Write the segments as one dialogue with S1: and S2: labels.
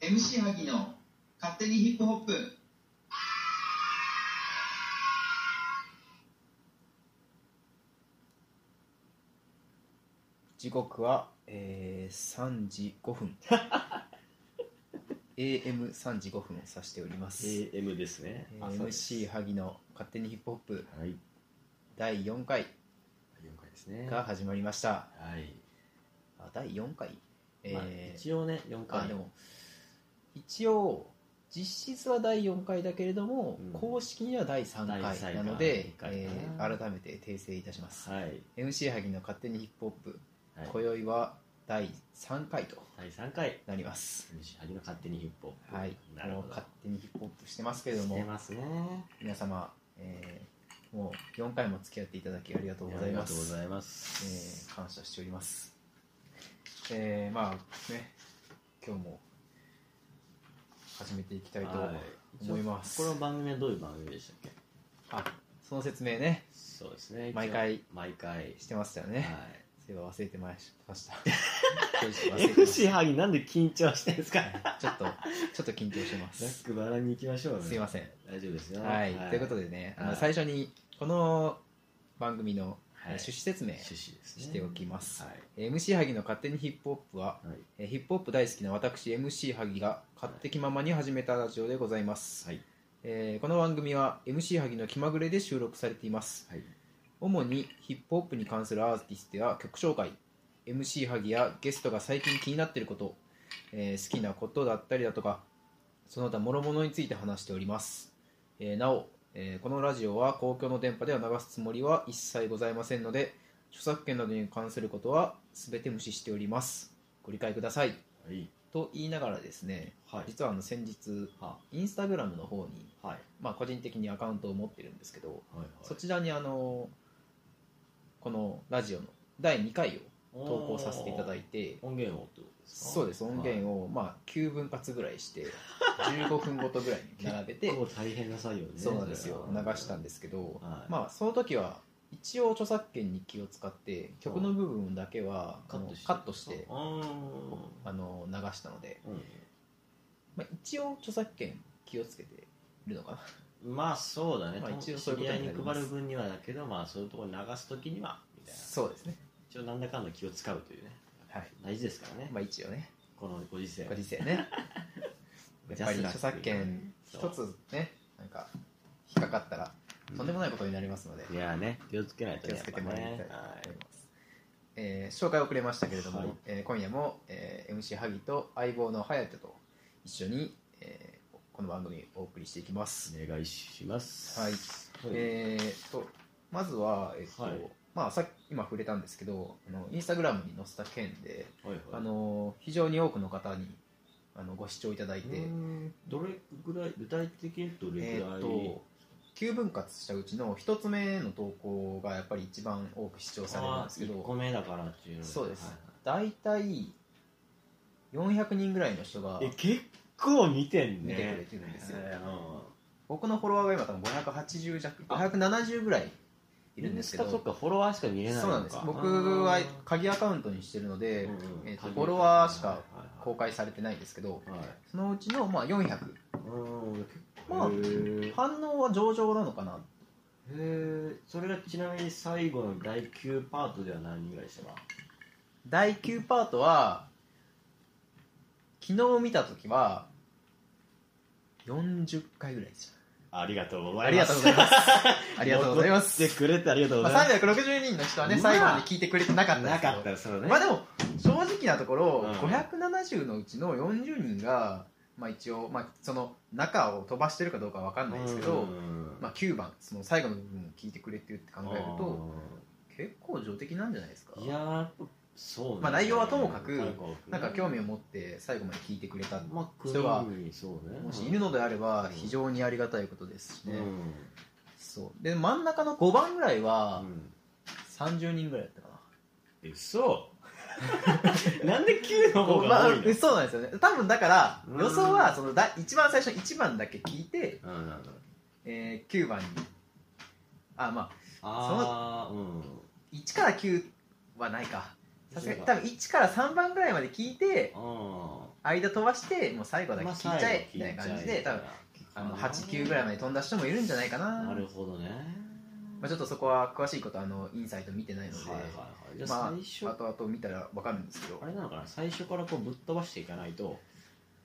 S1: MC 萩の勝手にヒップホップ
S2: 時刻は、えー、3時5分 AM3 時5分を指しております、
S3: AM ですね
S2: えー
S3: 朝です
S2: MC 萩の勝手にヒップホップ
S3: はい
S2: 第4回
S3: 4回ですね
S2: が始まりました、
S3: はい、
S2: あ第4回
S3: まあ
S2: えー
S3: 一応ね4回
S2: あでも一応実質は第4回だけれども、
S3: うん
S2: 公式には第3
S3: 第
S2: 回
S3: 三回
S2: なので、
S3: 第二回
S2: え
S3: かな
S2: ー改めて訂正いたします、
S3: はい、
S2: MC 萩の勝手にヒップホップ、
S3: はい、
S2: 今宵は第3回と
S3: 第3回
S2: なります
S3: 西萩の勝手にヒップホップ
S2: はい、
S3: なるほ
S2: もう
S3: ど
S2: 勝手にヒップホップしてますけれど
S3: して
S2: も、
S3: ますね
S2: 皆様、えーもう4回も付き合っていただきありがとうござい
S3: ありが
S2: ま
S3: とうご
S2: す。
S3: ざいます、
S2: えー感謝しております。えーまあね、今日も始めていきたいと、
S3: はい
S2: 思います
S3: 一応この番組はどういう番組でしたっけ
S2: あその説明ね、
S3: そうですね一応
S2: 毎回
S3: 毎回
S2: してましたよ
S3: は
S2: ね。
S3: い
S2: そういえば忘れてま した。正直忘れてまし
S3: MC 萩なんで緊張してるんですか
S2: たちょっと、ちょっと緊張してま
S3: ざ
S2: す
S3: っ。くばらんに行きましょうね
S2: すいません
S3: 大丈夫ですよ
S2: はい、ということでね、あの
S3: はい
S2: 最初にこの番組の
S3: はい
S2: 趣旨説明、
S3: 趣旨ですね
S2: しておきます
S3: はい、
S2: MC 萩の勝手にヒップホップは、
S3: はい
S2: えーヒップホップ大好きな私 MC 萩が勝手気ままに始めたラジオでございます、
S3: はい
S2: えーこの番組は MC 萩の気まぐれで収録されています
S3: はい
S2: 主にヒップホップに関するアーティストや曲紹介 MC 萩やゲストが最近気になっていること、えー好きなことだったりだとかその他諸々について話しております、えーなお、えーこのラジオは公共の電波では流すつもりは一切ございませんので著作権などに関することは全て無視しておりますご理解ください
S3: はい
S2: と言いながらですね
S3: はい
S2: 実はあの先日
S3: は
S2: インスタグラムの方に、
S3: はい
S2: まあ、個人的にアカウントを持ってるんですけど、
S3: はい
S2: そちらにあのこのラジオの第2回を投稿させていただいて
S3: 音源をってことですか
S2: そうです音源
S3: を
S2: をまあ9分割ぐらいして15分ごとぐらいに並べて
S3: 結構大変な作業ね
S2: そうなんですよ流したん
S3: で
S2: ですけど
S3: はい
S2: まあその時は一応著作権に気を使って曲の部分だけはあ
S3: カッ
S2: の
S3: トして
S2: カットして
S3: あー
S2: あの流したので、
S3: う
S2: まあ、一応著作権気をつけてるのかなん
S3: まあそうだね、
S2: まあ一応そう
S3: 知
S2: いうこ
S3: り
S2: と
S3: 合い
S2: になります
S3: に配る分にはだけどまあそういうところに流すときにはみたいな
S2: そうですね
S3: 一応なんだかんだ気を使うというね
S2: はい
S3: 大事ですからね、
S2: まあ一応ね
S3: このご時世
S2: ご時世 ねやっぱり著作権一つねなんか引っかかったらとんでもないことになりますので、
S3: いやーね気をつけないと
S2: 気
S3: ね
S2: をつけてもらいたいと思い
S3: やっぱ
S2: ます、
S3: ね
S2: えー紹介遅れましたけれども、
S3: はい
S2: えー今夜も、えー MC 萩と相棒の颯と一緒に、えーこの番組をお送りしていきます、
S3: はいお願いします
S2: はい
S3: はい
S2: えーとまずは、えっと
S3: はい
S2: まあ、さっき今触れたんですけどあのインスタグラムに載せた件で、
S3: はいはい
S2: あの非常に多くの方にあのご視聴いただいうて、
S3: ーんどれぐらい具体的にどれぐらい、
S2: えーっと9分割したうちの1つ目の投稿がやっぱり一番多く視聴されるんですけ
S3: 1
S2: ど
S3: 個目だからっていうの
S2: そうです
S3: はい
S2: 大体400人ぐらいの人が
S3: え結構見てん
S2: 見
S3: ね
S2: てくれてるんですよ
S3: えー
S2: 僕のフォロワーが今多分580弱570ぐらい
S3: うん
S2: いるんですけど
S3: インスタとかフォロワーしか見れないの
S2: そ
S3: か
S2: うなんです僕は
S3: あー
S2: 鍵アカウントにしてるので
S3: うんうん
S2: えーと
S3: 鍵
S2: フォロワーしか
S3: は
S2: 公開されてないんですけど
S3: いはいはい
S2: そのうちのまあ400
S3: うん結構
S2: まあ
S3: へー
S2: 反応は上々なのかな
S3: へーそれがちなみに最後の第9パートでは何人ぐらいでしたか
S2: 第9パートは昨日見た時は40回ぐらいでした
S3: ありがとうございます
S2: ありがとうございま す。ありがとうございま
S3: 残っ
S2: す。
S3: てくれてありがとうご
S2: ま
S3: ざいま
S2: あ、
S3: す、
S2: 360人の人はね、
S3: うわ
S2: 最後まで聞いてくれてなかったです
S3: な
S2: けど
S3: かったらそれね、
S2: まあでも、正直なところ、
S3: うん
S2: 570のうちの40人が、まあ一応、まあその中を飛ばしてるかどうかわかんないですけど、まあ9番、その最後の部分を聞いてくれてるって考えると、結構上的なんじゃないですか。
S3: いやーそうなんだよね
S2: まあ内容はともかくな
S3: な
S2: んか興味を持って最後まで聞いてくれた。
S3: まあ、
S2: 人は
S3: 国にそうね
S2: もしいるのであれば、非常にありがたいことですし
S3: うん
S2: ね。そう。で、真ん中の5番ぐらいは
S3: う、ん
S2: 30人ぐらいだったかな。
S3: え嘘 なんで9の方
S2: ま
S3: が
S2: あ
S3: 多いの、
S2: そうなんですよね多分だから
S3: うん
S2: 予想はそのだ一番最初に1番だけ聞いて、
S3: うん
S2: えー9番にあまあ
S3: ああうん
S2: 1から9はないかさすがに多分1から3番ぐらいまで聞いて
S3: あ
S2: 間飛ばしてもう最後だけ
S3: まあ
S2: 聞いちゃえみ
S3: 最後
S2: たいな
S3: 聞いちゃえ
S2: 感じで多分あの89ぐらいまで飛んだ人もいるんじゃないかな
S3: なるほどね
S2: まあ、ちょっとそこは詳しいことあのインサイト見てないので、
S3: はいはいはいじゃ
S2: ま
S3: あ
S2: あ
S3: 最初、
S2: 後々見たら分かるんですけど
S3: あれなのかな最初からこうぶっ飛ばしていかないと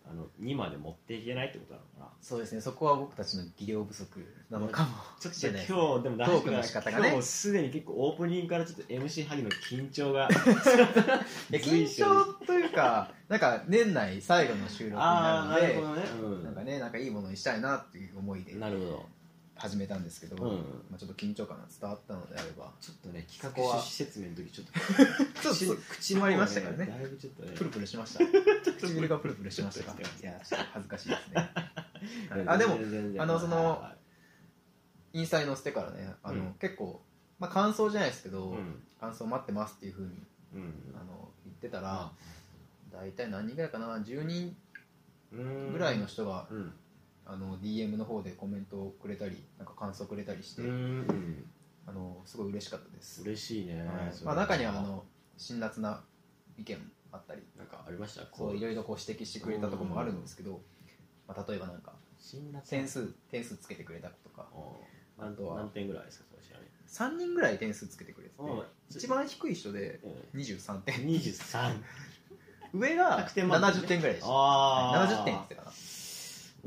S3: あの2まで持っていけないってことなのかな
S2: そうですねそこは僕たちの技量不足なのかも
S3: ちょっと
S2: しれないですね
S3: 今日でも大丈夫かな
S2: トークの仕方がね
S3: 今日すでに結構オープニングからちょっと MC 萩の緊 張
S2: い
S3: が
S2: や緊張というかなんか年内最後の収録に
S3: ああ
S2: な
S3: ーな
S2: る
S3: るほ
S2: ので
S3: どね、
S2: なんかねなんかいいものにしたいなっていう思いで
S3: うん、なるほど
S2: 始めたんですけど、
S3: うん
S2: まあ、ちょっと緊張感が伝わったのであれば
S3: ちょっとね、企画
S2: そこは
S3: 趣旨説明の時ちょっと
S2: ちょっと
S3: 口
S2: 口もありましたからね
S3: だいぶ ちょっとね
S2: プルプルしました唇がプルプルしましたか
S3: ちょっと
S2: いやちょっと恥ずかしいです ねあでも
S3: 全然全然
S2: あのその
S3: はいは
S2: インスタに載せてからねあの、
S3: うん
S2: 結構、まあ、感想じゃないですけど、
S3: いはいうん
S2: 感想待ってますっていうふうに
S3: うん
S2: あの言ってたら、大体何人ぐらいかな10人
S3: うん
S2: ぐらいの人が、
S3: うん
S2: あの DM の方でコメントをくれたりなんか感想くれたりして、
S3: うん
S2: あのすごい嬉しかったです、
S3: 嬉しいね
S2: はい
S3: それ
S2: まあ、中にはあの辛辣な意見もあったり
S3: なんかありました
S2: こうい
S3: ろ
S2: ろいろこう指摘してくれたところもあるんですけど、まあ、例えばなんか
S3: 辛辣
S2: 点数点数つけてくれたことか
S3: おー
S2: あとは
S3: 何点ぐらいですかそれちなみに
S2: 3人ぐらい点数つけてくれてて一番低い人で
S3: うん
S2: 23点
S3: 23
S2: 上が
S3: 100点満点
S2: 70
S3: ね
S2: 点ぐらいでした
S3: あー
S2: 70点って言ってたかな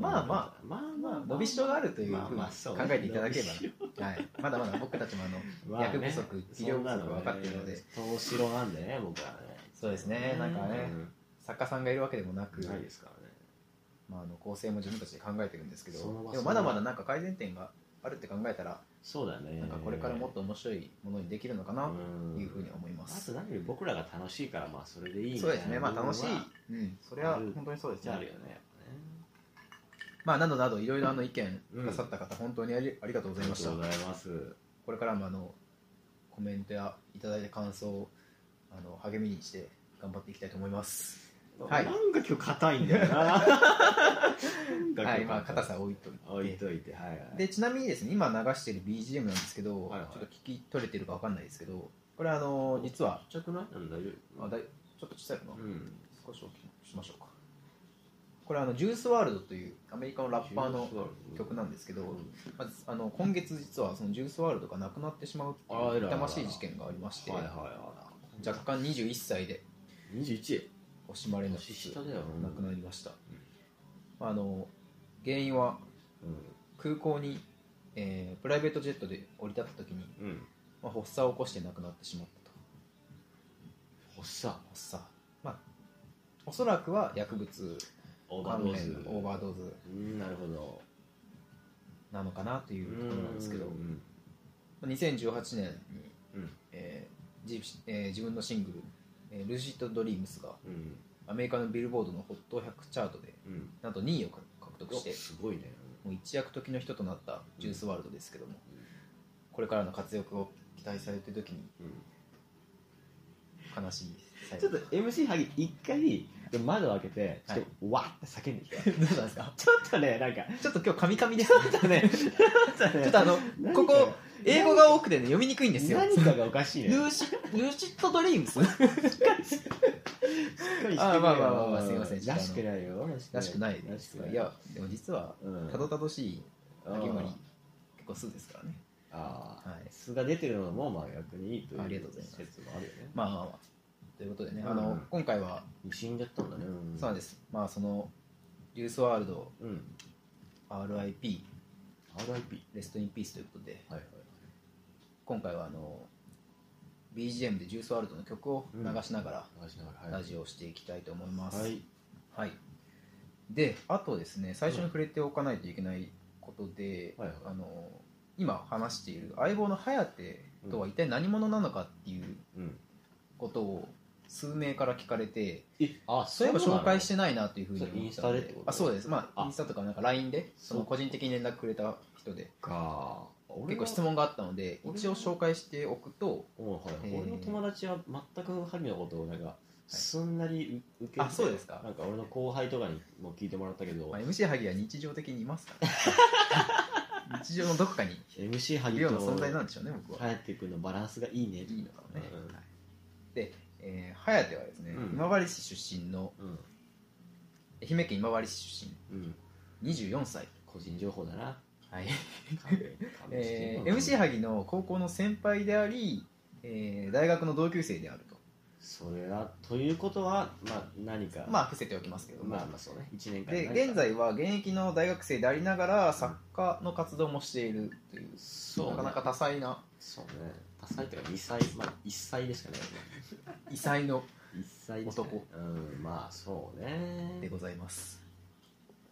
S2: まあま
S3: あまあ
S2: ま
S3: ま
S2: あ
S3: あ、
S2: 伸びしろがあるという
S3: まあ
S2: ふうに
S3: ま
S2: 考
S3: あそう
S2: えていただければ
S3: 伸びし
S2: はい、まだまだ僕たちもあの
S3: ろまあね
S2: 役不足技量不足は分かってるので
S3: そんなね投資論なんでね僕らはね
S2: そうですねなんかね作家さんがいるわけでもなく
S3: うんないですからね
S2: まあ、あの構成も自分たちで考えてるんですけど
S3: その場
S2: でもまだまだなんか改善点があるって考えたら
S3: そうだね
S2: なんかこれからもっと面白いものにできるのかなと
S3: い
S2: いうふうに思いま
S3: あ
S2: す、
S3: と何より僕らが楽しいからまあそれでいいみ
S2: そ
S3: たいうな
S2: ですねまあ楽しい
S3: 部分は、
S2: うん、それは本当にそうです
S3: じゃあある
S2: ね
S3: よねやっぱね
S2: まあなどなどいろいろあの意見くださった方本当にありありがとうございました
S3: ありがとうございます
S2: これからもあのコメントやいただいた感想をあの励みにして頑張っていきたいと思いますはい
S3: なんか今日硬い んだよななんか今日
S2: はい、まあ硬さは置いといて
S3: 置いといてはいはい
S2: でちなみにですね今流してる BGM なんですけど、
S3: はいはい
S2: ちょっと聞き取れてるかわかんないですけどこれあの実は
S3: ちっちゃくないうん大丈夫
S2: あだいちょっと小さいかな、
S3: うん
S2: 少し大きくしましょうかこれあのジュースワールドというアメリカのラッパーの曲なんですけど、
S3: うん
S2: まずあの今月実はそのジュースワールドがなくなってしまうってい
S3: あら
S2: う
S3: らら
S2: 痛ましい事件がありまして、
S3: はいはいはい
S2: 若干21歳で
S3: 21
S2: 惜しまれの
S3: 年下だよ
S2: 亡くなりました、
S3: うん
S2: あの原因は
S3: う
S2: 空港に、えープライベートジェットで降り立った時に、
S3: んうん
S2: まあ、発作を起こして亡くなってしまったと
S3: 発作
S2: 発作まあおそらくは薬物
S3: オーバ
S2: 関
S3: ード
S2: 連
S3: ーズ
S2: のオーバードーズ
S3: うんなるほど
S2: なのかなというところなんですけど
S3: うん
S2: まあ2018年に、
S3: うん
S2: えー自えー自分のシングル「えールジット・ドリームス」が
S3: うん
S2: アメリカのビルボードのホット100チャートで
S3: うん
S2: なんと2位を獲得して
S3: すごいね
S2: もう一躍時の人となったジュースワールドですけども、
S3: うん
S2: これからの活躍を期待されてる時に
S3: うん
S2: 悲しい最
S3: ちょ
S2: 後
S3: っと MC 萩一回窓を開けてちょっとわって叫んできてちょ
S2: どうしたんですか
S3: っとねなんか
S2: ちょっと今日カミカミですね、
S3: ちょっとねちょっ
S2: ち
S3: とね
S2: ょっとあの
S3: 何か
S2: ここ英語が多くてね読みにくいんですよ
S3: 何かがおかしい
S2: ル
S3: ね
S2: ーシルーシットドリームスあ
S3: あ
S2: まあまあまあまあすいませんちょっ
S3: ら
S2: とあの
S3: しくないよ
S2: らしくない
S3: ら
S2: で
S3: し
S2: す
S3: くない
S2: いやでも実は
S3: うん
S2: たどたどしい竹森
S3: あー
S2: 結構素ですからね
S3: ああ
S2: はい
S3: 素が出てるのもまあ逆にいいという
S2: ありがとうございます
S3: 説もあるよね
S2: まあまあまあということでね、
S3: うん
S2: あの今回は
S3: 死んじゃったんだね
S2: そうなん
S3: で
S2: ですまあそのリュースワールド
S3: すうん
S2: RIP
S3: RIP
S2: レストインピースということで
S3: はいはい
S2: 今回はあの BGM でジュースワールドの曲を流しなが
S3: 流しなが
S2: ら
S3: らは
S2: ラ
S3: い
S2: ジオをしていきたいと思います、
S3: はい
S2: はい、であとですね最初に触れておかないといけないことで、
S3: はいはい
S2: あの今話している相棒の颯とは一体何者なのかっていう
S3: うん
S2: ことを数名から聞かれて、
S3: えあ
S2: そういえば紹介してないなというふうに
S3: それイ
S2: 思った
S3: ンスタ
S2: の
S3: で
S2: で
S3: ってこと
S2: あそうですまあ
S3: あ
S2: インスタとかなんか LINE でそ
S3: そう
S2: の個人的に連絡くれた人で
S3: か
S2: 結
S3: 俺
S2: 構
S3: は
S2: 質問があったので
S3: 俺は
S2: 一応紹介しておくと
S3: おうはい
S2: えー
S3: 俺の友達は全く萩のことをなんかすんなりう受け入れて
S2: あそうですか
S3: なんか俺の後輩とかにも聞いてもらったけど、
S2: まあ、MC 萩は日常的にいますから 日常のどこかに
S3: MC
S2: い
S3: 萩
S2: るような存在な
S3: と
S2: んでしょうね僕は
S3: 颯君のバランスがいいね
S2: いいのかもね、
S3: うん
S2: はいでえー、颯はですね、
S3: うん
S2: 今治市出身の
S3: うん
S2: 愛媛県今治市出
S3: うん
S2: 身24歳
S3: 個人情報だ な
S2: はい、
S3: 勘弁勘弁して
S2: え
S3: よ
S2: ー、MC 萩の高校の先輩であり、えー、大学の同級生であると
S3: それはということはまあ何か
S2: まあ伏せておきますけども、
S3: まあまあそうね1年間
S2: で
S3: 何か
S2: 現在は現役の大学生でありながら作家の活動もしているという
S3: そ
S2: な
S3: うね
S2: かなか多彩な
S3: そうね多彩というか2歳まあ1歳でしかないよね
S2: 異彩の
S3: 一歳近い
S2: 男
S3: うんまあそう
S2: で
S3: ね
S2: ございます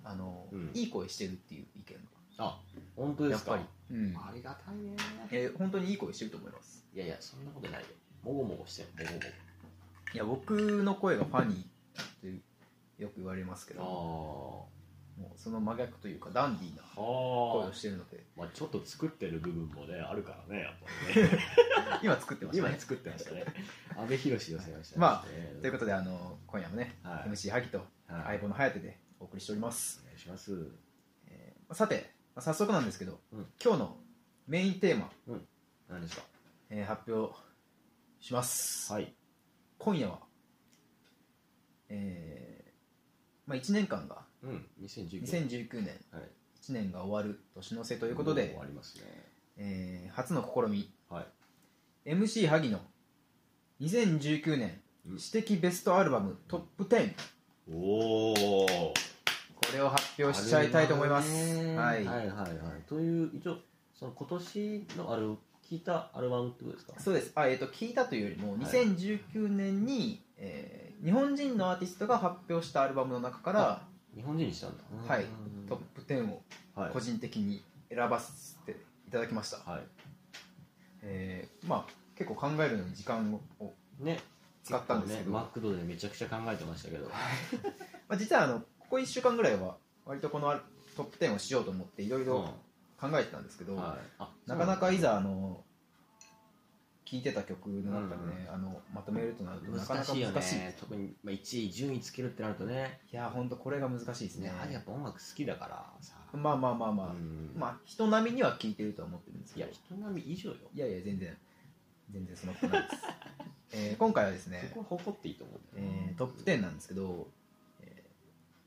S2: あの、
S3: うん
S2: いい声してるっていう意見
S3: あ本当
S2: が
S3: で
S2: やっ
S3: すか
S2: ぱり、うん
S3: ありがたいね
S2: えー本当にいい声してると思います
S3: いやいやそんなことないよもごもごしてるも
S2: いや僕の声がファニーってよく言われますけども
S3: ごも
S2: うその真逆というかダンディーな
S3: ごあ
S2: 声
S3: あ
S2: をしてるので
S3: まあちょっと作ってる部分もねあるからねやっぱりね
S2: 今作ってました
S3: 今
S2: ね
S3: 作ってましたね阿部寛寄せましたね
S2: ま
S3: あ
S2: ということであの今夜もね、
S3: はい
S2: MC 萩と
S3: とはい、
S2: 相棒の颯でお送りしております
S3: お願いしますは
S2: えーさてまあ早速なんですけど、
S3: うん
S2: 今日のメインテーマ、
S3: 何ですか
S2: えー発表します、
S3: はい
S2: 今夜は、えーまあ、1年間が
S3: うん2019
S2: 2019年
S3: はい
S2: 1年が終わる年の瀬と
S3: と
S2: いうことで、
S3: 終わりますね
S2: えー初の試み
S3: はい
S2: MC 萩の2019年
S3: うん
S2: 私的ベストアルバムトップ10
S3: おお
S2: これを発表しちゃいたいと思います、
S3: は、
S2: はいい、
S3: はいはいはいという一応その今年のあれを聞いたアルバムってことですか
S2: そうですあ、えー、と聞いたというよりも
S3: はい
S2: 2019年に、えー日本人のアーティストが発表したアルバムの中から、
S3: 日本人にしたんだ
S2: はい
S3: うん
S2: トップ10を
S3: はい
S2: 個人的に選ばせていただきました、
S3: は
S2: えーまあ結構考えるのに時間を、
S3: いね
S2: 使ったんですけど
S3: 結構ねマクドでめちゃくちゃ考えてましたけど
S2: まあ、実はあのここ1週間ぐらいは割とこのトップ10をしようと思っていろい
S3: うん
S2: ろ考えてたんですけど、
S3: はいあ
S2: なかなかい
S3: い
S2: ざあの聴いてた曲の中でね、あのまとめるとなるとなかな
S3: 難
S2: か
S3: しいよ
S2: 難しい
S3: ね特にまあ1位順位つけるってなるとね
S2: いや本当これが難しいですね
S3: ねやっぱ音楽好きだからさ
S2: まあまあまあまあ、
S3: うん
S2: まあ人並みには聞いてるとは思ってるんです
S3: い
S2: け
S3: や
S2: どい
S3: 人並み以上よ
S2: やいや全然全然そんなことないです、 えー今回はですね
S3: そ、こは誇っていいと思うんだよね
S2: えートップ10なんですけど、え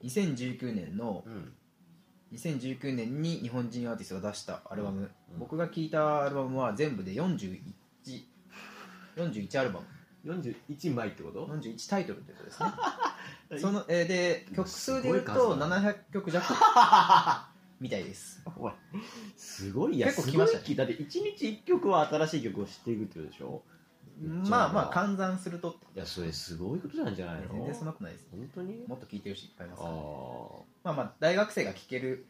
S2: ー2019年の
S3: うん
S2: 2019年に日本人アーティストが出したアルバム、
S3: うん
S2: 僕が聴いたアルバムは全部で41 41アルバム
S3: 41枚ってこと、
S2: 41タイトルということですね そのえーで曲数で言う
S3: すご
S2: と
S3: い数だ
S2: 700曲弱みたいです
S3: おいすごいや
S2: 結構
S3: す
S2: 来ま
S3: ご
S2: し
S3: い
S2: たね
S3: 聞いだって1日1曲は新しい曲を知っていくってことでしょ
S2: まあまあ換算するとって
S3: いやそれすごいことなんじゃないの
S2: 全然そんなことないです
S3: 本当に
S2: もっと聴いてる人いっぱいいま
S3: あ
S2: す
S3: あ
S2: からまあまあ大学生が聴ける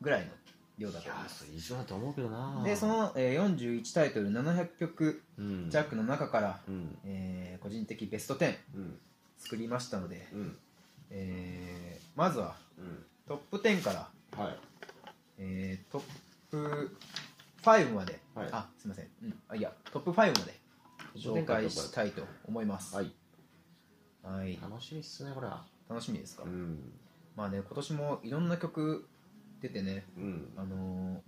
S2: ぐらいの量
S3: い
S2: だと
S3: や
S2: 思います
S3: それ異常だと思うけどな
S2: でその、えー41タイトル700曲
S3: うん
S2: 弱の中から、
S3: うん
S2: えー個人的ベスト10
S3: うん
S2: 作りましたので、
S3: うん
S2: えーまずは
S3: うん
S2: トップ10から、
S3: はい
S2: えートップ5まで、
S3: はい
S2: あすいません、うん、あいやトップ5まで紹介したいと思います
S3: はい
S2: はい
S3: 楽しみっすねこれは
S2: 楽しみですか、
S3: ん
S2: まあね今年もいろんな曲出てね
S3: うん
S2: あのー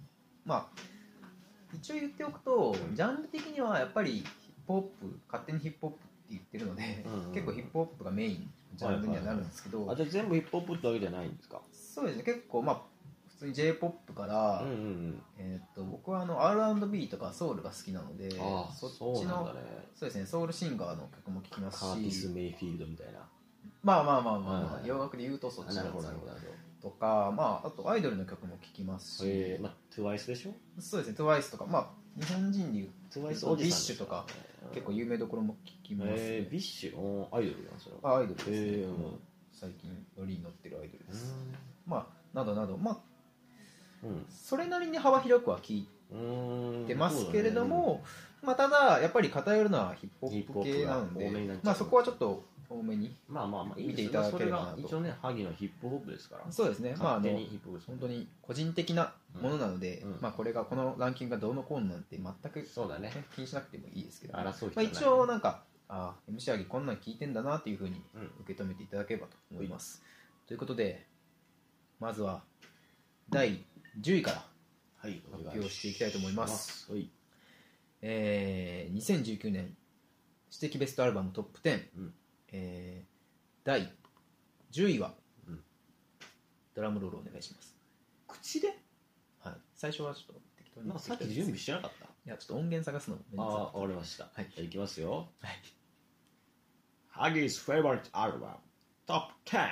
S2: まあ一応言っておくと、
S3: うん
S2: ジャンル的にはやっぱりヒップホップ勝手にヒップホップって言ってるので、
S3: うんうんうん
S2: 結構ヒップホップがメインジャンルにはなるんですけど、
S3: あじゃあ全部ヒップホップってわけじゃないんですか
S2: そうですね結構まあ普通に j p o p から、
S3: うんうん
S2: えーっと僕はあの R&B とかソウルが好きなので
S3: うんああ
S2: そっち
S3: そうなん
S2: の
S3: だね
S2: そうですねソウルシンガーの曲も聴きま
S3: カーティ
S2: す
S3: ス・
S2: し
S3: メイフィールドみたいな
S2: まあまあまあまあ、
S3: はいはい
S2: 洋楽で言うとそっちな
S3: な
S2: んで
S3: るほど
S2: す
S3: な
S2: け
S3: る
S2: ど
S3: ほどなるほ
S2: と
S3: ど
S2: かまああとアイドルの曲も聴きますし、
S3: えー、まあ、トゥワイスでしょ
S2: そうですね TWICE とかまあ日本人で言う
S3: トゥワイスおじさんでしょ
S2: ビッシュとか
S3: うん
S2: 結構有名どころも聞きます、ね
S3: えー、ビッシュおーアイドルなんですよ
S2: あアイドルですね、
S3: えーうん
S2: もう最近乗りに乗ってるアイドルです、まあなどなどまあ
S3: うん
S2: それなりに幅広くは聞い
S3: うん
S2: てますけれども、まあ、ただやっぱり偏るのはヒップ
S3: ヒップホ
S2: ホップ
S3: ップ
S2: 系
S3: が
S2: なんで
S3: 多めになっちゃう
S2: まあ、そこはちょっと多めに
S3: まあまあまあいい
S2: 見て
S3: です
S2: い
S3: よ
S2: ただ
S3: そ
S2: け
S3: れ
S2: ればな
S3: が
S2: と
S3: 一応ね萩のヒップホップですから
S2: そうですねまああ
S3: 勝
S2: の
S3: 手にヒップホップ
S2: 本当に個人的なものなので、
S3: うんうん
S2: まあ、これがこのランキングがどうのこうのなんて全く、ね
S3: そうだね
S2: 気にしなくてもいいですけど、ま
S3: 争う人
S2: あ、一応なんかあー MC アギこんなん聞いてんだなっていうふうに
S3: うん
S2: 受け止めていただければと思います、ということでまずは第10位から
S3: はい
S2: 発表していきたいと思います
S3: はい
S2: えー2019年私的ベストアルバムトップ10、
S3: うん
S2: えー第10位は、
S3: うん
S2: ドラムロールお願いします、
S3: 口で
S2: はい、最初はちょっと適当に
S3: なんかさっき準備してなかった
S2: いやちょっと音源探すのめんどくさ
S3: あ
S2: か
S3: あ、わかりました。
S2: はい
S3: じゃあいきますよ。
S2: はい
S3: ハギーズフェイバリットアルバム、トップ10。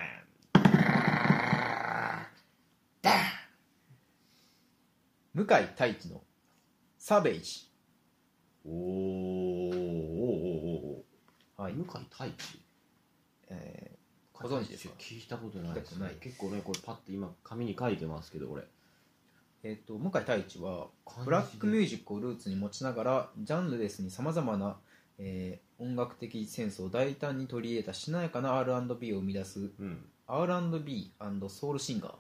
S2: 向井太一のサベイジ、
S3: おーおーおーおー
S2: はい
S3: 向井太一
S2: えーご存知ですか
S3: 聞いたことないです
S2: 聞いたことな
S3: ね
S2: い。
S3: 結構ね、これパッと今、紙に書いてますけど、俺。
S2: えー、と向井太一はブラックミュージックをルーツに持ちながらジャンルレスにさまざまな、えー音楽的センスを大胆に取り入れたしなやかな R&B を生み出す
S3: うん。
S2: R&B& ソウルシンガー、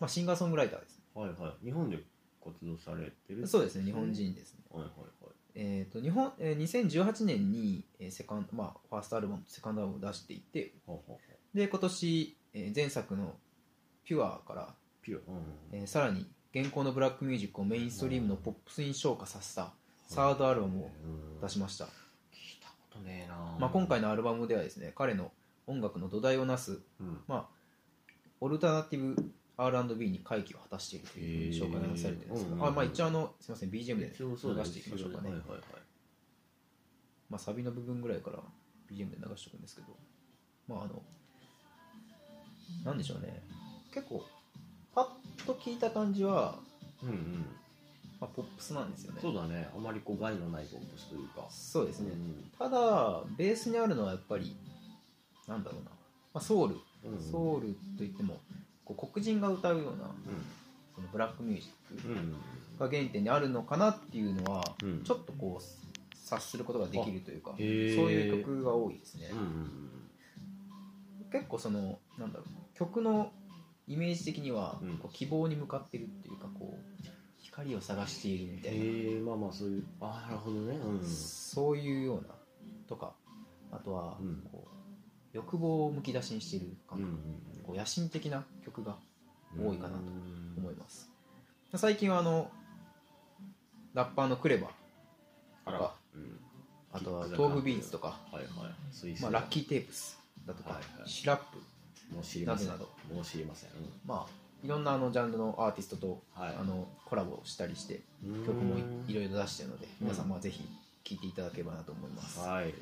S2: まあ、シンガーソングライターです
S3: はいはい。日本で活動されてる
S2: ねそうですね日本。人ですね、
S3: はいはいはい。
S2: えー、と日本、えー2018年に、えーセカンドまあ、ファーストアルバムセカンドアルバムを出していて
S3: はあはあはあ
S2: で今年、えー前作の「ピュアから、
S3: ピュア。うんうんうん
S2: えーさらに現行のブラックミュージックをメインストリームのポップスに昇華させたサードアルバムを
S3: うん
S2: 出しました、
S3: 聞いたことねえな
S2: まあ、今回のアルバムではですね彼の音楽の土台をなす、
S3: うん
S2: まあ、オルタナティブ R&B に回帰を果たしているというふうに紹介がされてるんですけ
S3: へ
S2: ど、
S3: ー
S2: あまあ、一応あのすみません BGM で
S3: 一応そう
S2: 流
S3: です
S2: していきましょうかね、
S3: はいはいはい
S2: まあ、サビの部分ぐらいから BGM で流しておくんですけどまああのなんでしょうね結構パッと聞いた感じは、
S3: うんうん
S2: まあ、ポップスなんですよね
S3: そうだねあまりこう害のないポップスというか
S2: そうですね、
S3: うん
S2: ただベースにあるのはやっぱりなんだろうな、まあ、ソウル
S3: うん
S2: ソウルといってもこう黒人が歌うようなそのブラックミュージッ
S3: うんうん
S2: クが原点にあるのかなっていうのは
S3: うん
S2: ちょっとこう察することができるというか
S3: あ
S2: そう
S3: へー
S2: いう曲が多いですね
S3: うんうん
S2: 結構そのなんだろう曲のイメージ的には
S3: うん
S2: こう希望に向かってるっていうかこう光を探しているみたい
S3: へ
S2: な
S3: えまあまあそういうああなるほどねうん
S2: そういうようなとかあとは
S3: うん
S2: こう欲望をむき出しにしている感
S3: うんう
S2: 覚
S3: ん
S2: こう野心的な曲が
S3: うん
S2: 多いかなと
S3: うん
S2: 思います最近はあのラッパーのクレバ
S3: あらうん
S2: あとは
S3: キックザ
S2: 東部ビーツとか、
S3: はいはいスイス
S2: まあ、ラッキーテープスだとか、
S3: はいはい
S2: シラップ
S3: もう知りません
S2: など
S3: もう知りませんうん
S2: まあいろんなあのジャンルのアーティストと、
S3: はい
S2: あのコラボしたりして
S3: うん
S2: 曲もいいろいろ出してるので皆さ
S3: うん
S2: んまあぜひ聴いていただければなと思います、
S3: はい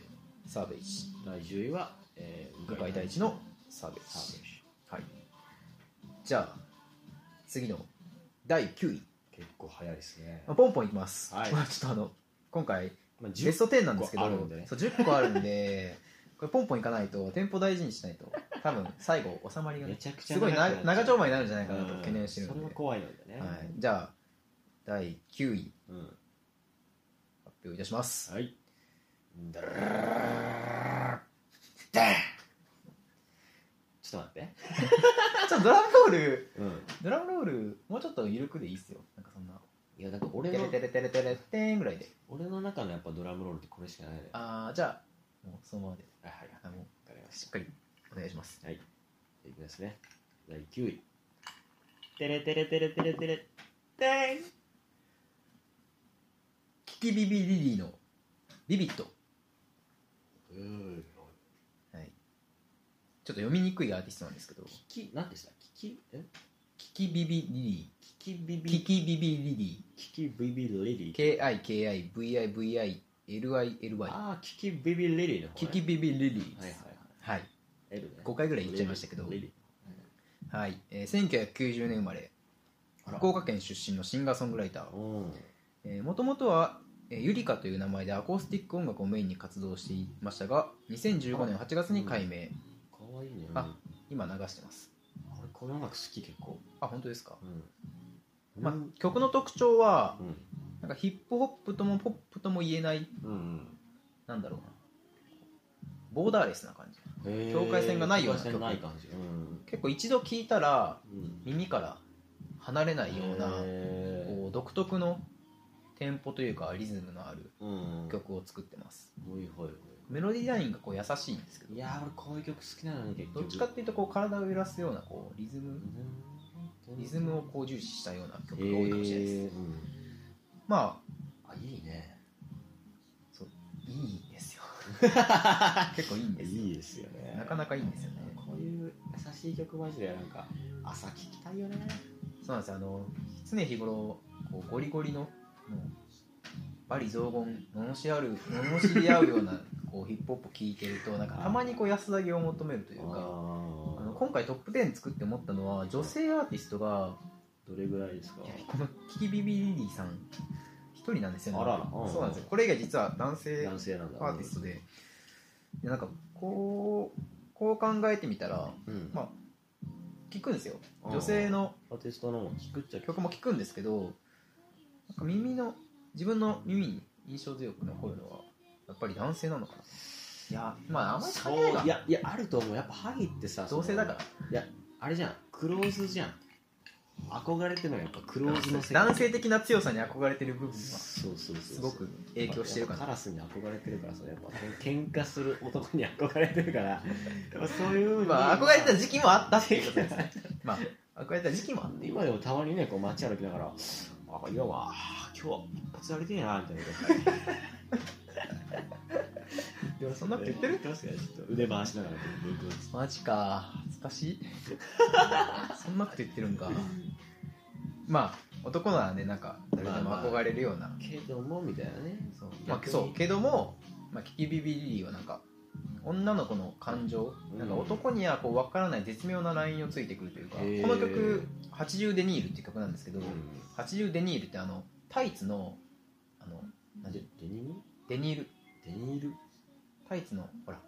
S2: サーベイジ
S3: 第10位はえー
S2: 向井太一のサーベイ
S3: サー
S2: ジ
S3: ベージ
S2: はいじゃあ次の第9位
S3: 結構早いですね
S2: まあポンポンいきます、
S3: はい
S2: まあ ちょっとあの今回
S3: まあ
S2: ベスト10なんですけど、
S3: 10個あるんでね
S2: そう10個あるんで、これポンポンいかないと、テンポ大事にしないと、多分最後、収まりが
S3: め
S2: ね、
S3: ちゃくちゃ
S2: すごいな
S3: くなっちゃう
S2: 長丁場になるんじゃないかなと懸念してる
S3: うんんそ
S2: で、
S3: れが怖いのでね
S2: はい、じゃあ、第9位、
S3: うん
S2: 発表いたします。
S3: はいだらちょっと待って
S2: あちょっとドラムロール、
S3: うん
S2: ドラムロール、もうちょっと緩くでいいっすよ、なんかそんな、
S3: いやなんか俺
S2: テレ
S3: の
S2: テレテレテレテーンぐらいで、
S3: 俺の中のやっぱドラムロールってこれしかないねは
S2: あー、じゃあ、もうそのままで、
S3: いはい
S2: あも
S3: わかりま
S2: う
S3: し
S2: しっかりお願いします。
S3: たはいいきますね第9位テレテレテレテレテレテン
S2: キキビビリリーのビビット、
S3: うん
S2: はい、ちょっと読みにくいアーティストなんですけど、
S3: キキ何でしたキキえ
S2: キキビビリリー。
S3: キキビ
S2: キ
S3: ビ
S2: キビビリリ
S3: キキビビリリ
S2: ー KIKIVIVILILY
S3: ああキキビビリリの方
S2: キ
S3: ね
S2: キビビリリー
S3: はいはい
S2: は
S3: はい
S2: い、
S3: L ね
S2: 5回ぐらい言っちゃいましたけど
S3: リリ
S2: はいえー1990年生まれ
S3: あら
S2: 福岡県出身のシンガーソングライタ
S3: うん
S2: ーもともとは、えーユリカという名前でアコースティック音楽をメインに活動していましたが2015年8月に改名
S3: かわいいね
S2: あ今流してます
S3: 俺この音楽好き結構
S2: あ本当ですか、
S3: うん
S2: まあ
S3: うん、
S2: 曲の特徴は
S3: うん
S2: なんかヒップホップともポップとも言えない
S3: うん
S2: なんだろうなボーダーレスな感じ
S3: へー
S2: 境界線がないような
S3: 境界線
S2: 曲
S3: ない感じうん
S2: 結構一度聴いたら
S3: うん
S2: 耳から離れないような
S3: へ
S2: こう独特のテンポというかリズムのある
S3: ーうん
S2: 曲を作ってます
S3: はいはいはい
S2: メロディーラインがこう優しいんですけど
S3: いやー俺こういう曲好きなのに結局
S2: どっちかっていうとこう体を揺らすようなこうリズム
S3: うん
S2: リズムをこう重視したような曲が多いかもしれないです、
S3: へーうん
S2: まあ
S3: あいいね
S2: いいですよ 結構いいんですよ
S3: いいですよね
S2: なかなかいいんですよね
S3: こういう優しい曲マジでなんか朝聴きたいよね
S2: そうなんですよあの常日頃こうゴリゴリのもう罵詈雑言罵る罵り合うようなこうヒップホップを聴いてるとなんかたまにこう安らぎを求めるというかあの今回トップ10作って思ったのは女性アーティストが
S3: どれぐらいですか
S2: いやこのキキビビリリさん一人なんですよね
S3: あららうん
S2: そうなんですよこれ以外実は男性
S3: 男性なんだ
S2: アーティストででなんかこうこう考えてみたら
S3: うん
S2: まあ聞くんですよ
S3: あー
S2: 女性の
S3: アーティストのも聴くっちゃ
S2: 曲も聴くんですけどなんか耳の自分の耳に印象強く残るのはやっぱり男性なのかないやまああんまり関
S3: そう
S2: 係ない
S3: い
S2: が
S3: やいやあると思うやっぱハギってさ
S2: 同性だからら
S3: あれじゃんクローズじゃん憧れてるのはやっぱクローズの世界
S2: 男性的な強さに憧れてる部分はす
S3: そうそうそうそう
S2: ごく影響してるか
S3: やっぱカ
S2: な
S3: ラスに憧れてるからそうやっぱ喧嘩する男に憧れてるからやっぱそういうふうに
S2: まあ憧れてた時期もあったっていうことですねまあ憧れてた時期もあっ
S3: 今でもたまにねこう街歩きながら「あいやまあ今日一発やりてえな」みたいなこと言
S2: たでもそんなこと言ってる
S3: 確かにちょっと腕回しながらこうブンブンつって
S2: マジか恥ずかしい そんなこと言ってるんかまあ男ならねなんか誰でも憧れるような
S3: けどもみたいなね
S2: そう,、ま
S3: 逆
S2: あ、
S3: に
S2: そうけども、まあ、キキビビリリはなんか女の子の感情、
S3: うん
S2: なんか男にはこう分からない絶妙なラインをついてくるというか、
S3: へー
S2: この曲「80デニール」っていう曲なんですけど、
S3: うん
S2: 80デニールってあのタイツのあのなんて
S3: デデニム
S2: デニール
S3: デニール
S2: タイツのほら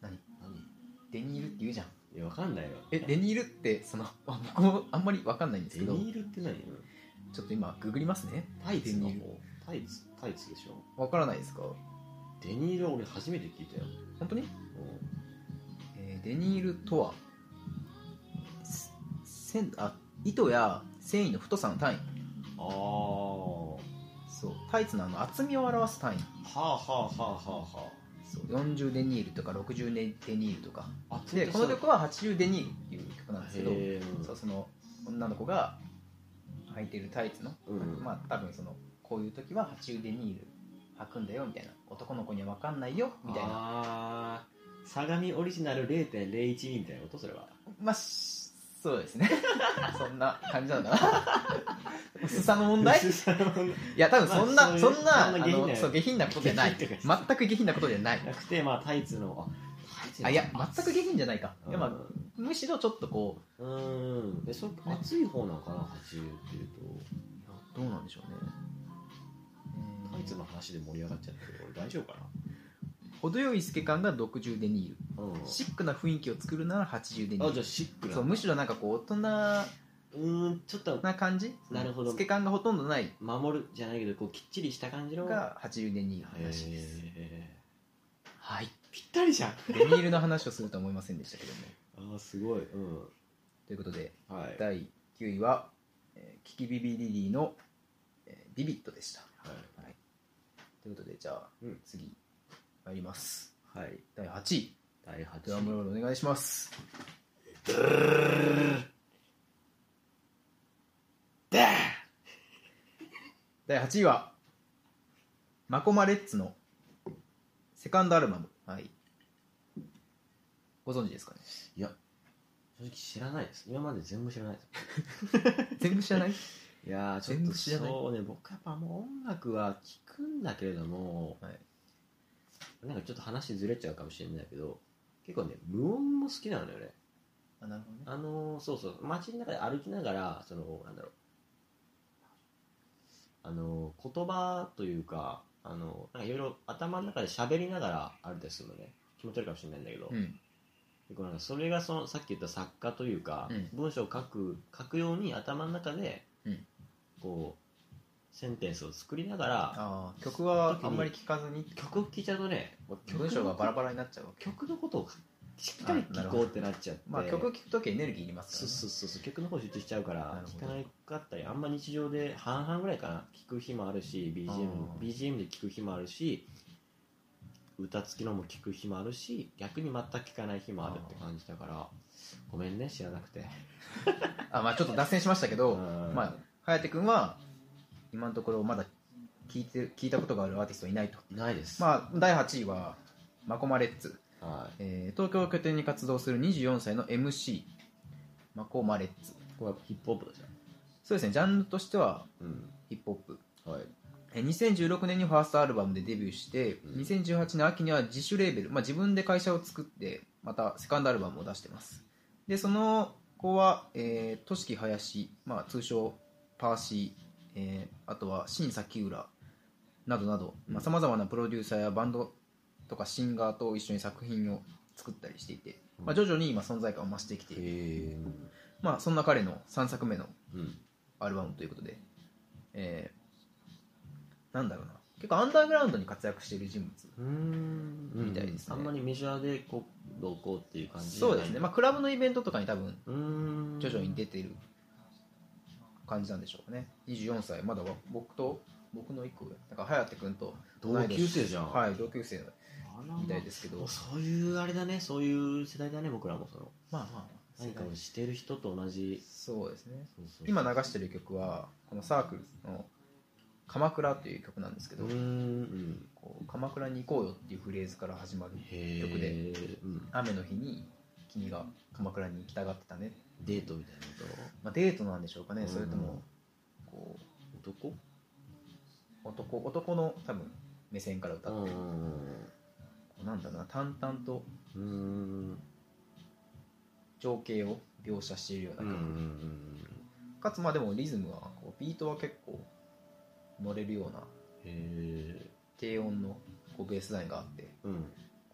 S3: 何
S2: デニールって言うじゃん
S3: いやわかんないよ
S2: えデニールってその あ僕もあんまり分かんないんです
S3: デ
S2: けど
S3: ニールって何
S2: ちょっと今ググりますね
S3: タイツの
S2: デニー
S3: 方タイツタイツでしょ
S2: 分からないですか
S3: デニールは俺初めて聞いたよ
S2: 本当に
S3: うん
S2: えーデニールとはせ線あ糸や繊維の太さの単位
S3: ああは
S2: そうタイツのあの厚みを表す単位
S3: あはあはあはあは
S2: そう40デニールとか60デニールとか
S3: ああ
S2: でこの曲は80デニールっていう曲なんですけど
S3: へー
S2: そうその女の子が履いてるタイツの、
S3: うん
S2: まあ多分そのこういう時は80デニール履くんだよみたいな男の子には分かんないよみたいな
S3: あー相模オリジナル0.01みたいなことそれは
S2: まあしそうですね そんな感じなんだ な薄さの問題
S3: 薄さの問題
S2: いや多分そんな、
S3: まあそ
S2: そう
S3: いうん
S2: な
S3: そん
S2: あ
S3: な下品な
S2: のそう下品なことじゃない
S3: 下品ってか
S2: 全く下品なことじゃない
S3: なくてまあタイツのあタイツの
S2: あいや全く下品じゃないか、
S3: うん
S2: いやまあ、むしろちょっとこ
S3: うんでそ熱い方なのかな80っていうと
S2: ういやどうなんでしょうね
S3: タイツの話で盛り上がっちゃって俺大丈夫か
S2: 程よい透け感が60デニー
S3: なうん
S2: ルシックな雰囲気を作るなら80デニ
S3: あ
S2: ー
S3: じゃ
S2: ル
S3: あシックな
S2: そうむしろなんかこう大人な
S3: うーんちょっと
S2: 感じ
S3: なるほど
S2: 透け感がほとんどない
S3: 守るじゃないけどこうきっちりした感じの
S2: のが80デニールらしいです
S3: へ
S2: はい
S3: ーぴったりじゃんあ
S2: デニールの話をするとは思いませんでしたけども
S3: ーすごいうん
S2: ということで
S3: はい、はい、
S2: 第9位は、えーキキビビリリの、えービビットでしたということでじゃあ、
S3: うん
S2: 次参ります
S3: はい、
S2: 第8位
S3: 第8
S2: ドラムロールお願いします第8位はマコマレッツのセカンドアルバムはいご存知ですかね
S3: いや正直知らないです今まで全部知らないです
S2: 全部知らない
S3: いやーちょっ
S2: 全
S3: と
S2: 部知らない
S3: そうね僕やっぱもう音楽は聴くんだけれども、
S2: はい
S3: なんかちょっと話ずれちゃうかもしれないけど結構ね無音も好きなのよね
S2: あなるほどね
S3: あのーそうそう街の中で歩きながらそのなんだろうあのー言葉というかあのーなんかいろいろ頭の中で喋りながら歩いたりするのね気持ち悪いかもしれないんだけど、
S2: うん
S3: 結構なんかそれがそのさっき言った作家というか、
S2: うん
S3: 文章を書く書くように頭の中で、
S2: うん
S3: こうセンテンスを作りながら
S2: ああ曲はあんまり聴かずに
S3: 曲を聴いちゃうとねもう曲の
S2: 文章がバラバラになっちゃうわけ
S3: 曲のことをしっかり
S2: あな
S3: 聴
S2: る
S3: こ
S2: ほ
S3: う
S2: ど
S3: ってなっちゃって、
S2: まあ曲聴くときエネルギーいりますから、
S3: そう
S2: ね、
S3: そうそうそう曲の方集中しちゃうから
S2: なるほど
S3: 聴かないかったりあんま日常で半々ぐらいかな聴く日もあるし BGM,
S2: あー
S3: BGM で聴く日もあるし歌付きのも聴く日もあるし逆に全く聴かない日もあるって感じだからごめんね知らなくて
S2: あまあちょっと脱線しましたけど、
S3: うん
S2: まあ颯君は今のところまだ聞いて聞いたことがあるアーティストはいないと
S3: ないです、
S2: まあ第8位はマコマレッツ、
S3: はい
S2: えー東京を拠点に活動する24歳の MC マコマレッツ
S3: これはヒップホップだじ
S2: そうですねジャンルとしては
S3: ゃんうん
S2: ヒップホップ
S3: はい
S2: えー2016年にファーストアルバムでデビューして、
S3: うん
S2: 2018年秋には自主レーベル、まあ、自分で会社を作ってまたセカンドアルバムを出してますでその子は、えー、としき林、まあ、通称パーシー、えーあとは新崎浦などなど
S3: うん
S2: さまざ、まなプロデューサーやバンドとかシンガーと一緒に作品を作ったりしていて、まあ、徐々に今存在感を増してきている、
S3: へえ
S2: まあ、そんな彼の3作目の
S3: うん
S2: アルバムということで、えーなんだろうな結構アンダーグラウンドに活躍している人物
S3: うん
S2: みたいですね
S3: あんまりメジャーでこうどうこうっていう感じじゃ
S2: そ
S3: ないう
S2: ですね、まあ、クラブのイベントとかに多分
S3: うん
S2: 徐々に出ている感じなんでしょうかね24歳まだわ僕と僕の1個上だから颯君と同い年
S3: 同級生じゃん
S2: はい同級生
S3: あらま
S2: みたいですけど
S3: もうそういうあれだねそういう世代だね僕らもその
S2: まあまあ
S3: 何かをしてる人と同じ
S2: そうですね
S3: そうそう
S2: 今流してる曲はこのサークルズの「鎌倉」という曲なんですけ
S3: う
S2: ど、
S3: んうん
S2: こう鎌倉に行こうよっていうフレーズから始まる
S3: へえ
S2: 曲
S3: うん、
S2: 雨の日に君が鎌倉に行きたがってたね、
S3: デートみたいなこ
S2: まあ、デートなんでしょうかね、
S3: うん
S2: それともこ
S3: と男
S2: う男男の多分目線から歌ってる、なんだろうな淡々と
S3: うんうん
S2: 情景を描写しているよう
S3: う
S2: な曲、
S3: ん
S2: かつまあでもリズムはこうビートは結構乗れるような
S3: へえ
S2: 低音のこうベースラインがあって
S3: うん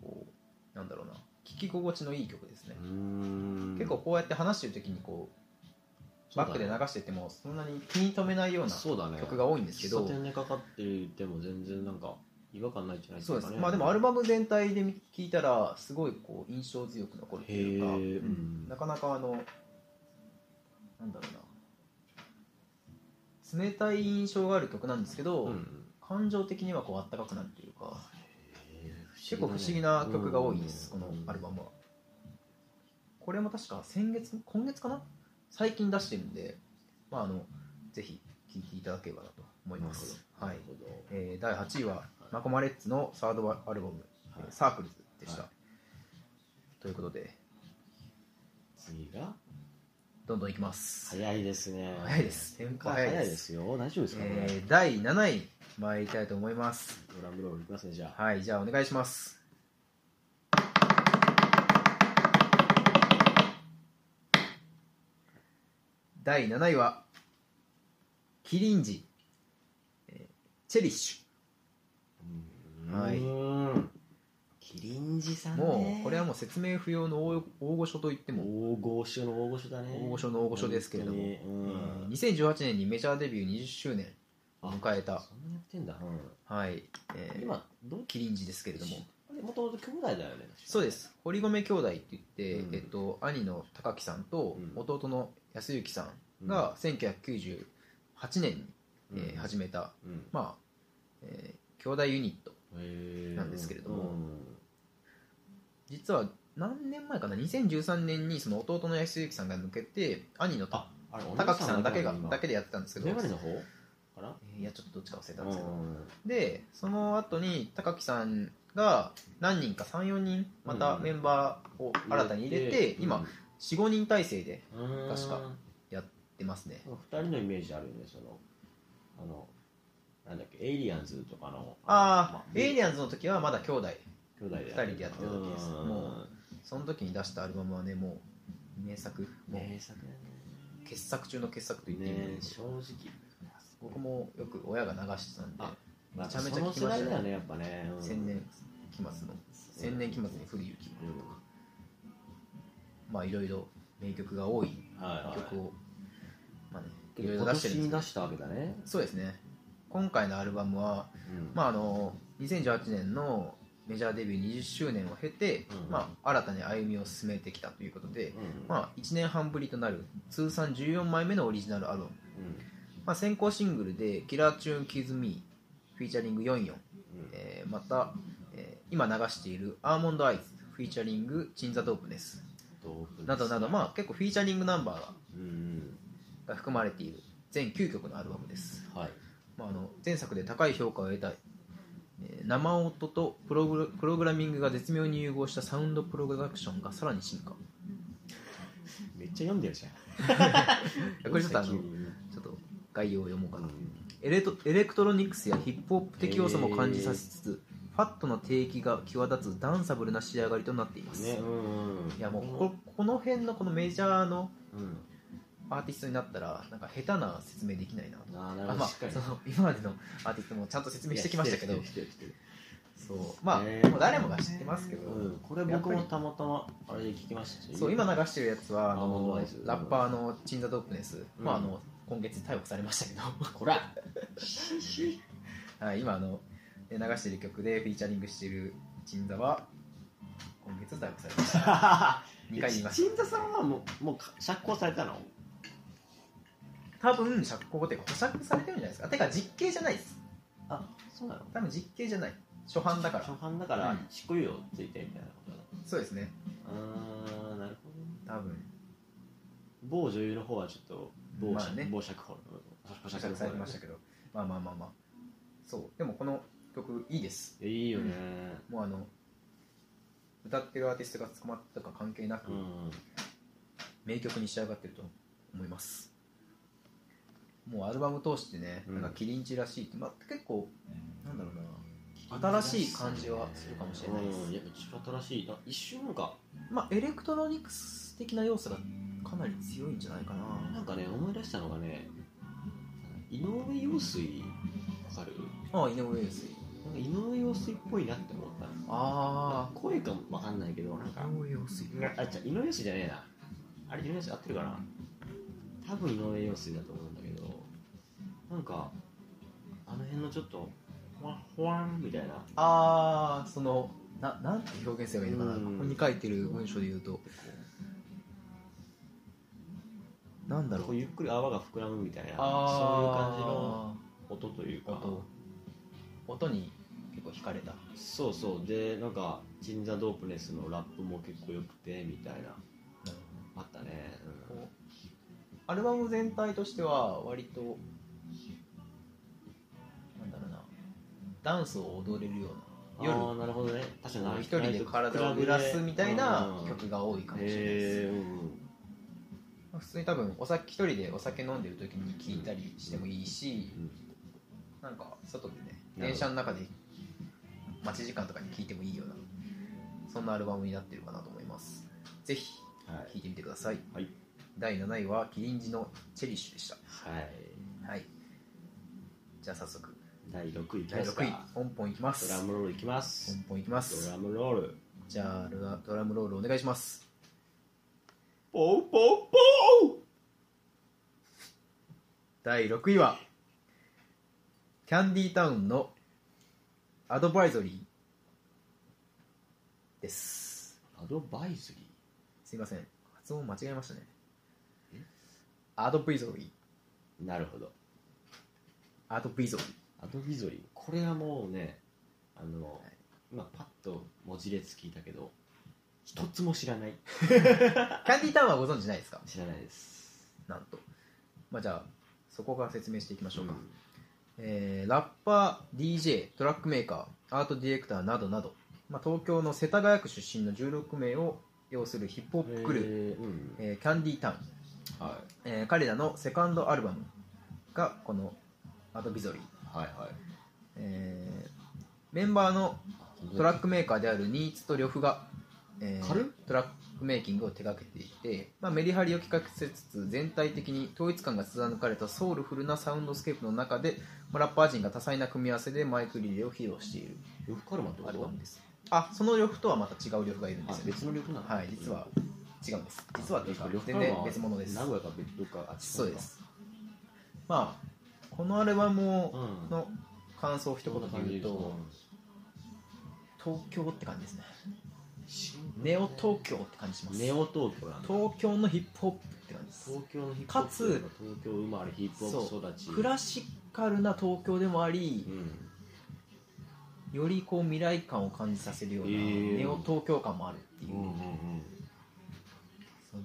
S2: こうなんだろうな聴き心地のいい曲ですね、
S3: うん
S2: 結構こうやって話してる時にこうバックで流しててもそんなに気に留めないような
S3: そうだね
S2: 曲が多いんですけど
S3: 喫茶店でかかってても全然なんか違和感ないんじゃない
S2: そうですねまあでもアル
S3: バ
S2: バム全体で聞いたらすごいこう印象強く残るっていうか、
S3: へ
S2: う
S3: ーうん
S2: ん、なかなかあのなんだろうな冷たい印象がある曲なんですけど、
S3: うん
S2: 感情的にはこうあったかくなるというか
S3: へー
S2: 結構不思議な曲が多いです、
S3: うん
S2: このアルバムはこれも確か先月今月かな最近出してるんでまああのぜひ聴いていただければなと思います、
S3: な
S2: は
S3: る
S2: い
S3: ほど
S2: えー第8位はマコマレッツのサードアルバム
S3: はい
S2: サークルズでした、
S3: は
S2: ということで
S3: 次が
S2: どんどんいきます、
S3: 早いですね
S2: 早いです展開
S3: 早い
S2: 早い
S3: で
S2: です
S3: すよ大丈夫ですかこれ
S2: えー第7位参りたいと思います
S3: ドラムロールいきますねじゃあ
S2: はいじゃあお願いします第7位はキリンジ、えーチェリッシはいう
S3: ーんキリンジさん
S2: ュ
S3: ね
S2: もうこれはもう説明不要の大大御所といっても
S3: 大御所の大御所だね
S2: 大御所の大御所ですけれども、
S3: 本当にうん
S2: えー2018年にメジャーデビュー20周年を迎えた
S3: そんなやってんだ、
S2: はい、えー
S3: 今どう
S2: キリンジですけれども
S3: あれもともと兄弟だよね
S2: そうです堀米兄弟って言って、
S3: うん
S2: えっと、兄の高木さんと
S3: うん
S2: 弟の康之さんが1998年に、
S3: うん
S2: えー始めた、
S3: うん
S2: まあえー兄弟ユニット
S3: へー
S2: なんですけれども
S3: うん
S2: 実は何年前かな2013年にその弟の康之さんが抜けて兄のた
S3: ああれ
S2: 高木さんだけがだけ
S3: で
S2: でやってたんですけど
S3: メガネの方かない
S2: やちょっとどっちか忘れた
S3: うん
S2: ですけど
S3: ん
S2: でその後に高木さんが何人か34人またメンバーを新たに入れて、今45人体制で
S3: うん
S2: 確か
S3: うん
S2: 出ますね
S3: 二人のイメージあるよねそのあのなんだっけエイリアンズとかの
S2: ああ、エイリ
S3: アン
S2: アンズの時はまだ兄弟
S3: 兄弟
S2: 二人でやってる時ですもその時に出したアルバムはねもう名作
S3: う
S2: も
S3: 名
S2: う
S3: 作だね
S2: 傑作中の傑作と言っていい
S3: ね
S2: んで
S3: 正直
S2: 僕もよく親が流してたんで
S3: あ
S2: めちゃめちゃ
S3: その
S2: 聞き
S3: 世
S2: ま
S3: 代
S2: し
S3: だ
S2: た
S3: よ
S2: ね
S3: ねやっぱねうん
S2: 千年期末の千年期末に降る雪
S3: う
S2: まあいろいろ名曲が多い
S3: んはいはい
S2: 曲をまあねいろいろ
S3: 今
S2: 出して
S3: 年
S2: るんですけ
S3: に
S2: ど
S3: 出したわけだね
S2: そうですね今回のアルバムはまああの2018年のメジャーデビュー20周年を経て、
S3: うん
S2: まあ、新たに歩みを進めてきたということで、
S3: あ
S2: まあ、1年半ぶりとなる通算14枚目のオリジナルアルバム、まあ、先行シングルで「キラーチューン・キズ・ミー」フィーチャリング44、えーまた、えー今流している「アーモンド・アイズ」フィーチャリング「チン・ザ・ドープネス」などなど、まあ、結構フィーチャリングナンバーが
S3: うん
S2: が含まれている全9曲のアルバムです、
S3: はい
S2: まあ、あの前作で高い評価を得たえー生音とプログラプログラミングが絶妙に融合したサウンドプロダクションがさらに進化
S3: めっちゃ読んでるじゃん
S2: いやこれちょっとあの
S3: 急
S2: ち
S3: に
S2: ょっと概要を読もうか
S3: う
S2: な、
S3: ん
S2: エレトエレクトロニクスやヒップホップ的要素も感じさせつつ、ファットの定義が際立つダンサブルな仕上がりとなっています、
S3: ねうんうん
S2: いやもうここの辺のこのメジャーの
S3: うん
S2: アーティストになったらなんか下手な説明できないなと
S3: あーなる
S2: あ
S3: ほ
S2: ま
S3: ど
S2: あ
S3: しっかり
S2: その今までのアーティストもちゃんと説明してきましたけど
S3: いやしてるしてるしてる
S2: そうまあ、
S3: ね
S2: もう誰もが知ってますけど、
S3: してるうんこれ僕もたまたまあれで聞きましたし
S2: そう今流してるやつはあ
S3: アーモンド
S2: の
S3: アイズ
S2: ラッパーのチンザドープネス、
S3: うん
S2: まあ、あの今月逮捕されましたけど、
S3: こら
S2: はい、今あの流してる曲でフィーチャリングしてるチンザは今月逮捕されました 2回言いまし
S3: 新座さんはもうもうか釈放されたの
S2: た多分釈放っていうか保釈されてるんじゃないですかてか実刑じゃないです
S3: あそうなの
S2: 多分実刑じゃない初犯だから
S3: 初犯だから
S2: うん
S3: 執行猶予ついてみたいなことだ
S2: そうですね
S3: あーなるほ
S2: 多
S3: どね
S2: 分
S3: 某女優の方はちょっと某,、
S2: まあね
S3: 某釈放の保
S2: 保釈されましたけどまあまあまあまあそうでもこの曲いいです
S3: いやいいよね
S2: もうあの歌ってるアーティストが捕まったとか関係なく、
S3: うん
S2: 名曲に仕上がってると思いますもうアルバム通してね、
S3: うん
S2: なんかキリンチらしいって、まあ、結構なんだろうな新しい感じはするかもしれないです、
S3: うんやっぱちょっと新しいな一瞬なんか
S2: まあエレクトロニクス的な要素がかなり強いんじゃないかな
S3: なんかね思い出したのがね井上陽水わかる
S2: ああ井上陽水
S3: なんか井上陽水っぽいなって思った
S2: あ
S3: 声かもわかんないけどなんか
S2: あ井上陽水
S3: あじゃあ井上陽水じゃねえなあれ井上陽水合ってるかな多分井上陽水だと思うんだけどなんかあの辺のちょっとほわほわんみたいな
S2: ああそのななんて表現すればいいのかな、
S3: うん
S2: ここに書いてる文章で言うとなんだろ
S3: こう
S2: う
S3: ゆっくり泡が膨らむみたいなそういう感じの
S2: あ
S3: 音というか
S2: 音音に結構惹かれた
S3: そうそうでなんかチンザドープネスのラップも結構良くてみたいなあったね、うん
S2: こうアルバム全体としては割となんだろうなダンスを踊れるような
S3: あーなるほどね確かに
S2: 夜
S3: ナイ
S2: 一人で体を
S3: ク
S2: 揺
S3: ラ
S2: ら
S3: ブです
S2: みたいな
S3: うん
S2: 曲が多いかもしれないです
S3: へーうん
S2: まあ普通に多分お酒一人でお酒飲んでる時に聴いたりしてもいいし
S3: うん
S2: なんか外でね
S3: なるほど
S2: 電車の中で待ち時間とかに聴いてもいいようなそんなアルバムになってるかなと思いますぜひ
S3: はい
S2: 聴いてみてください、
S3: はい
S2: 第7位はキリンジのチェリッシュでした
S3: はい
S2: はいじゃあ早速
S3: 第6位いき
S2: 第
S3: ます
S2: 6位
S3: か
S2: ポンポンいきま
S3: ドラ
S2: す
S3: ムロールいきま
S2: ポ
S3: す
S2: ンポンいきます
S3: ドラムロール
S2: じゃあルアドラムロールお願いします
S3: ポーポーポ
S2: 第6位はキャンディータウンのアドバイゾリーです
S3: ーアドバイスリ
S2: すいません発音間違えましたね
S3: え
S2: アドビゾリー
S3: ーなるほど
S2: アドビゾリー
S3: アドビゾリーこれはもうねあの、
S2: い
S3: 今パッと文字列聞いたけど一つも知らない
S2: キャンディータウンはご存知ないですか
S3: 知らないです
S2: なんとまあじゃあそこから説明していきましょうか、
S3: うん
S2: えーラッパー DJ トラックメーカーアートディレクターなどなど、まあ、東京の世田谷区出身の16名を要するヒップホップクルー、
S3: えーうん
S2: えーキャンディータウン、
S3: は
S2: えー彼らのセカンドアルバムがこの「アドビゾリー
S3: いはいはい」
S2: えーメンバーのトラックメーカーであるニーツと呂布が、えー
S3: 軽っ
S2: トラックメイキングを手掛けていて、まあ、メリハリを企画せつつ全体的に統一感が貫かれたソウルフルなサウンドスケープの中でまあラッパー陣が多彩な組み合わせでマイクリレーを披露している
S3: 呂布カルマってこ
S2: アルバ
S3: と
S2: ムですあその呂布とはまた違う呂布がいるんで
S3: あ
S2: すよね
S3: 別の呂布なの
S2: はい実は違うんです実はというか
S3: 呂布カ
S2: 全
S3: ルマ
S2: 然別物です
S3: 名古屋か別どっかあっち
S2: そうですまあこのアルバム
S3: う
S2: を
S3: ん
S2: の感想を一言で言うと
S3: うん
S2: 東京って感じですね
S3: 新
S2: ネオ東京って感じします
S3: ネオ東京なんだ
S2: 東京のヒップホップって感じです
S3: 東京のヒップホ
S2: か
S3: ップ
S2: つ
S3: 東京生まれヒップホップ育ち
S2: クラシカルな東京でもあり
S3: うん
S2: よりこう未来感を感じさせるような
S3: えー
S2: ネオ東京感もあるっていううん
S3: うんうん
S2: その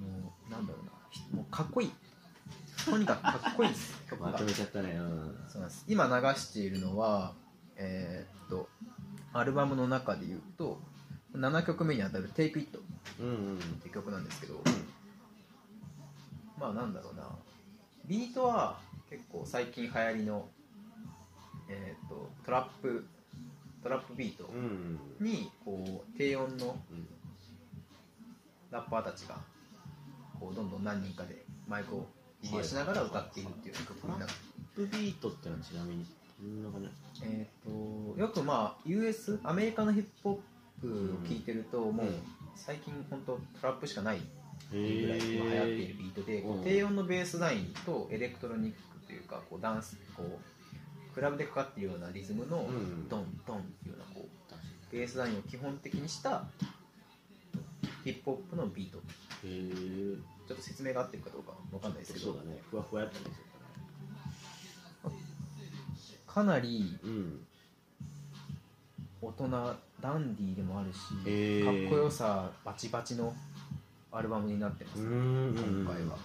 S2: なんだろうなひもうかっこいいとにかくかっこいいです曲
S3: ま
S2: が
S3: とめちゃったねうん
S2: そうなんです今流しているのはえーっとアルバムの中で言うと7曲目に当たる「Take It」っ
S3: うんうん
S2: て曲なんですけどまあなんだろうなビートは結構最近流行りの、えーっとトラップトラップビート
S3: うんうん
S2: にこう低音の
S3: うん
S2: ラッパーたちがこうどんどん何人かでマイクをリレーしながら歌っているっていう曲になって
S3: アップビートってのはちなみにどんな感じなんですか
S2: えー、とよくまあ US アメリカのヒップホップを聴いてると、もう最近本当トラップしかない
S3: へ
S2: ぐらい今流行っている
S3: ー
S2: ビートで、
S3: うん
S2: 低音のベースラインとエレクトロニックというかこうダンスこうクラブでかかっているようなリズムの
S3: うん
S2: ドンドンっていうようなこうベースラインを基本的にしたヒップホップのビートち
S3: へー
S2: ょっと説明が合ってるかどうかわかんないですけ
S3: そう
S2: ど
S3: だねふわふわやったんですよ
S2: かなり
S3: うん
S2: 大人ダンディーでもあるし、
S3: へー
S2: かっこよさバチバチのアルバムになってます、
S3: ん
S2: 今回は、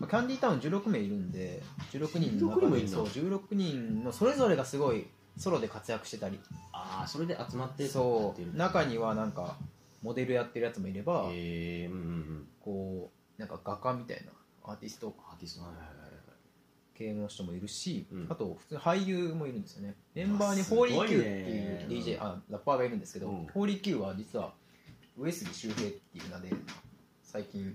S2: まあキャンディータウン16名いるんで16人の
S3: 16人
S2: 中
S3: もい
S2: で
S3: んだ
S2: そう16人のそれぞれがすごいソロで活躍してたり
S3: ああそれで集まってや
S2: そ
S3: ってる
S2: う中にはなんかモデルやってるやつもいれば、
S3: へえうんうんうん
S2: こうなんか画家みたいなアーティスト
S3: アーティストはいはいはいはい
S2: 系の人もいるし、
S3: うん
S2: あと普通に俳優もいるんですよねメンバーに
S3: うわす
S2: ホー
S3: ご
S2: リ
S3: い
S2: ー
S3: ね
S2: Q っていう DJ、
S3: うん
S2: あラッパーがいるんですけど、
S3: うん
S2: ホーリー Q は実は上杉周平っていう名で最近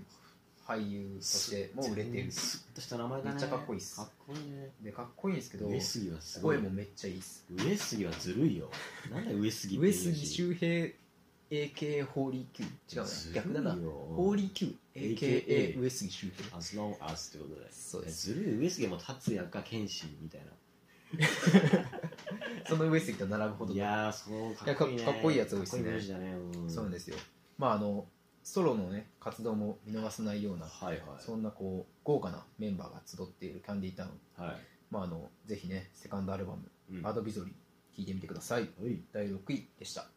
S2: 俳優としてもう売れてる
S3: スッとした名前だね
S2: めっちゃかっこいいっす
S3: かっこいいね
S2: でかっこいいんですけど
S3: 上杉はすごい
S2: 声もめっちゃいいっす
S3: 上杉はずるいよなんだよ上杉っ て
S2: 上
S3: 言う
S2: 杉
S3: し
S2: 周平 AKA ホーリー Q 違うな
S3: ずるいよ
S2: 逆だなホーリー Q AKA
S3: AKA
S2: 上杉周平
S3: As long as ってことで
S2: そうです
S3: ずるい上杉はもう達也か謙信みたいな
S2: その上杉と並ぶほど
S3: いやーそう
S2: いや
S3: かっ
S2: か
S3: こいいね
S2: かっこいいやつ多いっすね
S3: かっこ名字だねうん
S2: そうなんですよまああのソロのね活動も見逃さないような
S3: はいはい
S2: そんなこう豪華なメンバーが集っているキャンディータウン、
S3: はい
S2: まあ、あのぜひねセカンドアルバム
S3: う
S2: 「
S3: ん
S2: アドビゾリ」聴いてみてください
S3: はい
S2: 第6位でした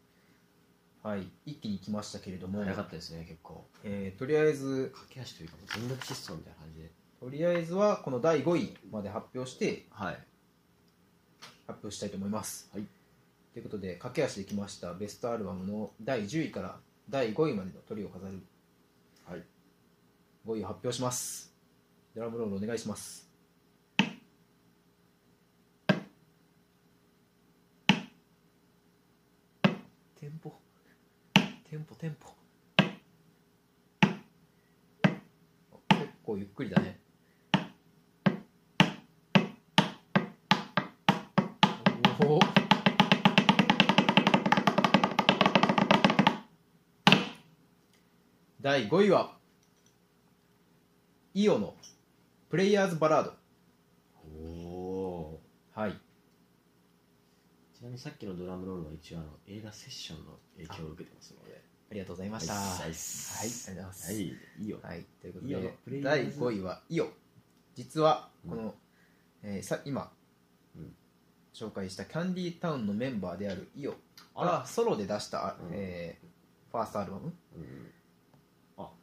S2: はい一気に来ましたけれども、
S3: 早かったですね結構
S2: えーとりあえず
S3: 駆け足というかもう全力疾走みたいな感じで
S2: とりあえずはこの第5位まで発表して
S3: はい
S2: 発表したいと思います、
S3: はい
S2: ということで駆け足できましたベストアルバムの第10位から第5位までのトリを飾る
S3: はい
S2: 5位を発表しますドラムロールお願いしますテンポテンポテンポあ結構ゆっくりだねおお第5位はイオのプレイヤーズバラード
S3: おー
S2: はい
S3: ちなみにさっきのドラムロールは一応あの映画セッションの影響を受けてますので
S2: ありがとうございました
S3: はい
S2: は
S3: は
S2: あ
S3: いい
S2: りがとうございます
S3: はいいいよ
S2: はい、ということ
S3: イオの
S2: で
S3: プレイヤ
S2: 第
S3: ーズ
S2: 5位はイオ実はこの、
S3: う
S2: えーさ今、
S3: うん
S2: 紹介したキャンディータウンのメンバーであるイオ
S3: あら
S2: がソロで出した、
S3: うん
S2: えーファーストアルバム
S3: うん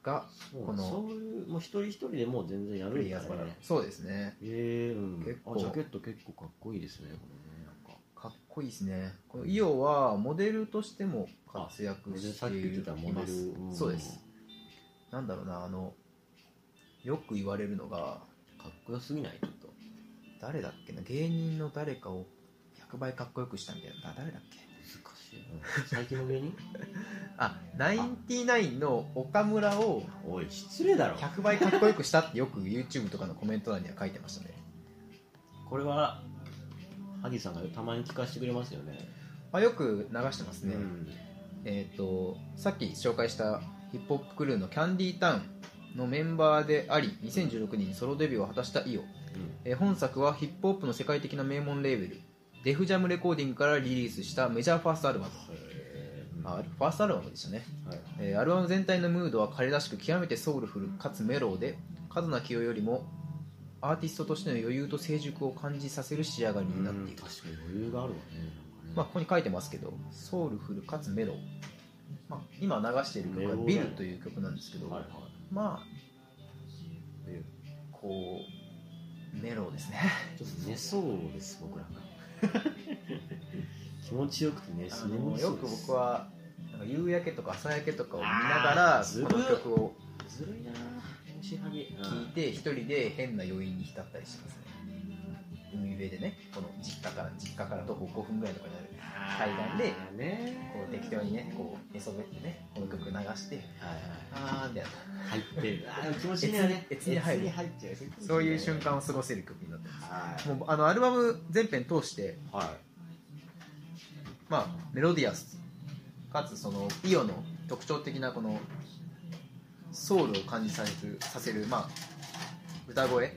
S2: が
S3: そう
S2: こ
S3: なん
S2: の
S3: そういうもう一人一人でもう全然や
S2: プ
S3: る
S2: レ
S3: ん
S2: イヤ
S3: だ
S2: ーズ
S3: か
S2: バ
S3: ら
S2: ラードそうですね
S3: えー、うん
S2: 結構
S3: あジャケット結構かっこいいですねこれねなんか
S2: かっこいいですねこのイオはモデルとしても活躍し
S3: さ
S2: て
S3: っき
S2: い
S3: 言ってたモデ
S2: ま
S3: ル、
S2: す
S3: うん
S2: そうですなんだろうなあのよく言われるのが
S3: かっこよすぎないちょっと
S2: 誰だっけな芸人の誰かを100倍かっこよくしたみたいなあ誰だっけ
S3: 難しい、最近の芸 人
S2: あナインティナインの岡村を
S3: おい失礼だろ
S2: 100倍かっこよくしたってよく YouTube とかのコメント欄には書いてましたね
S3: これは萩さんがたまに聞かせてくれますよね
S2: あよく流してますね、
S3: うん
S2: えっ、とさっき紹介したヒップホップクルーのキャンディータウンのメンバーであり2016年にソロデビューを果たしたイオえー本作はヒップホップの世界的な名門レーベルデフジャムレコーディングからリリースしたメジャーファーストアルバム
S3: へー
S2: あファーストアルバムでしたね、
S3: はい
S2: えーアルバム全体のムードは彼らしく極めてソウルフルかつメロウで過度な起用よりもアーティストとしての余裕と成熟を感じさせる仕上がりになっている、
S3: 確かに余裕があるわねなんかね
S2: まあ、ここに書いてますけどソウルフルかつメロウ、まあ、今流している
S3: メロ
S2: 曲
S3: ウだ
S2: は「
S3: ね
S2: ビル」という曲なんですけど、
S3: はいは
S2: まあ
S3: いで
S2: こうメロウですね
S3: ちょっと寝そうです僕らが 気持ちよくてね、
S2: あ
S3: 眠
S2: の
S3: りそ
S2: よ
S3: う
S2: く
S3: です
S2: 僕はなんか夕焼けとか朝焼けとかを見ながら
S3: あーずる
S2: この曲を
S3: ずるいなぁ、MC ハゲ。
S2: 聴いて一人で変な余韻に浸ったりしてますね海辺でねこの実家から実家から徒歩5分ぐらいとかにある
S3: 階
S2: 段で
S3: ね
S2: こう適当にねこう寝そべってねこの曲流して
S3: はい
S2: あーみたいな
S3: はい入 ってるあー気持ちいいねあれ
S2: 越に入る
S3: 越に入っちゃう
S2: そういう瞬間を過ごせる曲になってますもうあのアルバム全編通して
S3: はいはい
S2: まあメロディアスかつそのイオの特徴的なこのソウルを感じさせるさせる、まあ、歌声、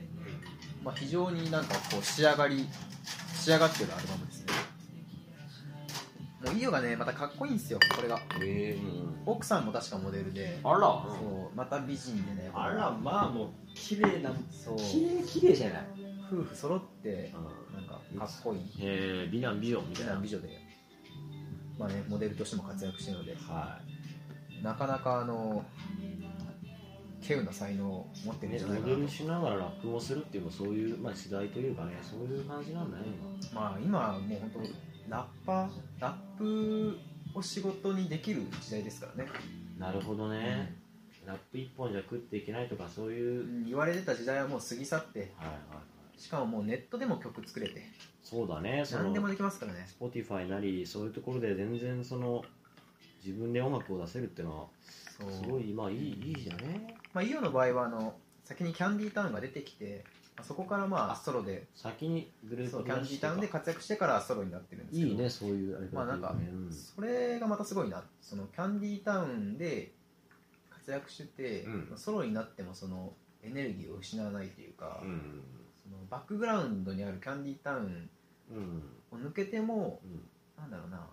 S2: まあ、非常になんかこう仕上がり仕上がってるアルバムですねもうイオがねまたかっこいいんですよこれが
S3: えー
S2: 奥さんも確かモデルで
S3: あら
S2: そうまた美人でね
S3: あらまあもう綺麗な
S2: そう
S3: 綺麗綺麗じゃない
S2: 夫婦揃ってなんかかっこいい
S3: へえ美男美女みた
S2: 美
S3: いな
S2: 男美女で、まあね、モデルとしても活躍してるので
S3: は
S2: なかなかあの稀有な才能を持ってる
S3: い
S2: ん
S3: ね
S2: じゃない
S3: モ
S2: か
S3: デ
S2: な
S3: ルしながらラップをするっていうのはそういうまあ時代というかねそういう感じなんだね
S2: まあ今もう本当ラッパーラップを仕事にできる時代ですからね、
S3: 今なるほどねラップ一本じゃ食っていけないとかそういううん
S2: 言われてた時代はもう過ぎ去って
S3: はいはいはい
S2: しかももうネットでも曲作れて
S3: そうだねそ
S2: 何
S3: の
S2: でもできますからね
S3: Spotify なりそういうところで全然その自分で音楽を出せるっていうの
S2: そ
S3: はす
S2: う
S3: ごいまあいいいいじゃね
S2: まあイオの場合はあの先にキャンディータウンが出てきてまあそこからまあ
S3: あ
S2: ソロで
S3: 先にグルー
S2: そう
S3: プ
S2: キャンディータウンで
S3: 出して
S2: 活躍してからソロになってるんですけど
S3: いいねそういうあれ
S2: まあなんかそれがまたすごいなそのキャンディータウンで活躍してて、
S3: うん
S2: ソロになってもそのエネルギーを失わないというか、
S3: うん
S2: そのバックグラウンドにあるキャンディータウン
S3: うん
S2: を抜けても
S3: うん
S2: なんだろうな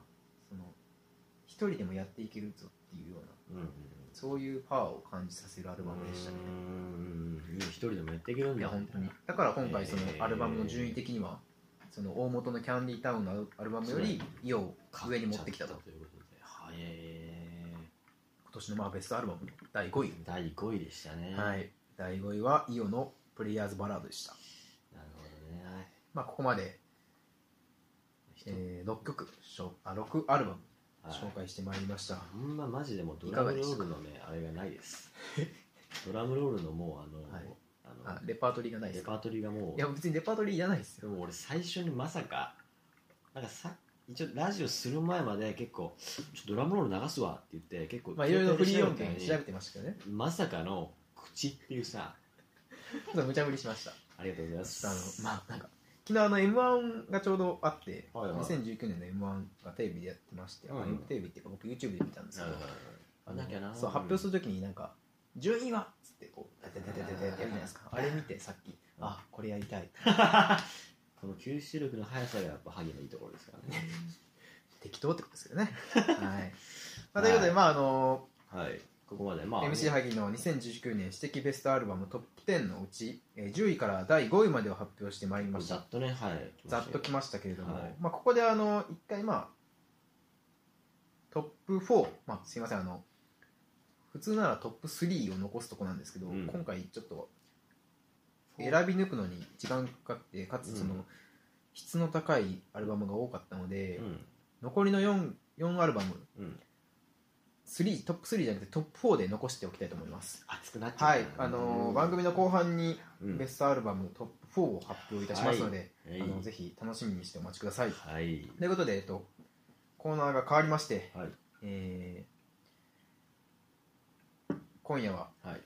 S2: その一人でもやっていけるぞっていうような
S3: うん
S2: そういうパワーを感じさせるアルバムでしたね、
S3: うん一人でもやっていけるん
S2: いや
S3: だ
S2: 本当にだから今回その
S3: へー
S2: アルバムの順位的にはその大元のキャンディータウンのアルバムより「イオ」を上に持ってきたと今
S3: 買っちゃったということではいえ
S2: 年のまあベストアルバムの第5位
S3: ー第5位でしたね
S2: はい、第5位はイオのプレイヤーズバラードでした。
S3: なるほどね
S2: まあ、ここまで、
S3: 人
S2: えー、6曲紹あ、6アルバム
S3: はい
S2: 紹介してまいりました。
S3: ほんまマジでもうド
S2: い
S3: ラ
S2: か
S3: ム
S2: が
S3: ロ
S2: でし
S3: ー
S2: たか
S3: ルのねあれがないです ドラムロールのもうあの,、
S2: はい
S3: あの
S2: あレパートリーがないで
S3: レ
S2: すか
S3: パートリーがもう
S2: いや、別にレパートリーいらないです
S3: で
S2: よ。
S3: も俺最初にまさかなんかさ一応ラジオする前まで結構ちょっとドラムロール流すわって言って結構
S2: まあ、いろいろフリー音源
S3: 携帯で
S2: 調べ
S3: 調べ
S2: てましたけどね。
S3: たのにまさかの口っていうさ
S2: ちょっと無茶ぶりしました。
S3: ありがとうございま
S2: ちょっと
S3: す
S2: あの、まあ、なんか、昨日あの M1 がちょうどあって、
S3: はいはい
S2: 2019年の M1 がテレビでやってまして、
S3: うん
S2: あのテレビっていうか僕 YouTube で見たんですけど、
S3: あなきゃな
S2: そう発表するときになんか「順位は?」っつってこう「てててててて」やるじゃないですかあれ見てさっき「あこれやりたい」
S3: この吸収力の速さがやっぱハゲのいいところですからね
S2: 適当ってことですけど ねはい、まあ、ということで、まああの
S3: はいここまでまあ
S2: MC 萩の2019年私的ベストアルバムトップ10のうち、えー10位から第5位までを発表してまいりまし
S3: ざ
S2: た
S3: っとねはい
S2: ざっとき
S3: ま
S2: ましたけれども、
S3: はい
S2: まあ、ここであの一回まあトップ4、まあ、すいませんあの普通ならトップ3を残すとこなんですけど、
S3: うん
S2: 今回ちょっと
S3: した
S2: 選び抜くのに時間かかってかつその、
S3: うん
S2: 質の高いアルバムが多かったので、
S3: うん
S2: 残りの 4, 4アルバム
S3: うん
S2: 3トップ3じゃなくてトップ4で残しておきたいと思います
S3: 熱くなっちゃう
S2: はい、あのー番組の後半に
S3: 組
S2: ベストアルバムトップ4を発表いたしますので、
S3: はい
S2: あのぜひ楽しみにしてお待ちください
S3: はい
S2: ということで、えっと、コーナーが変わりまして、
S3: はい
S2: えー今夜は、
S3: はい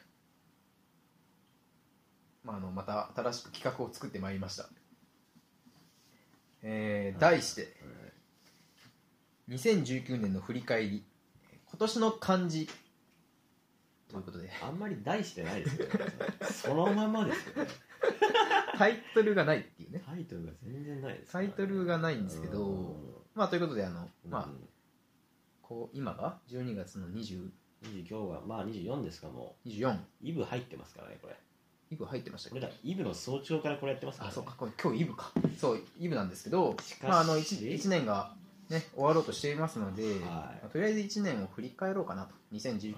S2: まあ、あのまた新しく企画を作ってまいりました、えー
S3: はい
S2: 題して2019年の振り返り今年の漢字ということで
S3: あんまり題してないですよね。そのままですよね。
S2: タイトルがないっていうね
S3: タイトルが全然ないです、
S2: タイトルがないんですけどまあということであの、
S3: うん、
S2: まあこう今が12月の20
S3: あ、今日は、まあ24ですか、も
S2: 24
S3: う。イブ入ってますからね、これ。
S2: イブ入ってましたっけ
S3: 俺ら、イブの早朝からこれやってますから、
S2: あ
S3: ね。
S2: そうかこれ今日イブかそうイブなんですけど
S3: しかし
S2: まあ、あの 1, 年が、ね、終わろうとしていますので、
S3: は
S2: とりあえず1年を振り返ろうかなと
S3: い。
S2: 2019年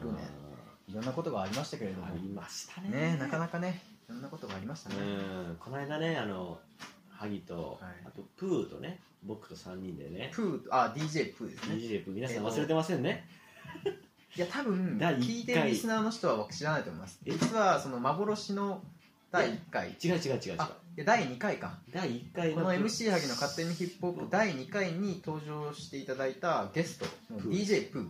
S2: いろんなことがありましたけれど
S3: あ
S2: も
S3: りましたね。
S2: ねなかなかねいろんなことがありましたね、
S3: うん。この間ね、あの、萩と、
S2: はい
S3: あとプーとね僕と3人でね
S2: プーあ DJ プーですね
S3: DJ プー皆さん忘れてませんね、
S2: いや多分
S3: 第一回
S2: 聞いてるリスナーの人は僕知らないと思います
S3: え
S2: 実はその幻の第1回
S3: 違う違う違う違う
S2: あいや第2回か
S3: 第1回
S2: この MC 萩の勝手にヒップホップ第2回に登場していただいたゲストの
S3: プー
S2: DJ プー
S3: うん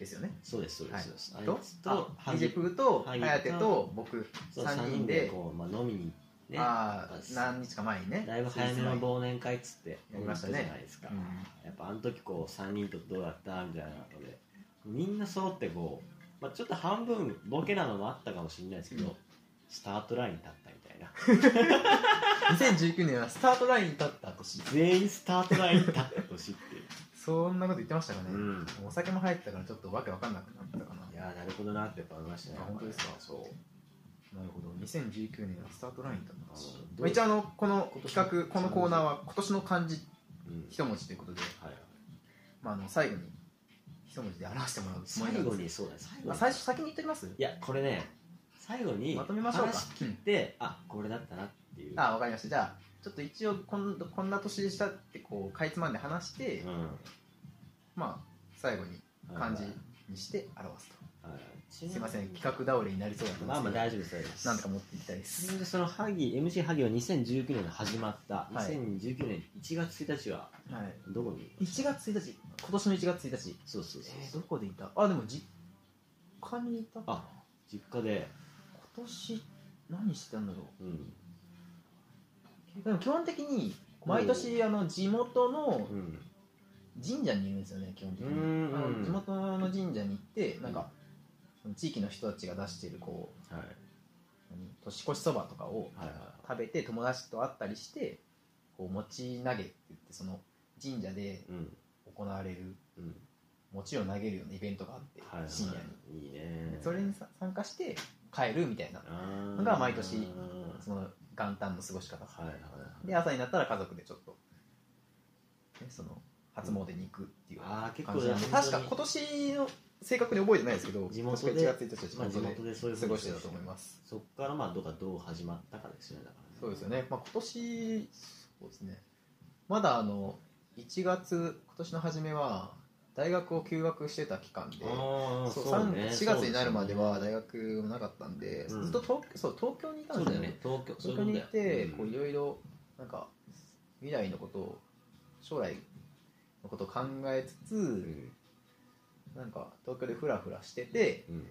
S2: ですよね
S3: そうですそうです、そうですあ
S2: と
S3: いつと
S2: あ DJ プーと
S3: 萩と
S2: 颯と僕
S3: そう
S2: 3
S3: 3
S2: 人
S3: 人
S2: で
S3: でこう、まあ、飲みにね
S2: あー
S3: やっぱ
S2: 何日か前にね
S3: だいぶ早めの忘年会っつって
S2: やりましたね
S3: じゃないですか、
S2: うん
S3: やっぱあの時こう3人とどうだったみたいなのでみんな揃ってこう、まあ、ちょっと半分ボケなのもあったかもしれないですけど、
S2: うん
S3: スタートラインに立ったみたいな
S2: 2019年はスタートラインに立った年
S3: 全員スタートラインに立った年っていう、
S2: そんなこと言ってましたかね、
S3: うん
S2: お酒も入ってたからちょっとわけわかんなくなったかない
S3: やーなるほどなってやっぱ思いましたね
S2: あ本当ですか
S3: そう
S2: なるほど2019年はスタートラインだったし
S3: あの
S2: まあ一応あのこの
S3: 今年の
S2: 企画このコーナーは今年の漢字
S3: うん
S2: 一文字ということで、
S3: はい、
S2: まあ、あの最後に一文字で表してもらうつもりなん
S3: 最
S2: です
S3: 後にそうだ最後
S2: まあ、
S3: に
S2: 最初先に言っておきます
S3: いやこれね最後に
S2: まとめましょうか
S3: 話聞いてあこれだったなっていう
S2: ああ分かりましたじゃあちょっと一応こんこんな年でしたってこうかいつまんで話して、
S3: う
S2: まあ最後に
S3: ん
S2: 漢字にして表すと、すいません企画
S3: だ
S2: 倒れになりそうだったんです
S3: まあまあ
S2: け
S3: 大丈夫です大丈夫です
S2: どなんとか持っていきたいです
S3: でそのハギ MC ハギは2019年の始まった、
S2: はい
S3: 2019年1月1日は
S2: はい
S3: どこに
S2: 1月1日今年の1月1日
S3: そうそうそう
S2: えー、
S3: そう
S2: どこでいたあでも実家にいたかな
S3: あ実家で、
S2: 今年何してたんだろう
S3: うん
S2: でも基本的に毎年あの地元の
S3: うん、
S2: 神社にいるんですよね基本的に
S3: うーん
S2: あの地元の神社に行ってなんかその地域の人たちが出してるこう
S3: はい
S2: 何年越しそばとかを
S3: はいは
S2: 食べて友達と会ったりしてこう餅投げって言ってその神社で
S3: いうん
S2: 行われる
S3: うん
S2: 餅を投げるようなイベントがあって
S3: はいはい
S2: 深夜
S3: いい
S2: に
S3: ね
S2: それにさ参加して帰るみたいな
S3: あー
S2: のが毎年
S3: はい
S2: その元旦の過ごし方
S3: はいはい
S2: で朝になったら家族でちょっと、ね、その初詣に行くっていう
S3: あー結構
S2: 感じなんで
S3: 本当に
S2: 確か今年の正確に覚えてないですけど
S3: 地元で
S2: 確か1月1日は地
S3: まあ、地
S2: 元で
S3: 元でそういう
S2: 過
S3: 風に
S2: ごしてたと思います
S3: そっからまあどうかどう始まったかですよねだからね
S2: そうですよね、まあ、今年そうですねまだあの1月今年の初めは大学を休学してた期間で
S3: あー
S2: そう
S3: そう
S2: 三
S3: ね
S2: 4月になるまでは大学もなかったんで、
S3: うん
S2: ずっと東そう東京にいた
S3: そ
S2: ん
S3: う
S2: です
S3: だ
S2: よ
S3: よ
S2: ね
S3: ね東京
S2: 東京に行ってこう
S3: い
S2: いろいろなんか未来のことを将来のことを考えつつなんか東京でフラフラしてて
S3: うん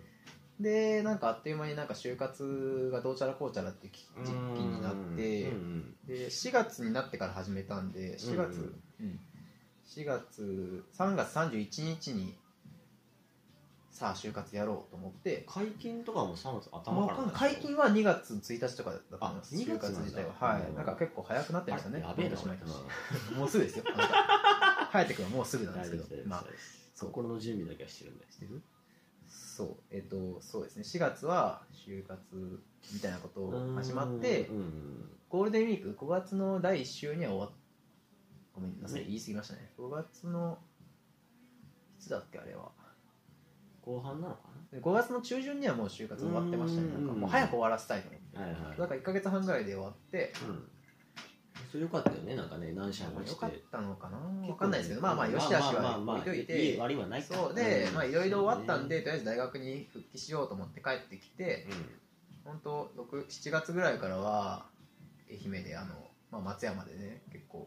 S2: でなんかあっという間になんか就活がどうちゃらこうちゃらっていう
S3: うん
S2: 時期になっ
S3: う
S2: て
S3: ん
S2: で4月になってから始めたんで4月うん4月3月31日にさあ就活やろうと思って
S3: 解禁とかも3月頭
S2: も
S3: から
S2: う
S3: なんですか
S2: 解禁は2月1日とかだったと思います
S3: あ2月
S2: 就活
S3: なんだ
S2: 自体はは
S3: うん
S2: いなんか結構早くなってましたね
S3: やべえ
S2: 毎
S3: な
S2: 年毎年
S3: うん
S2: もうすぐですよ。 あの颯君はもうすぐなんで
S3: 大
S2: すけ
S3: 丈
S2: ど
S3: 夫です大丈夫です、
S2: まあ、そう
S3: 心の準備だけはしてるんで
S2: してるそう、えっ、と、そうですね、4月は就活みたいなことを始まって
S3: う、ん
S2: ゴールデンウィーク、5月の第1週には終わっごめんなさい、
S3: ね
S2: 言い過ぎましたね。5月の、いつだっけ、あれは。
S3: 後半なのか
S2: 5月の中旬にはもう就活終わってましたね。なんかもう早く終わらせたいと思って。
S3: なはいはい
S2: だから1ヶ月半ぐらいで終わって、
S3: うんそれよかったよねなんかね何社もして
S2: よかったのかな
S3: 結構
S2: わかんないですけど、まあまあ、よしあしは置いといて、
S3: まあまあまあ悪いはないか
S2: そうで、
S3: ん
S2: まあいろいろ終わったんで、とりあえず大学に復帰しようと思って帰ってきて、
S3: う
S2: 本当六7月ぐらいからは愛媛であの、まあ、松山でね結構
S3: ん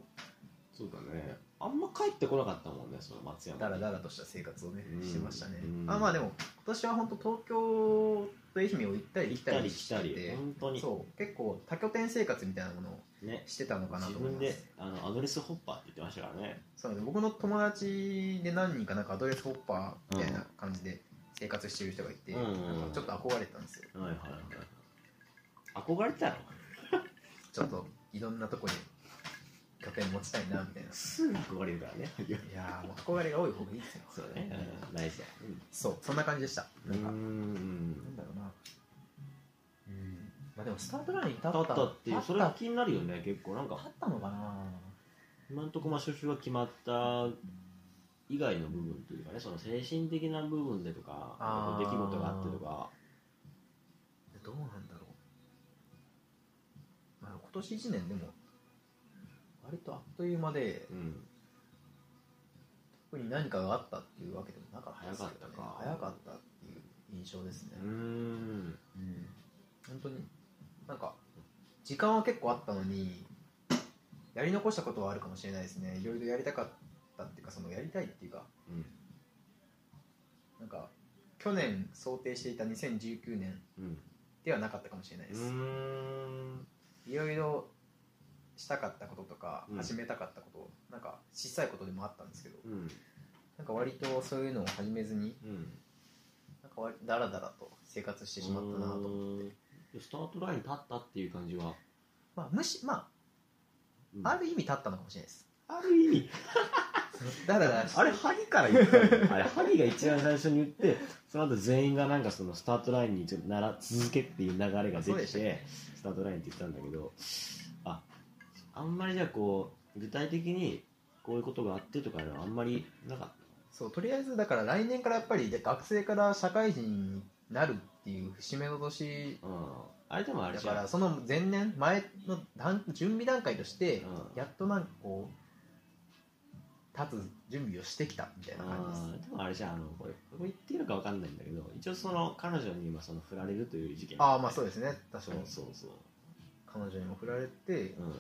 S3: そうだねあんま帰ってこなかったもんねその松山
S2: ダラダラとした生活をね、
S3: うん
S2: してましたね、
S3: うん
S2: あまあでも今年は本当東京と愛媛を行ったり
S3: 行
S2: 来
S3: ったた
S2: り
S3: り
S2: し
S3: 来
S2: て
S3: た
S2: て
S3: り本当に
S2: そう結構多拠点生活みたいなものを
S3: ね
S2: してたのかなと
S3: 自
S2: 思い
S3: 分
S2: ま
S3: ですあのアドレスホッパーって言ってましたからね
S2: そうなんです僕の友達で何人かなんかアドレスホッパーみたいな感じで生活してる人がいて、
S3: うんうん
S2: なんかちょっと憧れてたんですよ
S3: はいはいはい憧れてたの
S2: ちょっといろんなとこに拠点持ちたいなみたいな。
S3: すぐ憧れるからね
S2: いやーもう憧れが多い方がいいですよ。
S3: そうね大事だ
S2: そう、そんな感じでした。なんか、なん
S3: ん
S2: だろうな。うん。まあでも、スタートラインに立った
S3: だったっていう
S2: 立
S3: そ
S2: っ
S3: れ
S2: た
S3: が気になるよね結構なん
S2: 立
S3: か
S2: ったのかな
S3: 今んとこまあ初週は決まった以外の部分というかねその精神的な部分でとか
S2: あー
S3: 出来事があってとか
S2: どうなんだろう。まあ、今年1年でも割とあっという間で
S3: うん
S2: 特に何かがあったっていうわけでもなかったですけどね
S3: 早かったか
S2: 早かったっていう印象ですね、
S3: うー
S2: う
S3: ん
S2: ん本当になんか時間は結構あったのにやり残したことはあるかもしれないですねいろいろやりたかったっていうかそのやりたいっていうか
S3: うん
S2: なんか去年想定していた2019年
S3: うん
S2: ではなかったかもしれないうです、
S3: ーん
S2: いろいろしたかったこととか
S3: うん
S2: 始めたかったこと、なんか小さいことでもあったんですけど
S3: うん
S2: なんか割とそういうのを始めずに
S3: うん
S2: なんか割だらだらと生活してしまったなと思っ
S3: うー
S2: て
S3: ん、スタートライン立ったっていう感じは、
S2: まあ、むしま
S3: うん
S2: あある意味立ったのかもしれないです
S3: ある意味
S2: だらだらして
S3: あれ萩から言ったのあれ萩が一番最初に言ってその後全員がなんかそのスタートラインにちょっとなら続けっていう流れが出
S2: そうで
S3: て
S2: したね
S3: スタートラインって言ったんだけどああんまりじゃあこう具体的にこういうことがあってとかいうのはあんまりなかっ
S2: そうとりあえずだから来年からやっぱりで学生から社会人になるっていう節目の年
S3: た、うん、あれでもあれ
S2: だ
S3: じゃ
S2: か
S3: ん
S2: らその前年前の段準備段階として
S3: うん
S2: やっとなんかこう立つ準備をしてきたみたいな感じです
S3: あーでもあれじゃんあのこれこれ言っていいのかわかんないんだけど一応その彼女に今その振られるという事件
S2: ああまあそうですね確
S3: そ
S2: か
S3: う
S2: に
S3: そうそう
S2: 彼女にも振られて
S3: うん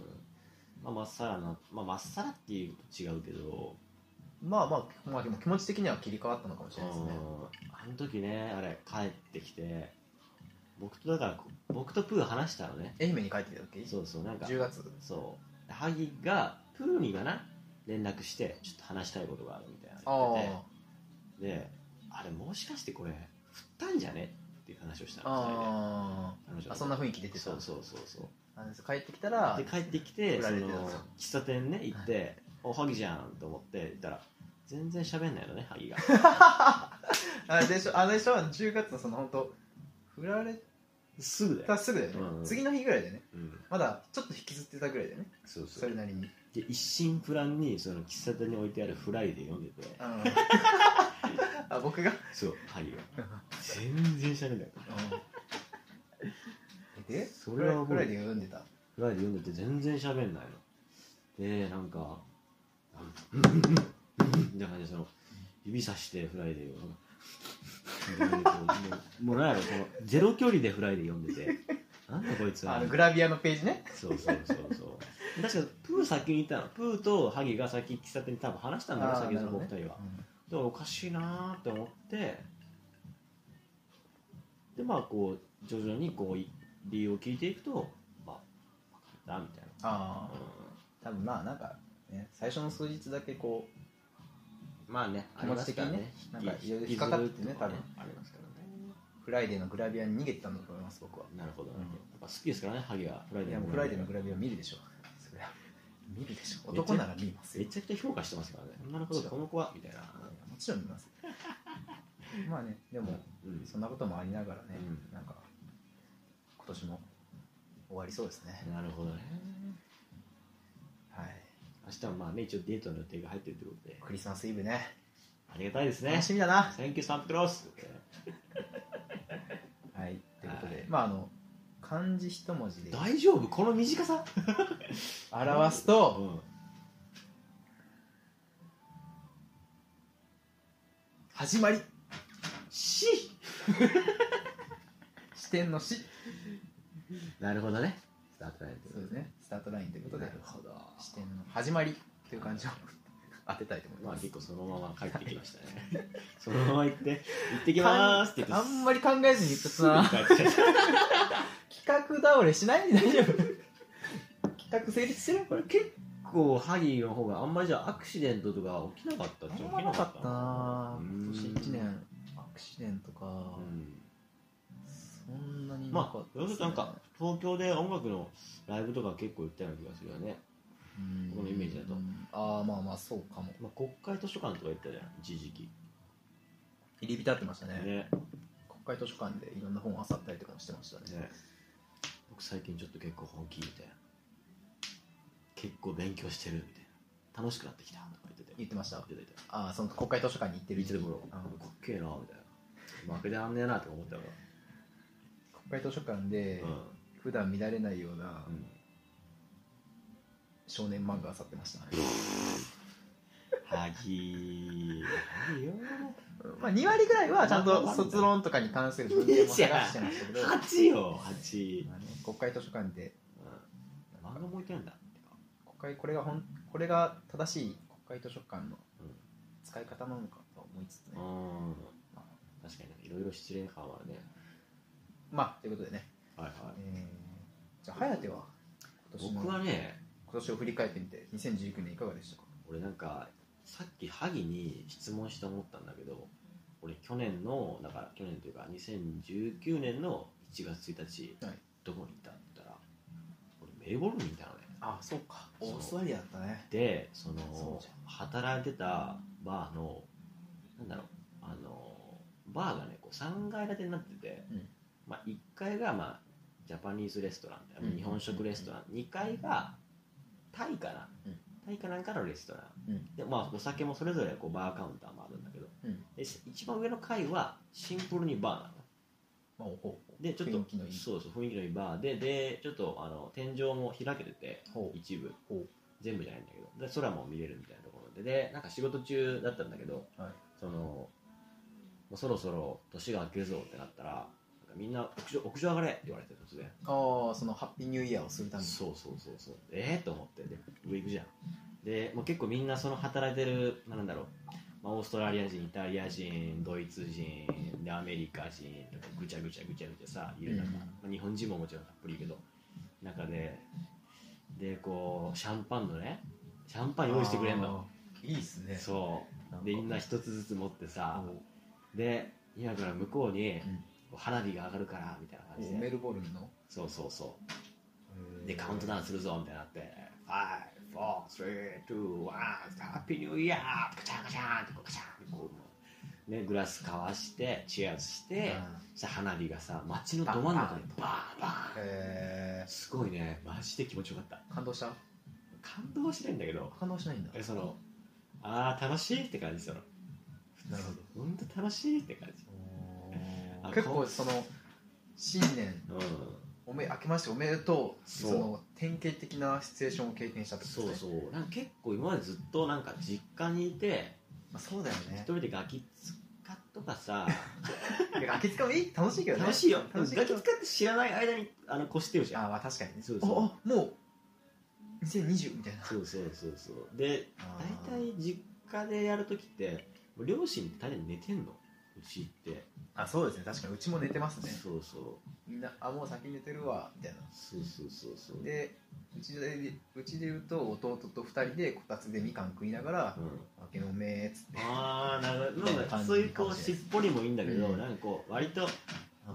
S3: まあまっさらなまあまっさらっていうと違うけど
S2: まあまあまあでも気持ち的には切り替わったのかもしれないですね
S3: うんあの時ねあれ帰ってきて僕とだからこ僕とプー話したのね
S2: 愛媛に帰ってきた時
S3: そうそうなんか
S2: 10月
S3: そう萩がプーにかな連絡してちょっと話したいことがあるみたいなの
S2: あ
S3: 言っててであれもしかしてこれ振ったんじゃねっていう話をした
S2: ああ
S3: 二人で
S2: ああそんな雰囲気出てた
S3: そうそうそうそう
S2: あの帰ってきたら
S3: で帰ってきて
S2: 振
S3: そ
S2: られて
S3: の
S2: た
S3: 喫茶店ね行って、おはぎじゃんと思って行ったら全然喋んないのねは ぎが
S2: あれでしょ、あれでしょ、10月のその本当、振られ
S3: すぐだよ、
S2: たすぐだよね、
S3: うん
S2: 次の日ぐらいでね、
S3: うん、
S2: まだちょっと引きずってたぐらいだよね、
S3: そうそ
S2: そうれなり に。
S3: で一心不乱にその喫茶店に置いてあるフライデー読んでて
S2: あのあ僕が、
S3: そうはぎが全然喋んない
S2: で、
S3: そ
S2: フ
S3: れは
S2: ラ
S3: もう
S2: イフライで読んでた。
S3: フライデー読んでて全然喋んないのでなんかうんみたいな感じでその指さしてフライデーをなんかもうもうなんやろそのゼロ距離でフライデー読んでてなんだこいつは
S2: あのグラビアのページね。
S3: そうそうそうそう確かプー先にいたのプーとハギが先喫茶店に多分話したんだよ
S2: あー
S3: 先にそのお
S2: なるほ
S3: 二人
S2: どね
S3: は、でもおかしいなーって思ってでまあこう徐々にこうい理由を聞いていくとまあ分かったみたい
S2: あ
S3: な、
S2: あ、多分まあなんか、ね、最初の数日だけこう、
S3: うんまあね
S2: 気持ち的にね
S3: あ
S2: なん
S3: りますら
S2: かいろいろ
S3: 引
S2: 引
S3: き
S2: っか
S3: ずる
S2: か
S3: っ
S2: っててね
S3: ね多分ありますからね
S2: フライデーのグラビアに逃げてたんだと思います、僕は。
S3: なるほど、
S2: うん
S3: やっぱ好きですからねハギはフライ
S2: い
S3: デ
S2: や、
S3: ー
S2: もうフライデーのグラビア見るでしょ。そりゃ見るでしょ。男なら見ますよ
S3: め。ちゃくちゃ評価してますからねなるほどこの子はみたいな
S2: もちろん見ます まあねでも
S3: うん
S2: そんなこともありながらね、
S3: う
S2: なんか今年も終わりそうですね、
S3: なるほどね
S2: はい
S3: 明日はまあね一応デートの予定が入ってるってことで
S2: クリスマスイブね
S3: ありがたいですね
S2: 楽しみだな、
S3: Thank you サンプロス
S2: はいということで、
S3: はい
S2: まああの漢字一文字で
S3: 大丈夫この短さ
S2: 表すと
S3: ん
S2: 始まり
S3: し
S2: 視点の「し
S3: なるほどねスタートライン」
S2: そうですねスタートラインということ
S3: な
S2: で
S3: るほど
S2: 視点の始まりという感じを 当てたいと思い
S3: まあ
S2: ます
S3: 結構そのまま帰ってきましたね そのまま行って行ってきまーすって言って
S2: あんまり考えずに言った
S3: す
S2: な
S3: ぐ帰っちゃった
S2: 企画倒れしないで大丈夫企画成立してるこれ
S3: 結構ハギーの方があんまりじゃあアクシデントとか起きなかったっちゃ
S2: あ
S3: 起
S2: ん
S3: き
S2: まなかったな
S3: うーん
S2: 今年1年アクシデントか、
S3: うん
S2: そんなにな
S3: ま
S2: か
S3: あ
S2: っ、た
S3: 要
S2: です
S3: るとなんか、東京で音楽のライブとか結構行ったような気がするよね。
S2: うん
S3: このイメージだと
S2: ああまあまあそうかも
S3: まあ、国会図書館とか行ったじゃん、一時期。
S2: 入り浸ってましたね
S3: ね。
S2: 国会図書館でいろんな本を漁ったりとかもしてましたね
S3: ね僕最近ちょっと結構本気みたいな。結構勉強してるみたいな。楽しくなってきたとか言ってて。
S2: 言ってました
S3: 言ってた。
S2: ああその国会図書館に行ってる
S3: 言ってた頃、
S2: あ
S3: あ
S2: の
S3: かっけえなみたいな。負けてあんねえなとか思ったか
S2: 国会図書館で
S3: ら。うん。
S2: 普段見られないような
S3: うん
S2: 少年漫画あさってました、
S3: はぎはぎよ
S2: まあ、2割ぐらいはちゃんと卒論とかに関する文献も話してましたけど、ま
S3: 八よ八
S2: あね、国会図書館で
S3: 漫画も置いてあるんだ
S2: 国会これが本これが正しい国会図書館の
S3: うん
S2: 使い方なのかと思いつつね、
S3: うん確かにいろいろ失礼感はあるね
S2: まあということでね、
S3: はいは
S2: えーじゃあ颯は今年の
S3: 僕はね
S2: 今年を振り返ってみて2019年いかがでしたか
S3: 俺なんかさっき萩に質問して思ったんだけど俺去年のだから去年というか2019年の1月1日、
S2: はい
S3: どこに行ったって言ったら俺メルボルンにいたのね
S2: あそうか
S3: そう
S2: オーストラリアだったね
S3: でそ
S2: そう
S3: の
S2: じ
S3: 働いてたバーのなんだろうあのバーがねこう3階建てになってて、
S2: うん
S3: まあ、1階が、まあ、ジャパニーズレストラン、
S2: うん
S3: 日本食レストラン、2階がタイかな、
S2: うん
S3: タイかなんかのレストラン、
S2: うん
S3: でまあ、お酒もそれぞれこうバーカウンターもあるんだけど、
S2: うん
S3: で一番上の階はシンプルにバーなの
S2: まあおほう
S3: でちょっと
S2: 雰囲気のいい
S3: そうそう雰囲気のいいバーででちょっとあの天井も開けてて
S2: ほう
S3: 一部
S2: ほう
S3: 全部じゃないんだけどで空も見れるみたいなところででなんか仕事中だったんだけど
S2: はい
S3: そのもうそろそろ年が明けるぞってなったらなんかみんな屋上屋上上がれって言われて突然
S2: ああそのハッピーニューイヤーをするために
S3: そうそうそうそうええと思ってで上行くじゃんでもう結構みんなその働いてるまあなんだろう、まあ、オーストラリア人イタリア人ドイツ人でアメリカ人とかぐちゃぐちゃぐちゃぐちゃさいる中、
S2: うん
S3: まあ日本人ももちろんたっぷりいるけど中ででこうシャンパンのねシャンパン用意してくれんの
S2: あーいいっすね
S3: そうでみんな一つずつ持って
S2: あ
S3: さ
S2: の
S3: で今から向こうに
S2: うん
S3: こう花火が上がるからみたいな感じ
S2: メ
S3: で
S2: ルボルンの
S3: そうそうそうでカウントダウンするぞみたいになって「5 4 3 2 1ハッピーニューイヤーカチャンカチャン」ってこうカチャンってこうねグラスかわしてチェアしてさ花火がさ街のど真ん中でバーンバーン
S2: へえ
S3: すごいねマジで気持ちよかった
S2: 感動した
S3: 感動はしないんだけど
S2: 感動はしないんだ
S3: えそのあー楽しいって感じその
S2: なるほど
S3: ほんと楽しいって感じあ
S2: 結
S3: こ
S2: 構
S3: う
S2: その新年
S3: うん
S2: おめ明けましておめでとう
S3: そ
S2: そうの典型的なシチュエーションを経験したってこと
S3: そう
S2: ですね
S3: そうなんか結構今までずっとなんか実家にいて
S2: まあそうだよ
S3: 一
S2: ね
S3: 人でガキ使と かさ
S2: 明けつかもいい楽しいけどね
S3: 楽しいよガ
S2: 楽
S3: キ
S2: しい
S3: 使
S2: け
S3: っ
S2: ど
S3: て知らない間にあの越してるじ
S2: あ
S3: ゃん
S2: ーまあ確かにね
S3: そうそう
S2: おおもう2020みたいな
S3: そうそうそうそうで
S2: あー
S3: 大体実家でやるときってもう両親って大体寝てんのうちって
S2: あそうですね確かにうちも寝てますね
S3: そうそう
S2: みんなあもう先に寝てるわみたいな
S3: そうそうそうそう
S2: でうちでうちで言うと弟と2人でこたつでみかん食いながら
S3: うん
S2: 「明けおめ」っつって
S3: ああなるほどなんか
S2: 感じ
S3: そういうこう
S2: 感じ
S3: しっ
S2: です
S3: ぽりもいいんだけど、
S2: うん
S3: なんかこう割と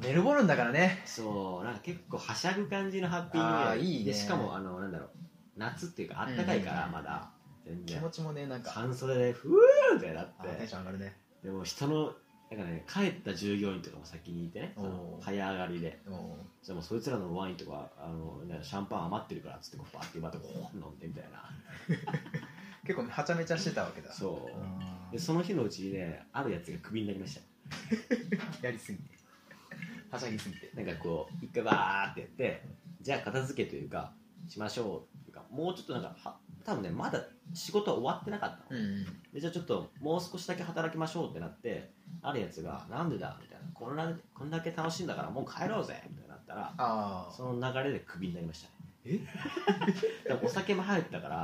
S2: メルボルンだからね
S3: そうなんか結構はしゃぐ感じのハッピーニューイヤー
S2: あーいいね
S3: でしかもあのなんだろう夏っていうかあったかいから
S2: うん
S3: まだ、全
S2: 気
S3: 然
S2: 持ちもねなんか
S3: 半袖でふーってなっ
S2: あーテン
S3: て
S2: ション上がるね
S3: でも人のなんかね帰った従業員とかも先にいてねその
S2: おー
S3: 早上がりで
S2: でも
S3: じゃあもうそいつらのワインとかあのねシャンパン余ってるからっつってこうバーってまたこう飲んでみたいな
S2: 結構はちゃめちゃしてたわけだ
S3: そううんでその日のうちにねあるやつがクビになりました
S2: やりすぎてはしゃぎすぎて
S3: なんかこう、一回バーってやって、じゃあ片付けというか、しましょうというか、もうちょっとなんか、は多分ね、まだ仕事は終わってなかったの。
S2: うん
S3: で、じゃあちょっと、もう少しだけ働きましょうってなって、あるやつが、なんでだみたいな、こんな、こんだけ楽しいんだからもう帰ろうぜみたいになったら、
S2: あー
S3: その流れでクビになりましたね。
S2: え
S3: でもお酒も入ったから、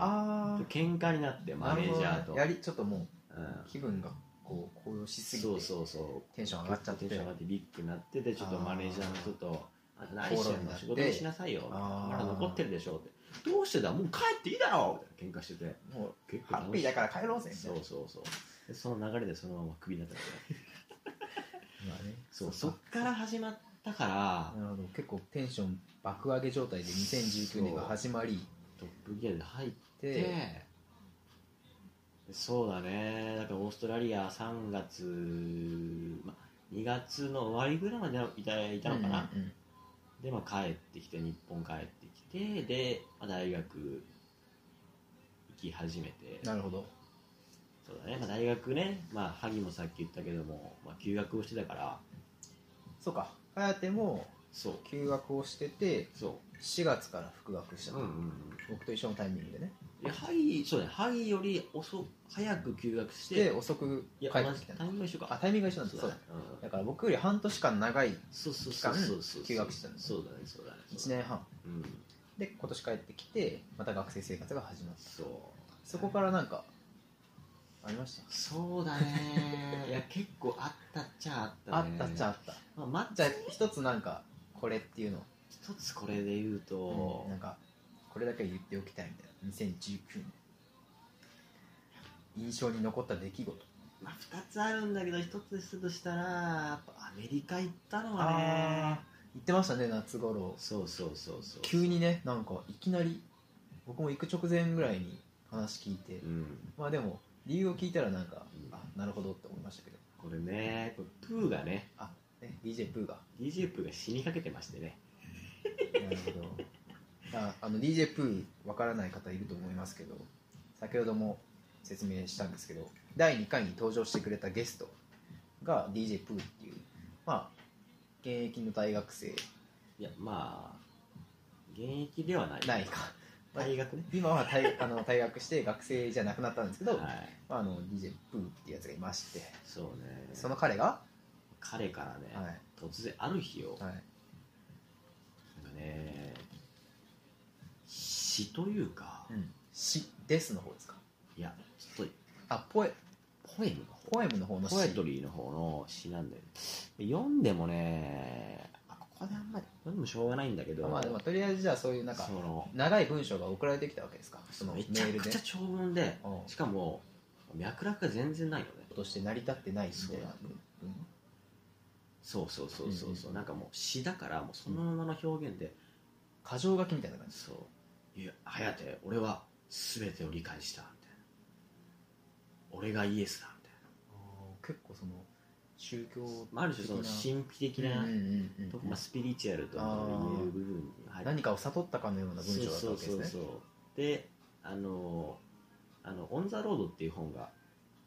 S2: あー
S3: 喧嘩になって、マネージャーと。
S2: なるほどねやりちょっとも
S3: うん
S2: う気分がこう高揚しすぎて
S3: そうそうそう
S2: テンション上がっちゃって
S3: テンション上がってビッグになっててちょっとマネージャーの人と「あんた何してんの
S2: 口論になって
S3: 仕事にしなさいよ」
S2: あー
S3: まだ残ってるでしょ」って「どうしてだもう帰っていいだろ」みたいな喧嘩してて
S2: もう
S3: 結構
S2: ハッピーだから帰ろうぜみた
S3: そ
S2: いう
S3: そうそうでその流れでそのままクビになったんだよね
S2: なまあね
S3: そうそっから始まったから
S2: なるほど結構テンション爆上げ状態で2019年が始まり
S3: トップギアで入って
S2: で
S3: でそうだねだからオーストラリア3月、ま、2月の終わりぐらいまでいたいたのかな、
S2: うんうんうん
S3: で、まあ、帰ってきて日本帰ってきてで、まあ、大学行き始めて
S2: なるほど
S3: そうだね、まあ、大学ね、まあ、萩もさっき言ったけども、まあ、休学をしてたから
S2: そうか颯も
S3: そう
S2: 休学をしてて
S3: そ
S2: 4月から復学した
S3: う
S2: と、
S3: うんうんうん
S2: 僕と一緒のタイミングでね
S3: え萩そうね萩より遅早く休学し
S2: で
S3: て
S2: 遅く
S3: い
S2: 帰
S3: や
S2: っ
S3: 同
S2: て
S3: じ
S2: きた
S3: タイミング一緒か
S2: あタイミングが一緒なんですそ
S3: そ
S2: うう
S3: だ
S2: だ
S3: ねうん
S2: だから僕より半年間長い
S3: そうそうそうそうそう
S2: 期間休学したんです
S3: そうだねそうだね
S2: 1年半
S3: うん
S2: で今年帰ってきてまた学生生活が始まった
S3: そう
S2: そこからなんかありました
S3: そうだねいや結構あったっちゃあった
S2: あ
S3: ね
S2: ったっちゃあった
S3: まあま
S2: じゃあ一つなんかこれっていうの
S3: 一つこれで言うと、
S2: なんかこれだけは言っておきたいみたいな2019年印象に残った出来事
S3: まあ、2つあるんだけど一つするとしたらやっぱアメリカ行ったのはね
S2: 言ってましたね夏頃
S3: そうそうそうそう
S2: 急にねなんかいきなり僕も行く直前ぐらいに話聞いて
S3: うん
S2: まあでも理由を聞いたらなんか
S3: うん
S2: あなるほどって思いましたけど
S3: これねこれプーがね
S2: あね DJ プーが
S3: DJ プーが死にかけてましてね
S2: なるほどああの DJ プーわからない方いると思いますけど先ほども説明したんですけど第2回に登場してくれたゲストが DJ プーっていうまあ現役の大学生
S3: いやまあ現役ではない
S2: ないか
S3: 大学ね
S2: 今は 退あの退学して学生じゃなくなったんですけど、
S3: はい
S2: まあ、あの DJ プーっていうやつがいまして
S3: そうね
S2: その彼が、
S3: 彼からね、
S2: はい
S3: 突然ある日を、
S2: はい、
S3: なんかね詩というか、
S2: うん、詩ですの方ですか
S3: いやちょっ
S2: あポエ
S3: とポエムの方
S2: ポエムの方の詩
S3: ポエトリーの方の詩なんだよ読んでもねあここであんまり読んでもしょうがないんだけど、
S2: あまあでもとりあえずじゃあそういうなんか
S3: その
S2: 長い文章が送られてきたわけですかそのメ
S3: めちゃ
S2: ール
S3: く
S2: で
S3: ちゃ長文で
S2: うん
S3: しかも脈絡が全然ないよね
S2: として成り立ってないみたいな
S3: そうそうそうそうそうそう、
S2: うん
S3: なんかもう詩だからもうそのままの表現で、
S2: 過剰書きみたいな感じ
S3: そういや颯俺は全てを理解したみたいな俺がイエスだみたい
S2: 結構その宗教
S3: な、まあ、ある種その神秘的
S2: うん
S3: な
S2: うんうん
S3: とこ、まあ、スピリチュアルとも言える部分に入って
S2: 何かを悟ったかのような文章だったわけですね
S3: そうそうそうそうであのあの「オン・ザ・ロード」っていう本が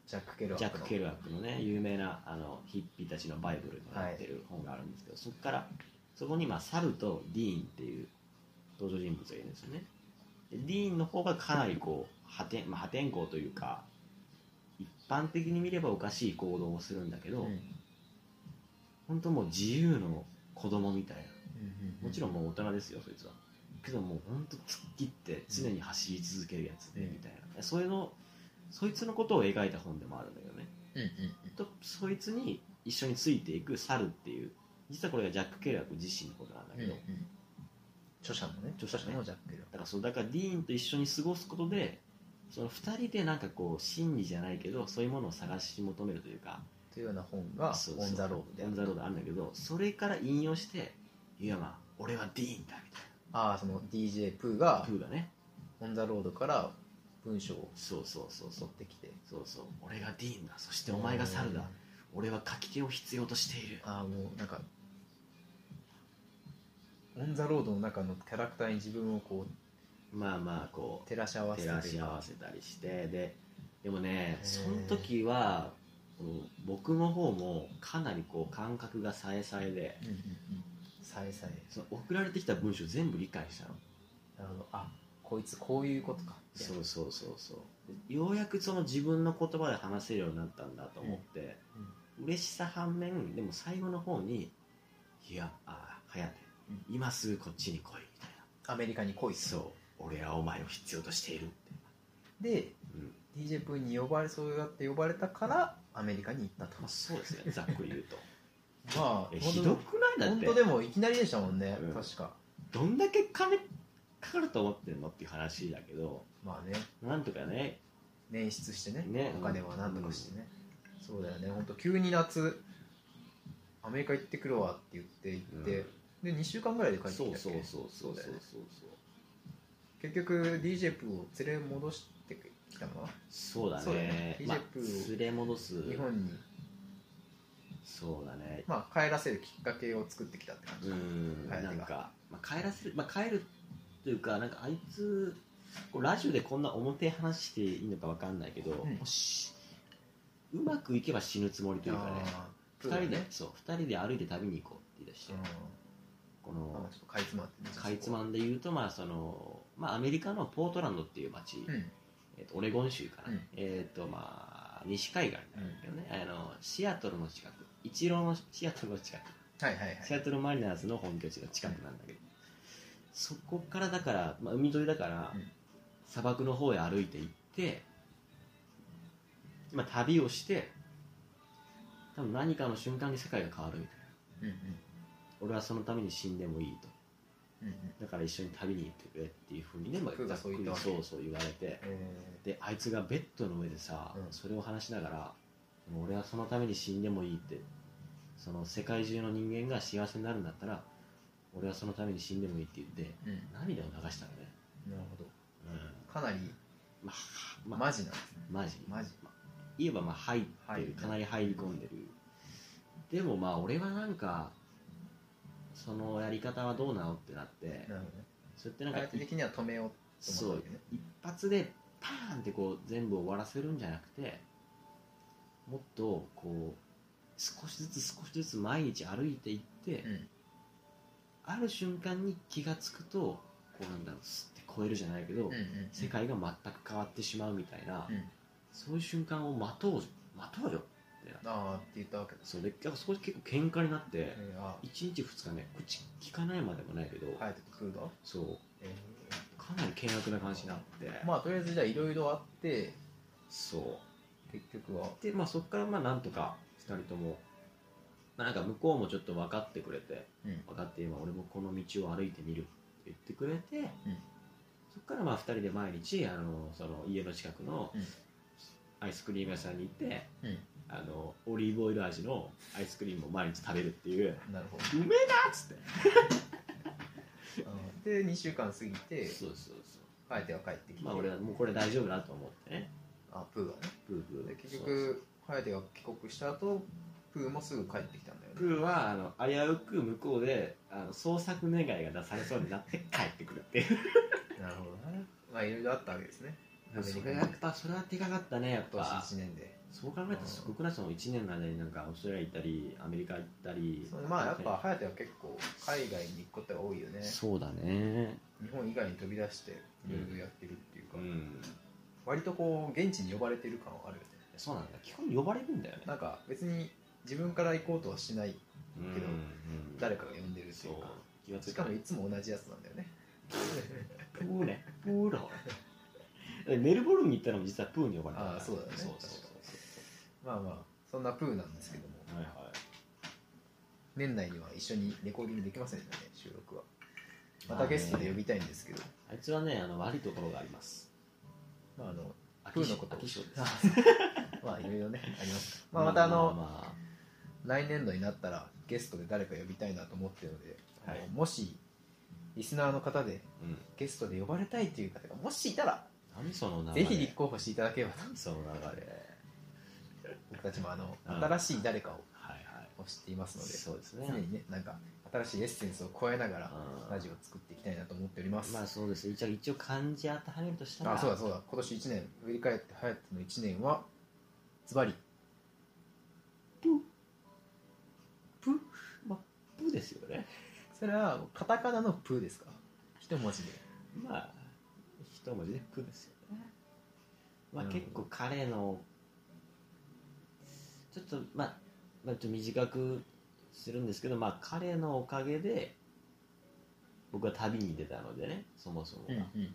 S2: ジャック・ケルア
S3: ジ
S2: ッ
S3: ャッ
S2: ク
S3: ク・
S2: の
S3: ケルアックのね有名なあのヒッピーたちのバイブルになってる本があるんですけど、そこからそこに、まあ、サルとディーンっていう登場人物がいるんですよねでディーンの方がかなりこう破天,、まあ、破天荒というか一般的に見ればおかしい行動をするんだけど、
S2: うん
S3: 本当もう自由の子供みたいな
S2: うんうん
S3: もちろんもう大人ですよ、そいつは。けどもう本当突っ切って常に走り続けるやつで、
S2: うん
S3: みたいな。それの、そいつのことを描いた本でもあるんだけどね。
S2: うんうん
S3: と、そいつに一緒についていく猿っていう、実はこれがジャック・ケルアク自身のことなんだ
S2: うんう
S3: け
S2: ん
S3: ど、
S2: うん著者のね
S3: 著者ね
S2: のジャック・ケルアッ
S3: だからそう、だからディーンと一緒に過ごすことで、その二人でなんかこう、真理じゃないけど、そういうものを探し求めるというか、
S2: クというような本が
S3: そう
S2: オ
S3: そう
S2: ン・ザ・ロードであ
S3: オン
S2: る
S3: ザロードあるんだけど、それから引用して、いやまあ、俺はディーンだ、みたい
S2: ああその DJ プー
S3: な。
S2: が
S3: プーがね、
S2: オン・ザ・ロードから文章を
S3: そうそうそうそう
S2: 取っ。てきて
S3: そうそう俺がディーンだそしてお前が猿だ俺は書き手を必要としている
S2: ああもうなんかオン・ザ・ロードの中のキャラクターに自分をこ
S3: まあまあこ
S2: う照らし合
S3: う
S2: わせ
S3: 照
S2: た
S3: ら
S2: り
S3: し合わせたりしてででもね
S2: へー
S3: その時はこう僕の方もかなりこう感覚がさえさえで
S2: うんうんうんさえさえ
S3: その送られてきた文章全部理解したの
S2: なるほどあこいつこういうことかみたいな
S3: そうそうそうそうでようやくその自分の言葉で話せるようになったんだと思って、嬉しさ反面でも最後の方に「いやあ颯今すぐこっちに来い」みたいな。
S2: アメリカに来いと
S3: そう俺はお前を必要としているって、
S2: で
S3: うん
S2: DJ プーに呼ばれそうだって呼ばれたからアメリカに行ったと
S3: まあ、そうですねざっくり言う と
S2: まあ
S3: え
S2: 本
S3: ひ
S2: 当
S3: どくないだっ
S2: 本
S3: て
S2: 当でもいきなりでしたもんね、
S3: うん
S2: 確か
S3: どんだけ金かかると思ってんのっていう話だけど
S2: まあね
S3: なんとかね
S2: 捻出してね
S3: ね
S2: お金は何とかしてね、そうだよね本当急に夏アメリカ行ってくるわって言って行って、で2週間ぐらいで帰ってきた
S3: そ
S2: っ
S3: う
S2: け
S3: そうそうそうそうそう
S2: だよね
S3: そう
S2: 結局 DJ プーを連れ戻してきたのかな
S3: そうだ
S2: そうだ
S3: ね
S2: ね
S3: まあ
S2: Egypt を
S3: 連れ戻す
S2: 日本に、
S3: そうだね
S2: まあ、帰らせるきっかけを作ってきたって感
S3: う
S2: じ、
S3: ん
S2: 帰りが
S3: なんか、まあ、帰らせる、まあ、帰るというかなんかあいつこうラジオでこんな表話していいのかわかんないけど、
S2: ん
S3: もしうまくいけば死ぬつもりというかね
S2: あープー
S3: 二
S2: だ
S3: 人で
S2: ね
S3: そう二人で歩いて旅に行こうって言い出して、
S2: うん
S3: ここ
S2: まあ
S3: の
S2: ちょっとかいつまんでね
S3: かいつまんで言うとまあそのまあアメリカのポートランドっていう町、
S2: うんうん
S3: えっとオレゴン州かな、
S2: うん
S3: えっとまあ西海岸なんだけどね、あのシアトルの近くイチローのシアトルの近く
S2: はいはいはい
S3: シアトルマリナーズの本拠地が近くなんだけど、そこからだから、まあ、海沿いだから、
S2: うん
S3: 砂漠の方へ歩いて行って、まあ、旅をして多分何かの瞬間に世界が変わるみたいな
S2: うんうん
S3: 俺はそのために死んでもいいと
S2: うんうん
S3: だから一緒に旅に行ってくれっていうふうにね、ま
S2: 僕
S3: あ、
S2: が
S3: ざっ
S2: そ
S3: く
S2: う
S3: り
S2: 言ったわけ
S3: そうそう言われて
S2: え
S3: であいつがベッドの上でさ、
S2: うん
S3: それを話しながら「俺はそのために死んでもいい」ってその世界中の人間が幸せになるんだったら俺はそのために死んでもいいって言って
S2: ーうん
S3: 涙を流したのね、
S2: なるほど
S3: う
S2: かなり
S3: ん、まあ、まあ、
S2: マジなんですね
S3: マジ
S2: マジ
S3: 言えばまあ入って
S2: 入
S3: る
S2: る
S3: かなり入り込んでるでもまあ俺はなんかそのやり方はどうなのってなって
S2: なるほどね
S3: それってなんか
S2: 相手的には止めようと
S3: そ
S2: 思っ
S3: う
S2: たわけね
S3: 一発でパーンってこう全部終わらせるんじゃなくてもっとこう少しずつ少しずつ毎日歩いていって、
S2: うん
S3: ある瞬間に気がつくとこうなんだろうスッて超えるじゃないけど、
S2: うんうんうん
S3: 世界が全く変わってしまうみたいな、
S2: うん
S3: そういう瞬間を待とう待とうよってなって
S2: ああって言ったわけです
S3: そうでやっぱそこで結構喧嘩になって、
S2: えーあ
S3: 1日2日ね口聞かないまでもないけど、
S2: あ隼人と食うだ
S3: そう
S2: え
S3: かなり険悪な感じになって、
S2: ーまあとりあえずじゃあいろいろあって
S3: そう
S2: 結局は
S3: で、まあ、そこからまあなんとか2人とも、まあ、なんか向こうもちょっと分かってくれて、
S2: うん
S3: 分かって今俺もこの道を歩いてみるって言ってくれて、
S2: うん
S3: そこからまあ2人で毎日あのその家の近くの
S2: うん
S3: アイスクリーム屋さんに行って、
S2: うん
S3: あのオリーブオイル味のアイスクリームを毎日食べるっていう
S2: なるほど
S3: うめえなっつって
S2: うんで2週間過ぎて
S3: そうそう
S2: 相手が帰ってき
S3: そう
S2: て
S3: まあ俺はもうこれ大丈夫だと思ってね
S2: あプーがね
S3: プープー
S2: で結局颯が帰国した後プーもすぐ帰ってきたんだよ
S3: プ
S2: ね
S3: ーはあの危うく向こうであの捜索願いが出されそうになって帰ってくるっていう
S2: なるほどねまあいろいろあったわけですね
S3: でもそれがやっぱそれはでかかったねやっ
S2: 今年
S3: ぱ
S2: 1年で
S3: そう考えたらすごくないその1年の間になんかオーストラリア行ったりアメリカ行ったり
S2: そのまあやっぱ颯は結構海外に行くことが多いよね
S3: そうだね
S2: 日本以外に飛び出していろいろやってるっていうか、
S3: うん
S2: 割とこう現地に呼ばれてる感はあるよね
S3: そうなんだ基本呼ばれるんだよね
S2: なんか別に自分から行こうとはしない
S3: うん
S2: けど
S3: うん
S2: 誰かが呼んでるって
S3: そ
S2: いううか
S3: 気が
S2: し
S3: ついた
S2: かもいつも同じやつなんだよね
S3: プーねプーだ 俺メルボルンに行ったのも実はプーに呼ばれたから
S2: ああそうだよね
S3: そうそう
S2: 確かまあまあそんなプーなんですけども
S3: そうはいはい
S2: 年内には一緒にレコーディングできませんよね収録はま
S3: ま
S2: た
S3: あね
S2: ゲストで呼びたいんですけど、
S3: あいつはねあの悪いところがあります
S2: まあ、あの
S3: 飽
S2: プー
S3: き性
S2: のこと
S3: 飽き性です
S2: あそうまあいろいろねあり ますまあまたあの、
S3: ま
S2: 来年度になったらゲストで誰か呼びたいなと思ってるので、
S3: はい
S2: あのもしリスナーの方で
S3: あうん
S2: ゲストで呼ばれたいという方がもしいたら
S3: 何その流
S2: ぜ
S3: れ
S2: ひ立候補していただければと
S3: 何その流れ
S2: 僕たちもあの
S3: うん
S2: 新しい誰かを
S3: はいはい
S2: 推していますので
S3: そうですね
S2: 常にねなんか新しいエッセンスを加えながら
S3: うん
S2: ラジオを作っていきたいなと思っております、
S3: まあそうです一応一応漢字当てはめるとしたら
S2: あそうだそうだ今年1年振り返ってハヤトの1年はズバリ
S3: プまあプですよね
S2: それはカタカナのプーですか一文字で
S3: まあ一文字でプですよねまあ
S2: うん
S3: 結構彼のちょっとまあまあちょっと短くするんですけどまあ彼のおかげで僕は旅に出たのでねそもそもが、
S2: うん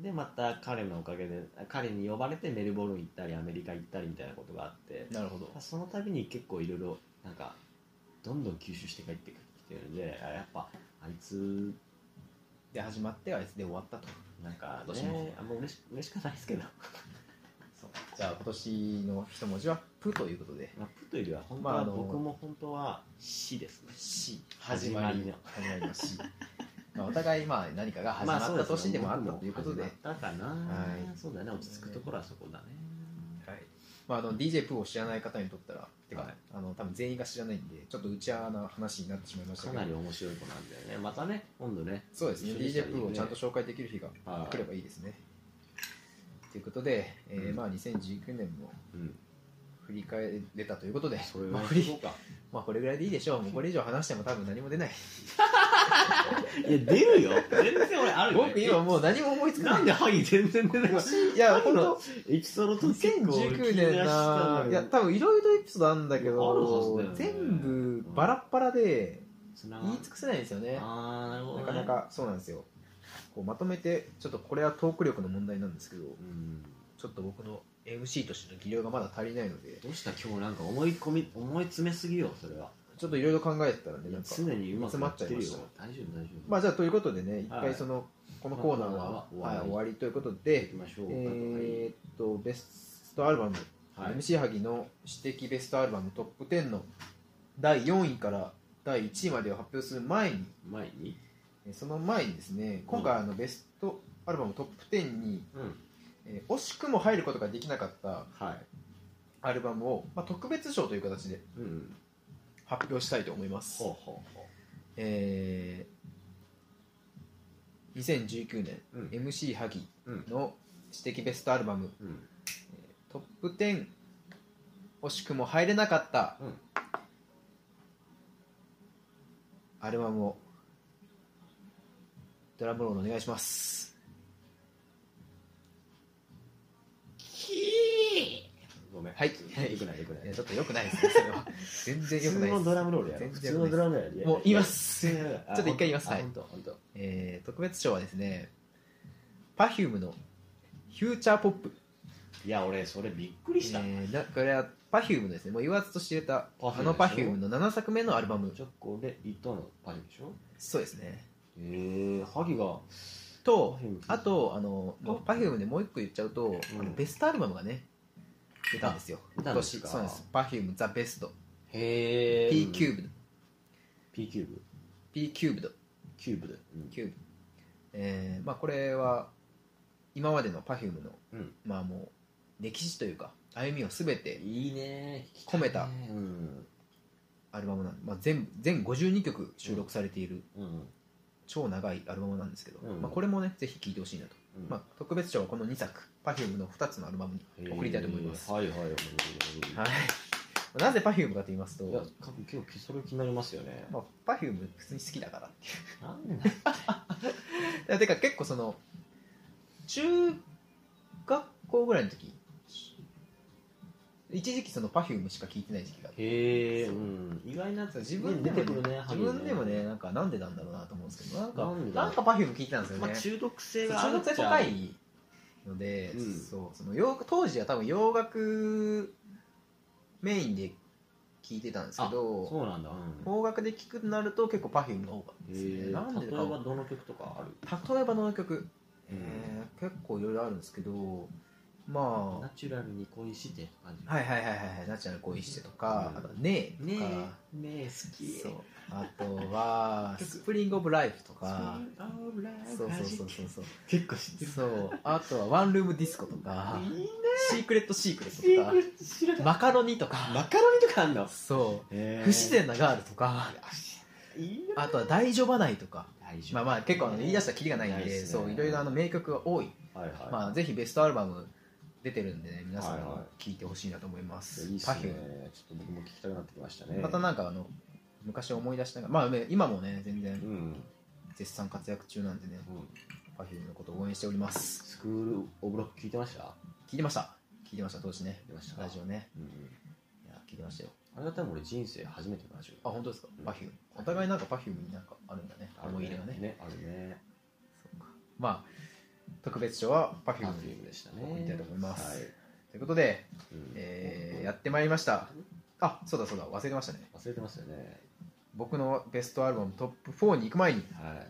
S3: でまた彼のおかげで彼に呼ばれてメルボルン行ったりアメリカ行ったりみたいなことがあって
S2: なるほど
S3: その度に結構いろいろなんかどんどん吸収して帰ってきてるんであやっぱあいつ
S2: で始まってあいつで終わったと
S3: なんか
S2: どうしま
S3: ねあんま嬉し嬉しくないですけど、
S2: そうじゃあ今年の一文字は「プ」ということで
S3: まあ、プというよりは本当
S2: まあ
S3: は
S2: あの
S3: 僕も本当は死ですね
S2: 「し」
S3: 始まりの
S2: 始まりの「し」まあお互いまあ何かが始まった年でもあったということで,、
S3: まあそうすね僕も始まったかな、
S2: は
S3: そうだね落ち着くところはそこだね
S2: はいまあ、あの DJ プーを知らない方にとったらてか、
S3: はい
S2: あの多分全員が知らないんでちょっと内輪な話になってしまいました
S3: か
S2: けど
S3: なり面白い子なんだよねまたね今度ね
S2: そうですね
S3: 一緒にした
S2: DJ
S3: らいい
S2: プ
S3: ね
S2: ーをちゃんと紹介できる日が
S3: はい
S2: 来ればいいですねということで、えー
S3: うん
S2: まあ、2019年も
S3: うん
S2: 振り返れたということで
S3: それ
S2: ま
S3: は
S2: あ振
S3: そ
S2: り
S3: うか
S2: まあこれぐらいでいいでしょうもうこれ以上話しても多分何も出ない
S3: いや出るよ全然俺あるよ
S2: 僕今もう何も思いつかな
S3: ないんで萩全然出ないの
S2: いや本当
S3: エピソードと結構
S2: 2019年ない
S3: 気が
S2: や
S3: したんだ
S2: 多分いろいろエピソードあるんだけ
S3: あるはず
S2: ど
S3: だよね
S2: 全部バラッバラで
S3: けど
S2: 言い尽くせないんですよね
S3: あーなるほど
S2: な
S3: ね
S2: かなかそうなんですよこうまとめてちょっとこれはトーク力の問題なんですけど
S3: うん
S2: ちょっと僕の MC としての技量がまだ足りないので
S3: どうした今日なんか思い込み思い詰めすぎよそれは
S2: ちょっといろいろ考えてたらね
S3: いや
S2: なんか
S3: 常にうまくやってるよ
S2: 詰まっ
S3: 大丈夫大丈夫
S2: まあじ
S3: ゃ
S2: ゃあということでね一
S3: は
S2: 回
S3: い
S2: そのこのコーナーは
S3: このコーナーは終わり
S2: はい終わりということ
S3: あ行
S2: で
S3: きましょう
S2: えーっとベストアルバム
S3: はい
S2: MC 萩の私的ベストアルバムトップ10の第4位から第1位までを発表する前に
S3: 前に
S2: えーその前にですね今回あのベストアルバムトップ10に、
S3: うん
S2: えー惜しくも入ることができなかった
S3: はい
S2: アルバムを、まあ、特別賞という形で
S3: うん
S2: 発表したいと思います
S3: ほうほうほ
S2: えー2019年
S3: ううん
S2: MC 萩
S3: うん
S2: の私的ベストアルバム
S3: うん
S2: トップ10惜しくも入れなかった
S3: うん
S2: アルバムをドラムロールお願いします
S3: ごめん
S2: はい
S3: よくないよくない
S2: いやちょっと良くないですねそ れは全然良
S3: 普
S2: く
S3: 通
S2: ないで
S3: の
S2: す
S3: ドラムロールやろ
S2: 全
S3: 普
S2: 然
S3: 通
S2: 良くないです
S3: のドラムロールや
S2: もう言います
S3: ち
S2: ち
S3: ょ
S2: ょっと一回言いますはい
S3: 本当本当
S2: えー特別賞はですね Perfume の「フューチャーポップ
S3: いや俺それびっく」りした
S2: えーなこれは Perfume のですねもう言わずと知れたあ
S3: Perfume
S2: の
S3: でしょ
S2: Perfume の7作目のアルバム
S3: チョコレートのパリでしょ
S2: そうですね
S3: ええ萩が
S2: と
S3: Perfume
S2: あとあのもう Perfume でもう一個言っちゃうと、
S3: ん
S2: あのベストアルバムがね出たんですよ
S3: 出た
S2: 今
S3: んです
S2: 年
S3: か
S2: そうです Perfume The Best
S3: へ
S2: P キューブド
S3: P キューブ
S2: P キューブド
S3: キューブでうん
S2: キューブえーまあこれは今までの Perfume の、
S3: うん
S2: まあもう歴史というか歩みを全て
S3: いいね
S2: 込めた
S3: うん
S2: アルバムなんで、まあ、全全52曲収録されている
S3: うん
S2: 超長いアルバムなんですけど、
S3: うん
S2: まあ、これもねぜひ聴いてほしいなと、まあ、特別賞はこの2作 Perfume の2つのアルバムに送りたいと思います、
S3: へーはいはいはい
S2: はい、 なぜ Perfume かと言います
S3: いや
S2: と、
S3: 結構それ気になりますよね。
S2: まあ、Perfume 普通に好きだからってい
S3: なんで
S2: ういやてか結構その中学校ぐらいの時一時期その Perfume しか聴いてない時期があって
S3: へえ、うん、意外なやつ
S2: そう自分で
S3: 出て
S2: も
S3: くる
S2: ね
S3: ね、
S2: 自分でも
S3: 萩
S2: ねなんかなんでなんだろうなと思うんですけどなんか
S3: なんでだ
S2: なんか Perfume 聴いてたんですよね、
S3: まあ中毒性があ
S2: 中毒
S3: るっちゃ
S2: 性高いので、
S3: うん
S2: そうその洋楽当時は多分洋楽メインで聞いてたんですけど
S3: そうなんだ。うん
S2: 邦楽で聞くとなると結構 Perfume が多かったです
S3: へ
S2: ね
S3: え
S2: なんで
S3: 例え
S2: か
S3: ばどの曲とかある？
S2: 例えばの曲、
S3: うん
S2: えー結構いろいろあるんですけど
S3: ナ
S2: ま
S3: チュラルに恋してとか。
S2: あはいはいはいはいはいナチュラル恋してとか、
S3: うん
S2: あとねえとか、
S3: ねえ、ねえ好き。
S2: そうあと はスプリング・オブ・ライフとか
S3: そ
S2: そう
S3: う
S2: そ
S3: そう
S2: そ
S3: うそうう
S2: そ
S3: そうう。
S2: そう
S3: 結構知ってる。
S2: そうあとはワンルームディスコとか
S3: いいね。
S2: シークレットシークレ
S3: シ
S2: ッ
S3: ー
S2: ト
S3: ク
S2: と
S3: レ
S2: か
S3: ット知らない。
S2: マカロニとか
S3: マカロニとかあんの？
S2: そう
S3: へー
S2: 不自然なガールとか
S3: いいね。
S2: あとは大ジョバナイとか
S3: 大丈夫
S2: まあまあ結構あの言い出したらキリがないん
S3: ないっ
S2: です
S3: ね
S2: そういろいろあの名曲が多い
S3: はいはい。
S2: まあぜひベストアルバム出てるんでね皆さん
S3: はいはい
S2: も聴いてほしいなと思いま
S3: いや
S2: す
S3: いいっす
S2: Perfume
S3: ね。ちょっと僕も聞きたくなってきましたね。
S2: またなんかあの昔を思い出しながらまあね今もね全
S3: う
S2: 然
S3: ん。
S2: 絶賛活躍中なんでね
S3: うん
S2: Perfume のことを応援しております
S3: スクールオブロック聞いてました
S2: 聞いてました聞いてました当時ね
S3: 聞いてました
S2: ラジオね
S3: うん。
S2: いや聞いてましたよ
S3: あれだったら俺人生初めてのラジ
S2: あ
S3: オ。
S2: 本当ですか
S3: うん
S2: Perfume お互いなんか Perfume になんかあるんだね思い入れがね
S3: ね。あるね。
S2: そうかまあ特別賞は Perfume
S3: パフ
S2: と
S3: ィ
S2: い
S3: ームでした
S2: 送
S3: ね。
S2: りたいと思います
S3: はい。
S2: うことで、
S3: うん
S2: えーやってまいりましたあそうだそうだ忘れてましたね
S3: 忘れてますよね。
S2: 僕のベストアルバムトップ4に行く前に
S3: は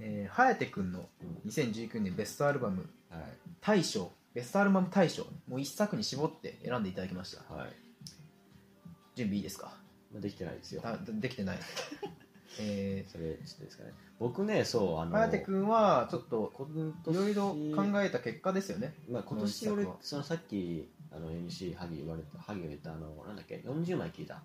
S2: えー颯くんの2019年ベストアルバム
S3: い。はい。
S2: 大賞ベストアルバム大賞もう一作に絞って選んでいただきました
S3: はい。
S2: 準備いいですか
S3: まあできてないですよ。
S2: だできて ないえ
S3: それ、ちょっとですかね。僕ね、そう、あ
S2: ー
S3: の、
S2: 颯くんはちょっと
S3: 今
S2: い
S3: 年
S2: ろいろ考えた結果ですよね
S3: まあ、今年
S2: この一
S3: 俺
S2: 作は
S3: そのさっきあの MC 萩言われた萩が言ったあのなんだっけ40枚聴いた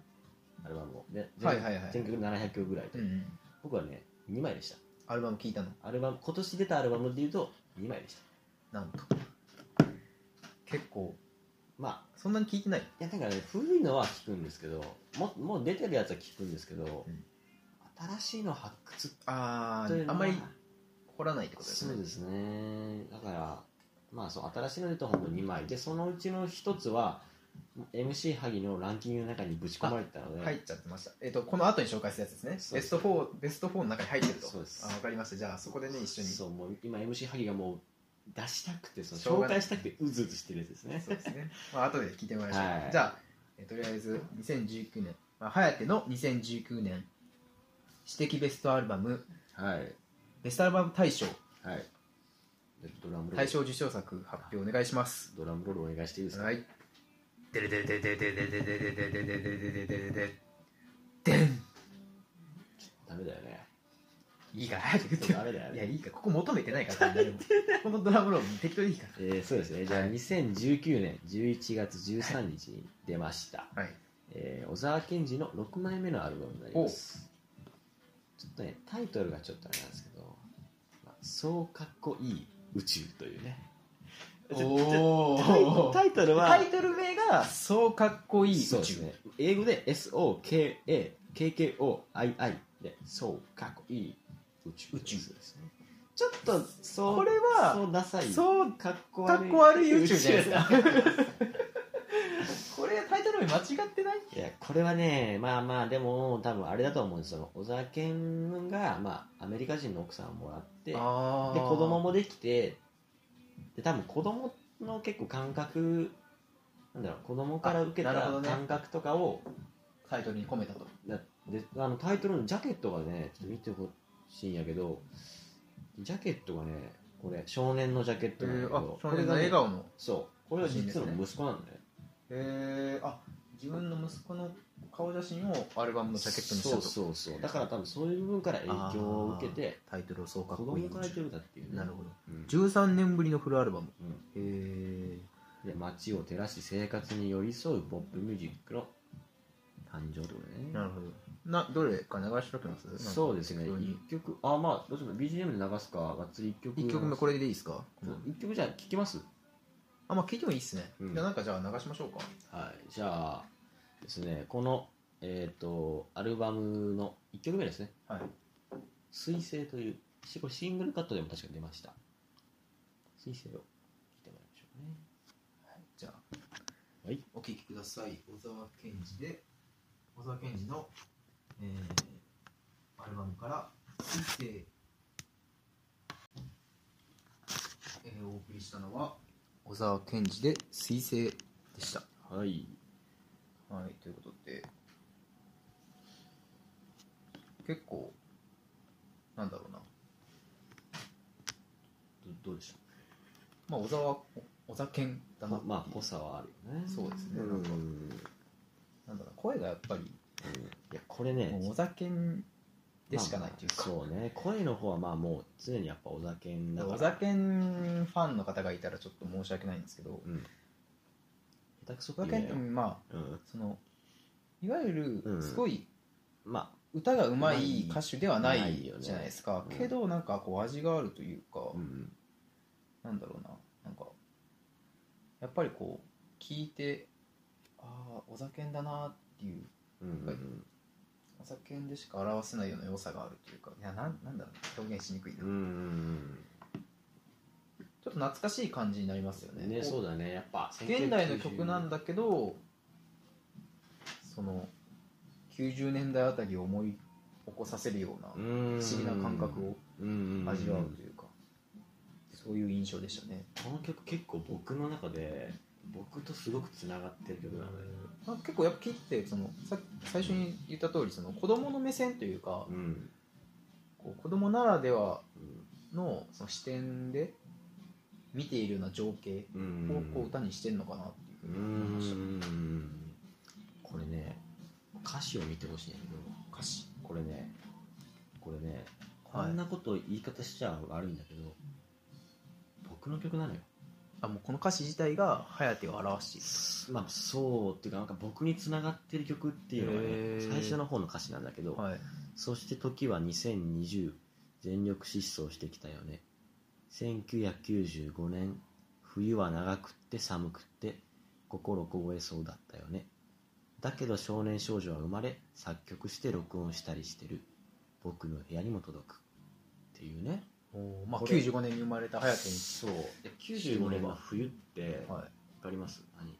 S3: アルバムをで全,、
S2: はいはいはい
S3: 全曲700曲ぐらいで、
S2: うんうん
S3: 僕はね2枚でし
S2: アルバム聞いたの
S3: たアルバム今年出たアルバムでいうと2枚でし
S2: なんと結構
S3: まあ
S2: そんなに聞いてない
S3: いやなんかね古いのは聞くんですけどももう出てるやつは聞くんですけど、
S2: うん
S3: 新しいの発掘
S2: あ
S3: という
S2: ー
S3: のは
S2: あんまり掘らないってことです
S3: そ
S2: ね
S3: うですねだからまあそう新しいのでとほんと2枚でそのうちの1つは MC 萩のランキングの中にぶち込まれてたので、
S2: 入っちゃってました、えっとこの後に紹介するやつですね
S3: そうで
S2: ベス
S3: す
S2: ト4ベスト4の中に入ってると
S3: そうです
S2: あ分かりましたじゃあそこでね一緒に
S3: そうもう今 MC 萩がもう出したくてそ
S2: しょう
S3: の
S2: が
S3: 紹
S2: ない
S3: 介したくてうずうずしてるやつですね
S2: そうですね。まあ後で聞いてもらいましょう。
S3: はい
S2: じゃあ、えーとりあえず2019年、まあ、颯の2019年、私的ベストアルバム、
S3: はい
S2: ベストアルバム大賞、
S3: はいドラムロール
S2: 大賞受賞作発表お願いします。
S3: ドラムロールお願いしていいですか、
S2: はい。ででででででででででででででででで
S3: ダメだよ ね
S2: いいから早く言って
S3: ダメだよ
S2: い
S3: ね
S2: や、いいから、ここ求めてないから、誰も このドラムロール適当でいいか
S3: えーそうですねじゃあ2019年11月13日に出ました、
S2: ら。はい。
S3: えー小沢健二の6枚目のアルバムになりますちょっとねタイトルがちょっとあれなんですけど「まあ、そうかっこいい宇宙」というねちょ
S2: お
S3: タイタイトルは
S2: タイトル名が、そうかっこいい宇宙。
S3: そうですね英語で SOKAKKOII で「そうかっこいい宇宙」
S2: 宇宙
S3: ですねちょっとそう
S2: これは
S3: そうダサい
S2: そう
S3: かっこ
S2: かっこ悪い宇宙じゃないですす
S3: か
S2: か。 これタイトル名間違ってない
S3: いやこれはねまあまあでも多分あれだと思うんですよ小沢健が、まあ、アメリカ人の奥さんをもらってで子
S2: あー
S3: 供もできてで多分子供の結構感覚なんだろう子供から受けた
S2: あなるほどね
S3: 感覚とかを、
S2: タイトルに込めたと。
S3: なであのタイトルのジャケットがねちょっと見てほしいんやけどジャケットがねこれ少年のジャケットなんだけ
S2: あ
S3: ど、
S2: 少
S3: これ
S2: 年の
S3: がね
S2: 笑顔の。
S3: そうこれが実の息子なんだよね
S2: えー、あ自分の息子の顔写真をアルバムのジャケットにした
S3: そう
S2: と。
S3: そうそうだから多分そういう部分から影響を受けて
S2: タイトルをそうか
S3: 子
S2: っこいい宇
S3: 供から影響
S2: 宙。
S3: を受けたっていうね
S2: なるほど。
S3: うん
S2: 13年ぶりのフルアルバム。
S3: うん
S2: へー
S3: で街を照らし生活に寄り添うポップミュージックの誕生ってことね
S2: なるほど。な、どれか流しときます
S3: そうですね
S2: なんか適
S3: 1曲あまあどうしよう BGM で流すかがっつり1
S2: 当
S3: 曲
S2: に一曲目こ
S3: れ
S2: れでいいですか、
S3: 1曲じゃあ聴きます
S2: あ、まあ聞いてもいいっすね。
S3: うん
S2: じゃあなんかじゃあ流しましょうか。
S3: はいじゃあですねこのえっ、とアルバムの1曲目ですね
S2: はい。
S3: 「水星」というしこれシングルカットでも確か出ました水星を聴いてもらいましょうね
S2: じゃあ、
S3: はい、
S2: お聞きください。小沢健二で、小沢健二の、えー、アルバムから、水星、えー、お送りしたのは、小沢健二で、水星でした。
S3: はい
S2: はい、ということで、結構、なんだろうな、
S3: どどうでしょ
S2: まあ、小沢、小沢健だ
S3: う
S2: な
S3: ま、まあぽさはあるよね
S2: そうですね
S3: うん
S2: なんだろう、声がやっぱり、
S3: いやこれね
S2: もう小沢健でしかないというか。
S3: そうね声の方はまあもう常にやっぱお酒だから
S2: お酒ファンの方がいたらちょっと申し訳ないんですけど、
S3: うん下手くそっ
S2: お
S3: て
S2: 酒
S3: 言う
S2: っ
S3: な
S2: て
S3: よ
S2: まあ
S3: うん
S2: そのいわゆ
S3: う
S2: る
S3: ん
S2: すごい
S3: ま
S2: 歌がうまい歌手ではな
S3: うま
S2: い
S3: いよね
S2: じゃないですか、
S3: うん
S2: けどなんかこう味があるというか、
S3: あうん
S2: なんだろうななんかやっぱりこう聞いてああお酒だなっていう
S3: うん
S2: はいお酒でしか表せないような良さがあるというかいやなんなんだろう表現しにくいな、ち
S3: う
S2: ょ
S3: ん
S2: っと懐かしい感じになりますよね
S3: ね
S2: こう
S3: そうだねやっぱ
S2: 現代の曲なん
S3: だ
S2: だけどその90年代あたりを思い起こさせるような
S3: 不
S2: 不
S3: 思
S2: 思議な感覚を
S3: を
S2: 味わうというかそういう印象でしたね
S3: この曲結構僕の中で僕とすごくつながってる曲なので
S2: まあ結構やっぱ切ってそのさ最初に言った通りその子供の目線というか
S3: うん
S2: こう子供ならでは
S3: うん
S2: のその視点で見ているような情景
S3: う
S2: を
S3: ん
S2: こう歌にしてるのかなっていうふう
S3: う
S2: に思いました
S3: んこれね歌詞を見てほしいんだけど
S2: 歌詞
S3: これねこれねこ
S2: はい
S3: んなこと言い方しちゃ悪いんだけど、僕の曲なのよ
S2: あもうこの歌詞自体が颯を表している
S3: まあそうっていうかなんか僕につながってる曲っていうのが
S2: へ
S3: ね
S2: ー
S3: 最初の方の歌詞なんだけど、
S2: とはい
S3: そして時は2020全力疾走してきたよね1995年冬は長くって寒くって心こぼれそうだったよねだけど少年少女は生まれ作曲して録音したりしてる僕の部屋にも届くっていうね
S2: おーまあ、
S3: これ
S2: 95年に生まれた颯に
S3: そう95年の冬って分
S2: はい、
S3: かります何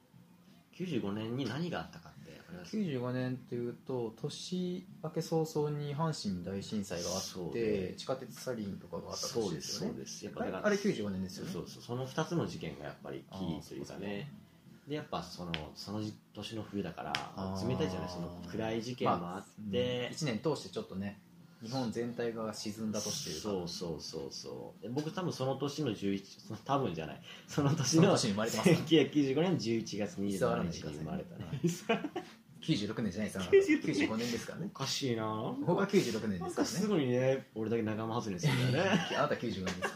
S3: 95年に何があったかって分かります
S2: 95年というと年明け早々に阪神大震災があ
S3: そ
S2: っ
S3: うね
S2: て地下鉄サリンとかがあったらし
S3: そう
S2: い
S3: で
S2: ですすよ
S3: そう
S2: ね
S3: ですやっ
S2: あ
S3: ぱ
S2: れ
S3: だから
S2: あれ95年です
S3: そ
S2: よ
S3: う
S2: ね
S3: そうそうその2つの事件がやっぱりキーというかねでやっぱそのその年の冬だから
S2: あー
S3: 冷たいじゃないその暗い事件もあっ
S2: ま
S3: て
S2: あ、うん1年通してちょっとね日本全体が沈んだ年というか
S3: そうそうそうそうで僕多分その年の11その多分じゃない その年
S2: その
S3: の
S2: 年に生まれてますから
S3: 1995年11月27日に生まれたね
S2: 居96年じゃないですよ95年ですからね
S3: おかしいななん
S2: 僕
S3: か
S2: は96年
S3: な
S2: で
S3: ん
S2: すか
S3: からす
S2: ね
S3: ごいね俺だけ仲間外れでするんだよね
S2: あなた95年ですからいや
S3: だ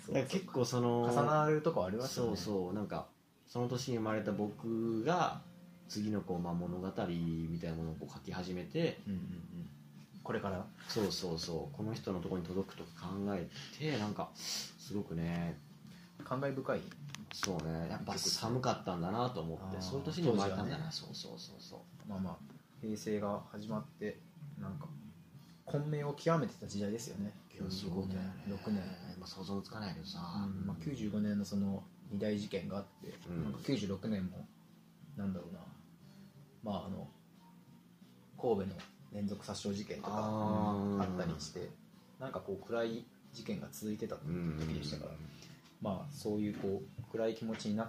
S2: そう
S3: から結構その
S2: 重なるとこありますよ
S3: そ
S2: ね
S3: うそうなんかその年に生まれた僕が次のこう、まあ、物語みたいなものをこう書き始めて
S2: うんうんうんこれから
S3: そうそうそうこの人のところに届くとか考えてなんかすごくね
S2: 感慨深い
S3: そうねやっぱ寒かったんだなと思っ
S2: あー
S3: てそういう年に生まれたんだな、
S2: 当
S3: そうそうそうそう
S2: まあまあ平成が始まってなんか混迷を極めてた時代ですよね95年6年、
S3: まあ、想像つかないけどさ、
S2: うんまあ、95年のその二大事件があって、
S3: うん
S2: なんか96年もなんだろうなまああの神戸の連続殺傷事件とか
S3: あ
S2: あ,、
S3: ー
S2: ったりしてなんかこう暗い事件が続いてた
S3: うんうん
S2: 時でしたから、まあそういうこう暗い気持ちになっ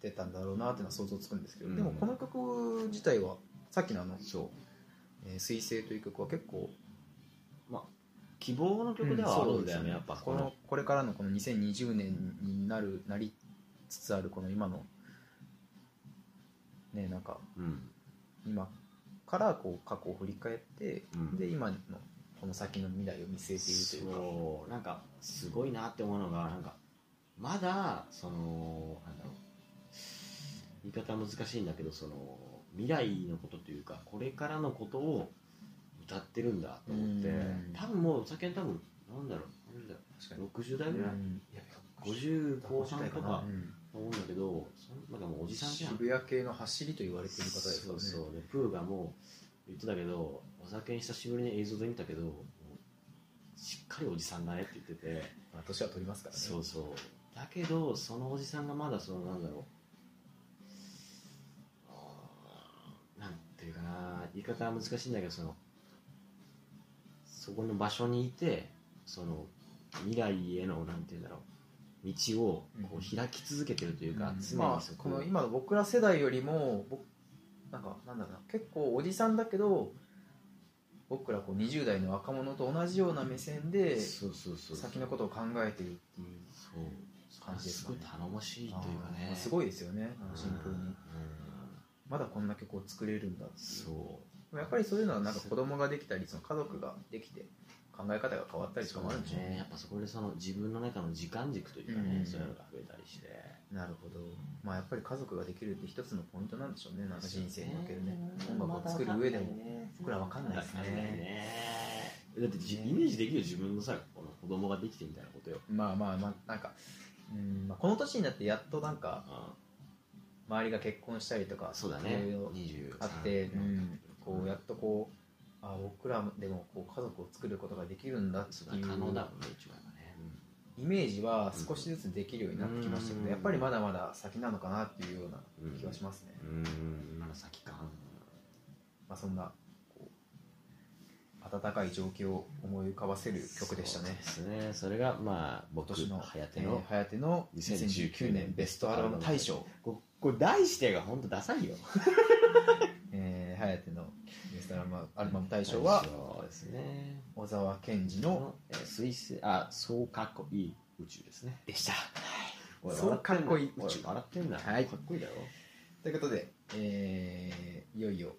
S2: てたんだろうなっていうのは想像つくんですけど、
S3: うん
S2: でもこの曲自体はさっきのあの
S3: そ
S2: 「えー彗星」という曲は結構
S3: うまあ希望の曲ではあるんだよね、
S2: うん
S3: やっぱ
S2: このこれからのこの2020年になるなりつつあるこの今のねなんか
S3: うん
S2: 今からこう過去を振り返って、
S3: うん
S2: で今のこの先の未来を見据えているというか
S3: そうなんかすごいなって思うのがなんかまだそのなんだろう言い方は難しいんだけどその未来のことというかこれからのことを歌ってるんだと思って
S2: うん
S3: 多分もうお酒多分なんだろう何だろ
S2: 確か
S3: う60代ぐらい、
S2: うん
S3: 50後半とか
S2: うん
S3: 思うんだけどそんなんかもうおじさんじゃん
S2: 渋谷系の走りと言われている方ですからね
S3: そうそうでプーがもう言ってたけどお酒に久しぶりに映像で見たけどもうしっかりおじさんだねって言ってて
S2: まあ、年は取りますからね
S3: そうそうだけどそのおじさんがまだそのなんだろうあーなんていうかな言い方は難しいんだけどそのそこの場所にいてその未来へのなんていうんだろう道をこう開き続けてるというか、常
S2: ま
S3: に
S2: あ
S3: そ、こ
S2: こ
S3: を、
S2: の今の僕ら世代よりも僕なんかなんだろうな結構おじさんだけど僕らこう20代の若者と同じような目線で
S3: そうそうそう
S2: 先のことを考えているっていう
S3: そう
S2: 感じですす
S3: ご
S2: か
S3: い
S2: ね
S3: 頼もしいというか
S2: あーま
S3: ね
S2: あすごいですよねシンプル
S3: う
S2: に
S3: ん
S2: まだこんな曲を作れるんだっていう
S3: そ
S2: やっぱりそういうのはなんか子供ができたりその家族ができて考え方が変わった
S3: う
S2: りとかもあるんでしょう
S3: ねやっぱそこでその自分の中の時間軸というかね、
S2: うん
S3: そういうのが増えたりして
S2: なるほどまあやっぱり家族ができるって一つのポイントなんでしょうねなんか人生におけるね音楽を作る上でも僕らわかんないですね
S3: わかんないねだってじイメージできるよ自分のさこの子供ができてみたいなことよ
S2: まあまあまあなんかうん、まあ、この年になってやっとなんか周りが結婚したりとか
S3: そうだ
S2: い
S3: ね
S2: ろいろ
S3: 23
S2: あって、うん、こうやっとこうあ僕らでもこう家族を作ることができるんだって
S3: そう
S2: い
S3: だ
S2: う
S3: 可能だもんね一応やっぱね、
S2: イメージは少しずつできるようになってきましたけ
S3: うん
S2: どやっぱりまだまだ先なのかなっていうような気がしますね、
S3: うんうんまだ先か
S2: まあ、そんなこう温かい状況を思い浮かばせる曲でしたね
S3: そうですねそれがまあ僕
S2: 今年の
S3: はやての
S2: えー颯の2019年ベストアルバム大賞
S3: ここれ題してが本当ダサいよ
S2: えー、颯のベストアルバムアルバム大賞は
S3: そうですね
S2: 小沢健二の
S3: えー水星あそうかっこいい宇宙ですね
S2: でした
S3: お
S2: そうかっこいい
S3: 宇
S2: 宇
S3: 宙
S2: 宙
S3: 笑ってんだ
S2: はい
S3: かっこいいだろ
S2: ということで、えーいよいよ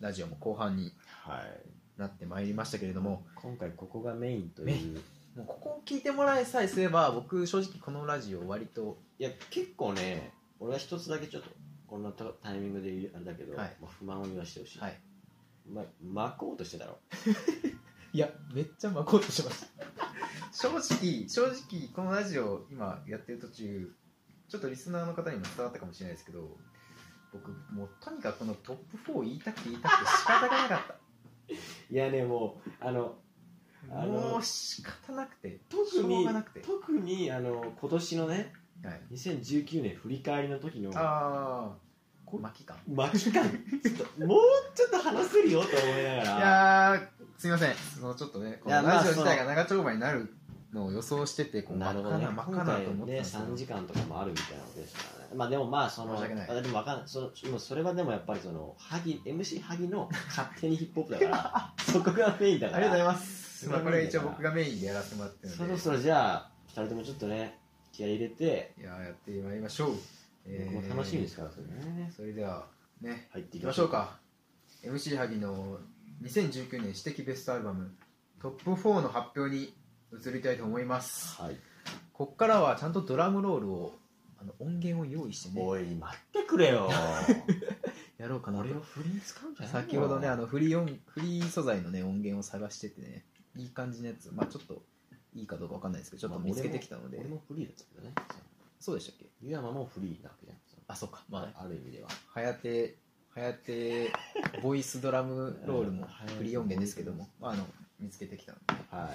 S2: ラジオも後半に
S3: はい
S2: なってまいりましたけれども
S3: 今回ここがメインという
S2: もうここを聞いてもらえさえすれば僕正直このラジオ割と
S3: いや結構ね俺は一つだけちょっとこんなとタイミングで言うあれだけど、
S2: はい
S3: もう不満を言わしてほしい、
S2: はい
S3: ま、巻こうとしてたろ
S2: いやめっちゃまこう としました正直正直このラジオ今やってる途中ちょっとリスナーの方にも伝わったかもしれないですけど僕もうとにかくこのトップ4言いたくて言いたくて仕方がなか っ
S3: いやねもうあの
S2: た
S3: あの
S2: もう仕方なくてし
S3: 特
S2: ょう
S3: に
S2: がなくて
S3: 特にあの今年のね
S2: はい
S3: 2019年振り返りの時の
S2: ああ巻き感
S3: 巻き感 ちょっともうちょっと話せるよと思いなが
S2: い
S3: ら
S2: やーすいませんそのちょっとねこ
S3: いや
S2: の
S3: ま
S2: ラ
S3: あ
S2: ジオ自体が長丁場になるのを予想しててこう真
S3: な
S2: っ
S3: るほ
S2: 赤
S3: どね
S2: な真っ赤
S3: 今
S2: な
S3: 回
S2: と思ってたん
S3: ね
S2: ですけど
S3: 3時間とかもあるみたいなことですからねまあでもまあその
S2: 申し訳ない
S3: あでもわかんないそのもうそれはでもやっぱりその萩 MC 萩の勝手にヒップホップだから そこがメインだか
S2: あ
S3: ら
S2: りがとうございますまあこれは一応僕がメインでやらせてもらってる
S3: そ
S2: の
S3: ろ
S2: で
S3: そろじゃあ2人ともちょっとね気合い入れて、
S2: いやーやってまいりましょうえ
S3: もう
S2: ー
S3: 楽しみですからそれね
S2: それではね
S3: 入って
S2: い
S3: い
S2: きましょうか MC 萩の2019年私的ベストアルバムトップ4の発表に移りたいと思います
S3: はい
S2: こっからはちゃんとドラムロールをあの音源を用意してね
S3: おい待ってくれよ
S2: やろうかなと
S3: 俺を振りに使うんじゃないよ
S2: 先ほどねあのフリー音フリー素材のね音源を探しててねいい感じのやつまあちょっといいかどうかわかんないですけどちょっと見つけてきたので、
S3: 俺もフリーだったけどね
S2: そうでしたっけ
S3: 湯山もフリーなわけじゃんその
S2: あそうかま
S3: ある意味では
S2: あはやてはやてボイスドラムロールもフリー音源ですけども、まあ、あの見つけてきたので
S3: は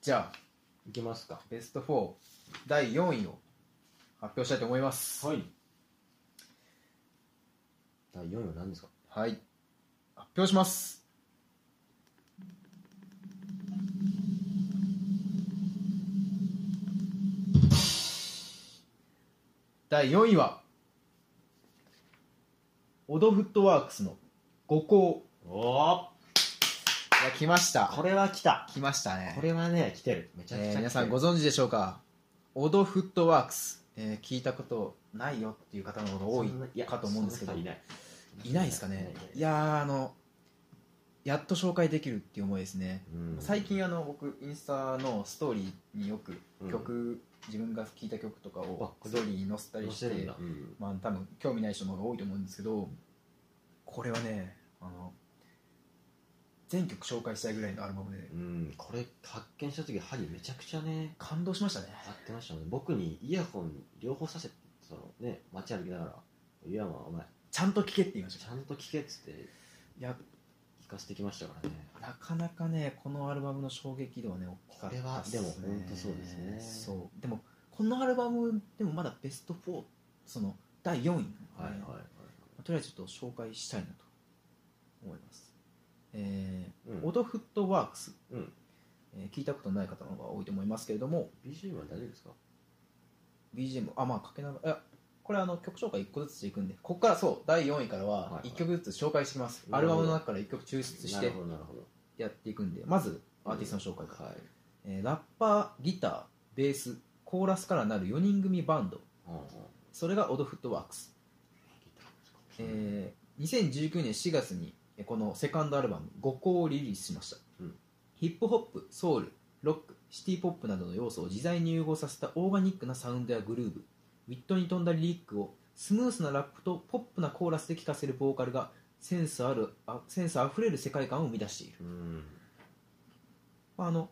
S2: じゃあ
S3: いいきますか
S2: ベスト4第4位を発表したいと思います
S3: はい第4位は何ですか
S2: はい発表します第4位はオドフットワークスの五行
S3: おお
S2: いや来ました
S3: これは来た
S2: 来ましたね
S3: これはね来てるめちゃく
S2: え
S3: ちゃ来てる、
S2: ー皆さんご存知でしょうかオドフットワークス、えー聞いたことないよっていう方の方が多い
S3: そなや
S2: かと思うんですけど
S3: そな人いない
S2: いないですかねいやーあのやっと紹介できるっていう思いですね
S3: うん
S2: 最近あの僕インスタのストーリーによく曲、自分が聴いた曲とか
S3: あ
S2: を
S3: これ
S2: ストーリーに載せた
S3: 載
S2: り
S3: せ
S2: して
S3: るんだ、
S2: まあ多分興味ない人の方が多いと思うんですけどこれはねあの全曲紹介したいぐらいのアルバムで
S3: うんこれ発見した時針めちゃくちゃね
S2: 感動しましたね
S3: 合ってましたね僕にイヤホン両方させてそのね街歩きながら「湯山お前
S2: ちゃんと聴けって言いまし
S3: ち
S2: た
S3: ゃんと聞け」っつって
S2: いや
S3: 聞かせてきましたからね
S2: なかなかねこのアルバムの衝撃度はね大きかった
S3: これは
S2: っす
S3: で
S2: ね
S3: も本当そうですね
S2: そうでもこのアルバムでもまだベスト4その第4位なので、
S3: はいはいはい、
S2: とりあえずちょっと紹介したいなと思いますえ
S3: う
S2: ー
S3: ん
S2: オドフットワークス、
S3: うん
S2: えー聞いたことない方の方が多いと思いますけれども
S3: BGM は大丈夫ですか
S2: BGM あまあかけながらいやこれあの曲紹介1個ずつしていくんでここからそう第4位から
S3: はいは
S2: はい1曲ずつ紹介していきます、
S3: なるほど
S2: アルバムの中から1曲抽出し
S3: な
S2: て
S3: るほどなるほど
S2: やっていくんでまずアーティストの紹介から、
S3: はい、
S2: えーラッパーギターベースコーラスからなる4人組バンド
S3: うんうん
S2: それがオドフットワークス、えー2019年4月にえーこのセカンドアルバム「五行」をリリースしました、
S3: うん
S2: ヒップホップソウルロックシティポップなどの要素を自在に融合させたオーガニックなサウンドやグルーブウィットに富んだリリックをスムースなラップとポップなコーラスで聴かせるボーカルがセンスあるあセンスあふれる世界観を生み出している
S3: うん
S2: まあ、あの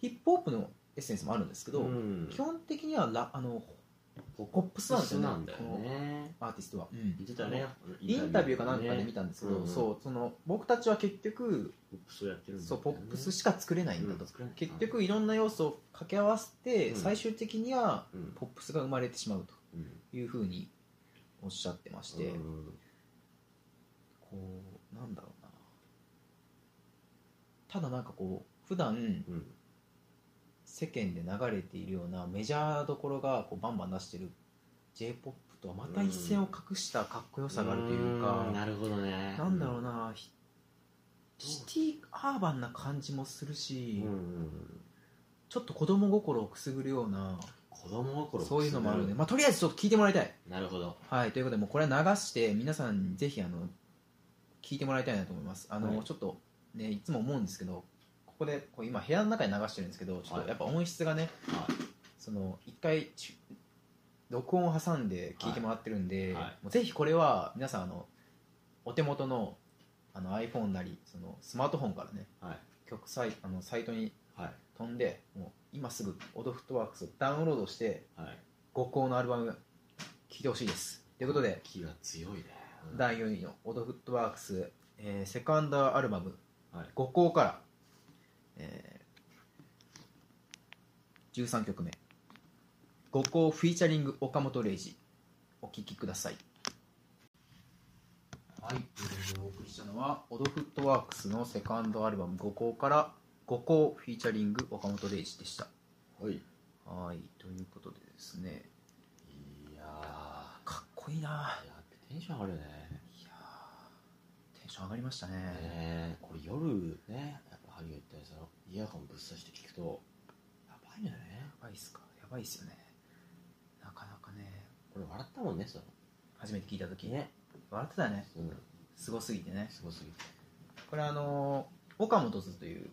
S2: ヒップホップのエッセンスもあるんですけど、
S3: うん
S2: 基本的にはラあの
S3: ポ
S2: ポップスなんですよね
S3: なんだよね
S2: アーティストは、
S3: 言ってたね
S2: インタビューかなんかで見たんですけど、
S3: うん
S2: そうその僕たちは結局
S3: ポップスをやってるんだ
S2: そうポップスしか作れないんだと、
S3: と
S2: 結局いろんな要素を掛け合わせて、
S3: うん
S2: 最終的には
S3: うん
S2: ポップスが生まれてしまう
S3: うん
S2: というふうにおっしゃってまして、
S3: うん
S2: こうなんだろうなただなんかこう普段
S3: うん
S2: 世間で流れているようなメジャーどころがこうバンバン出してる j p o p とはまた一線を隠したかっこよさがあるというか、
S3: んなるほどね
S2: なんだろうな、ひシティアーバンな感じもする
S3: うん
S2: し、
S3: うん
S2: ちょっと子供心をくすぐるような
S3: 子供心
S2: そういうのもあるので、まあ、とりあえずちょっと聞いてもらいたい、
S3: なるほど
S2: はい、ということでもうこれは流して皆さんにぜひあの聞いてもらいたいなと思いますあの、
S3: はい
S2: ちょっとねいつも思うんですけどここでこう今部屋の中に流してるんですけどちょっとやっぱ音質がね、
S3: は
S2: その一回ち録音を挟んで聞いてもらってるんで、
S3: はいはい
S2: もうぜひこれは皆さんあのお手元のあの iPhone なりそのスマートフォンからね
S3: いはい
S2: 曲サイあのサイトに
S3: はい
S2: 飛んでもう今すぐオドフットワークスをダウンロードして
S3: はい
S2: 五校のアルバム聴いてほしいですということで
S3: 気が強いね、うん
S2: 第4位のオドフットワークス、えーセカンドアルバム
S3: はい
S2: 五校から、えー13曲目五校フィーチャリング岡本零士お聴きくださいはいということでお送りしたのはオドフットワークスのセカンドアルバム五校から五校フィーチャリング岡本零士でした
S3: はいい
S2: はいということでですね
S3: や
S2: かっこいいな
S3: ーいやテンション上がるよね
S2: いやーテンション上がりましたね、
S3: ねえこれ夜ねやっぱ萩が言ったようにそのイヤホンぶっ刺して聞くとやばいんだよね
S2: やばいっすかやばいっすよねなかなかね
S3: 俺笑ったもんねその
S2: 初めて聞いた時
S3: ね
S2: 笑ってたね
S3: うん
S2: すごすぎてね
S3: すごすぎて
S2: これあのー岡本図という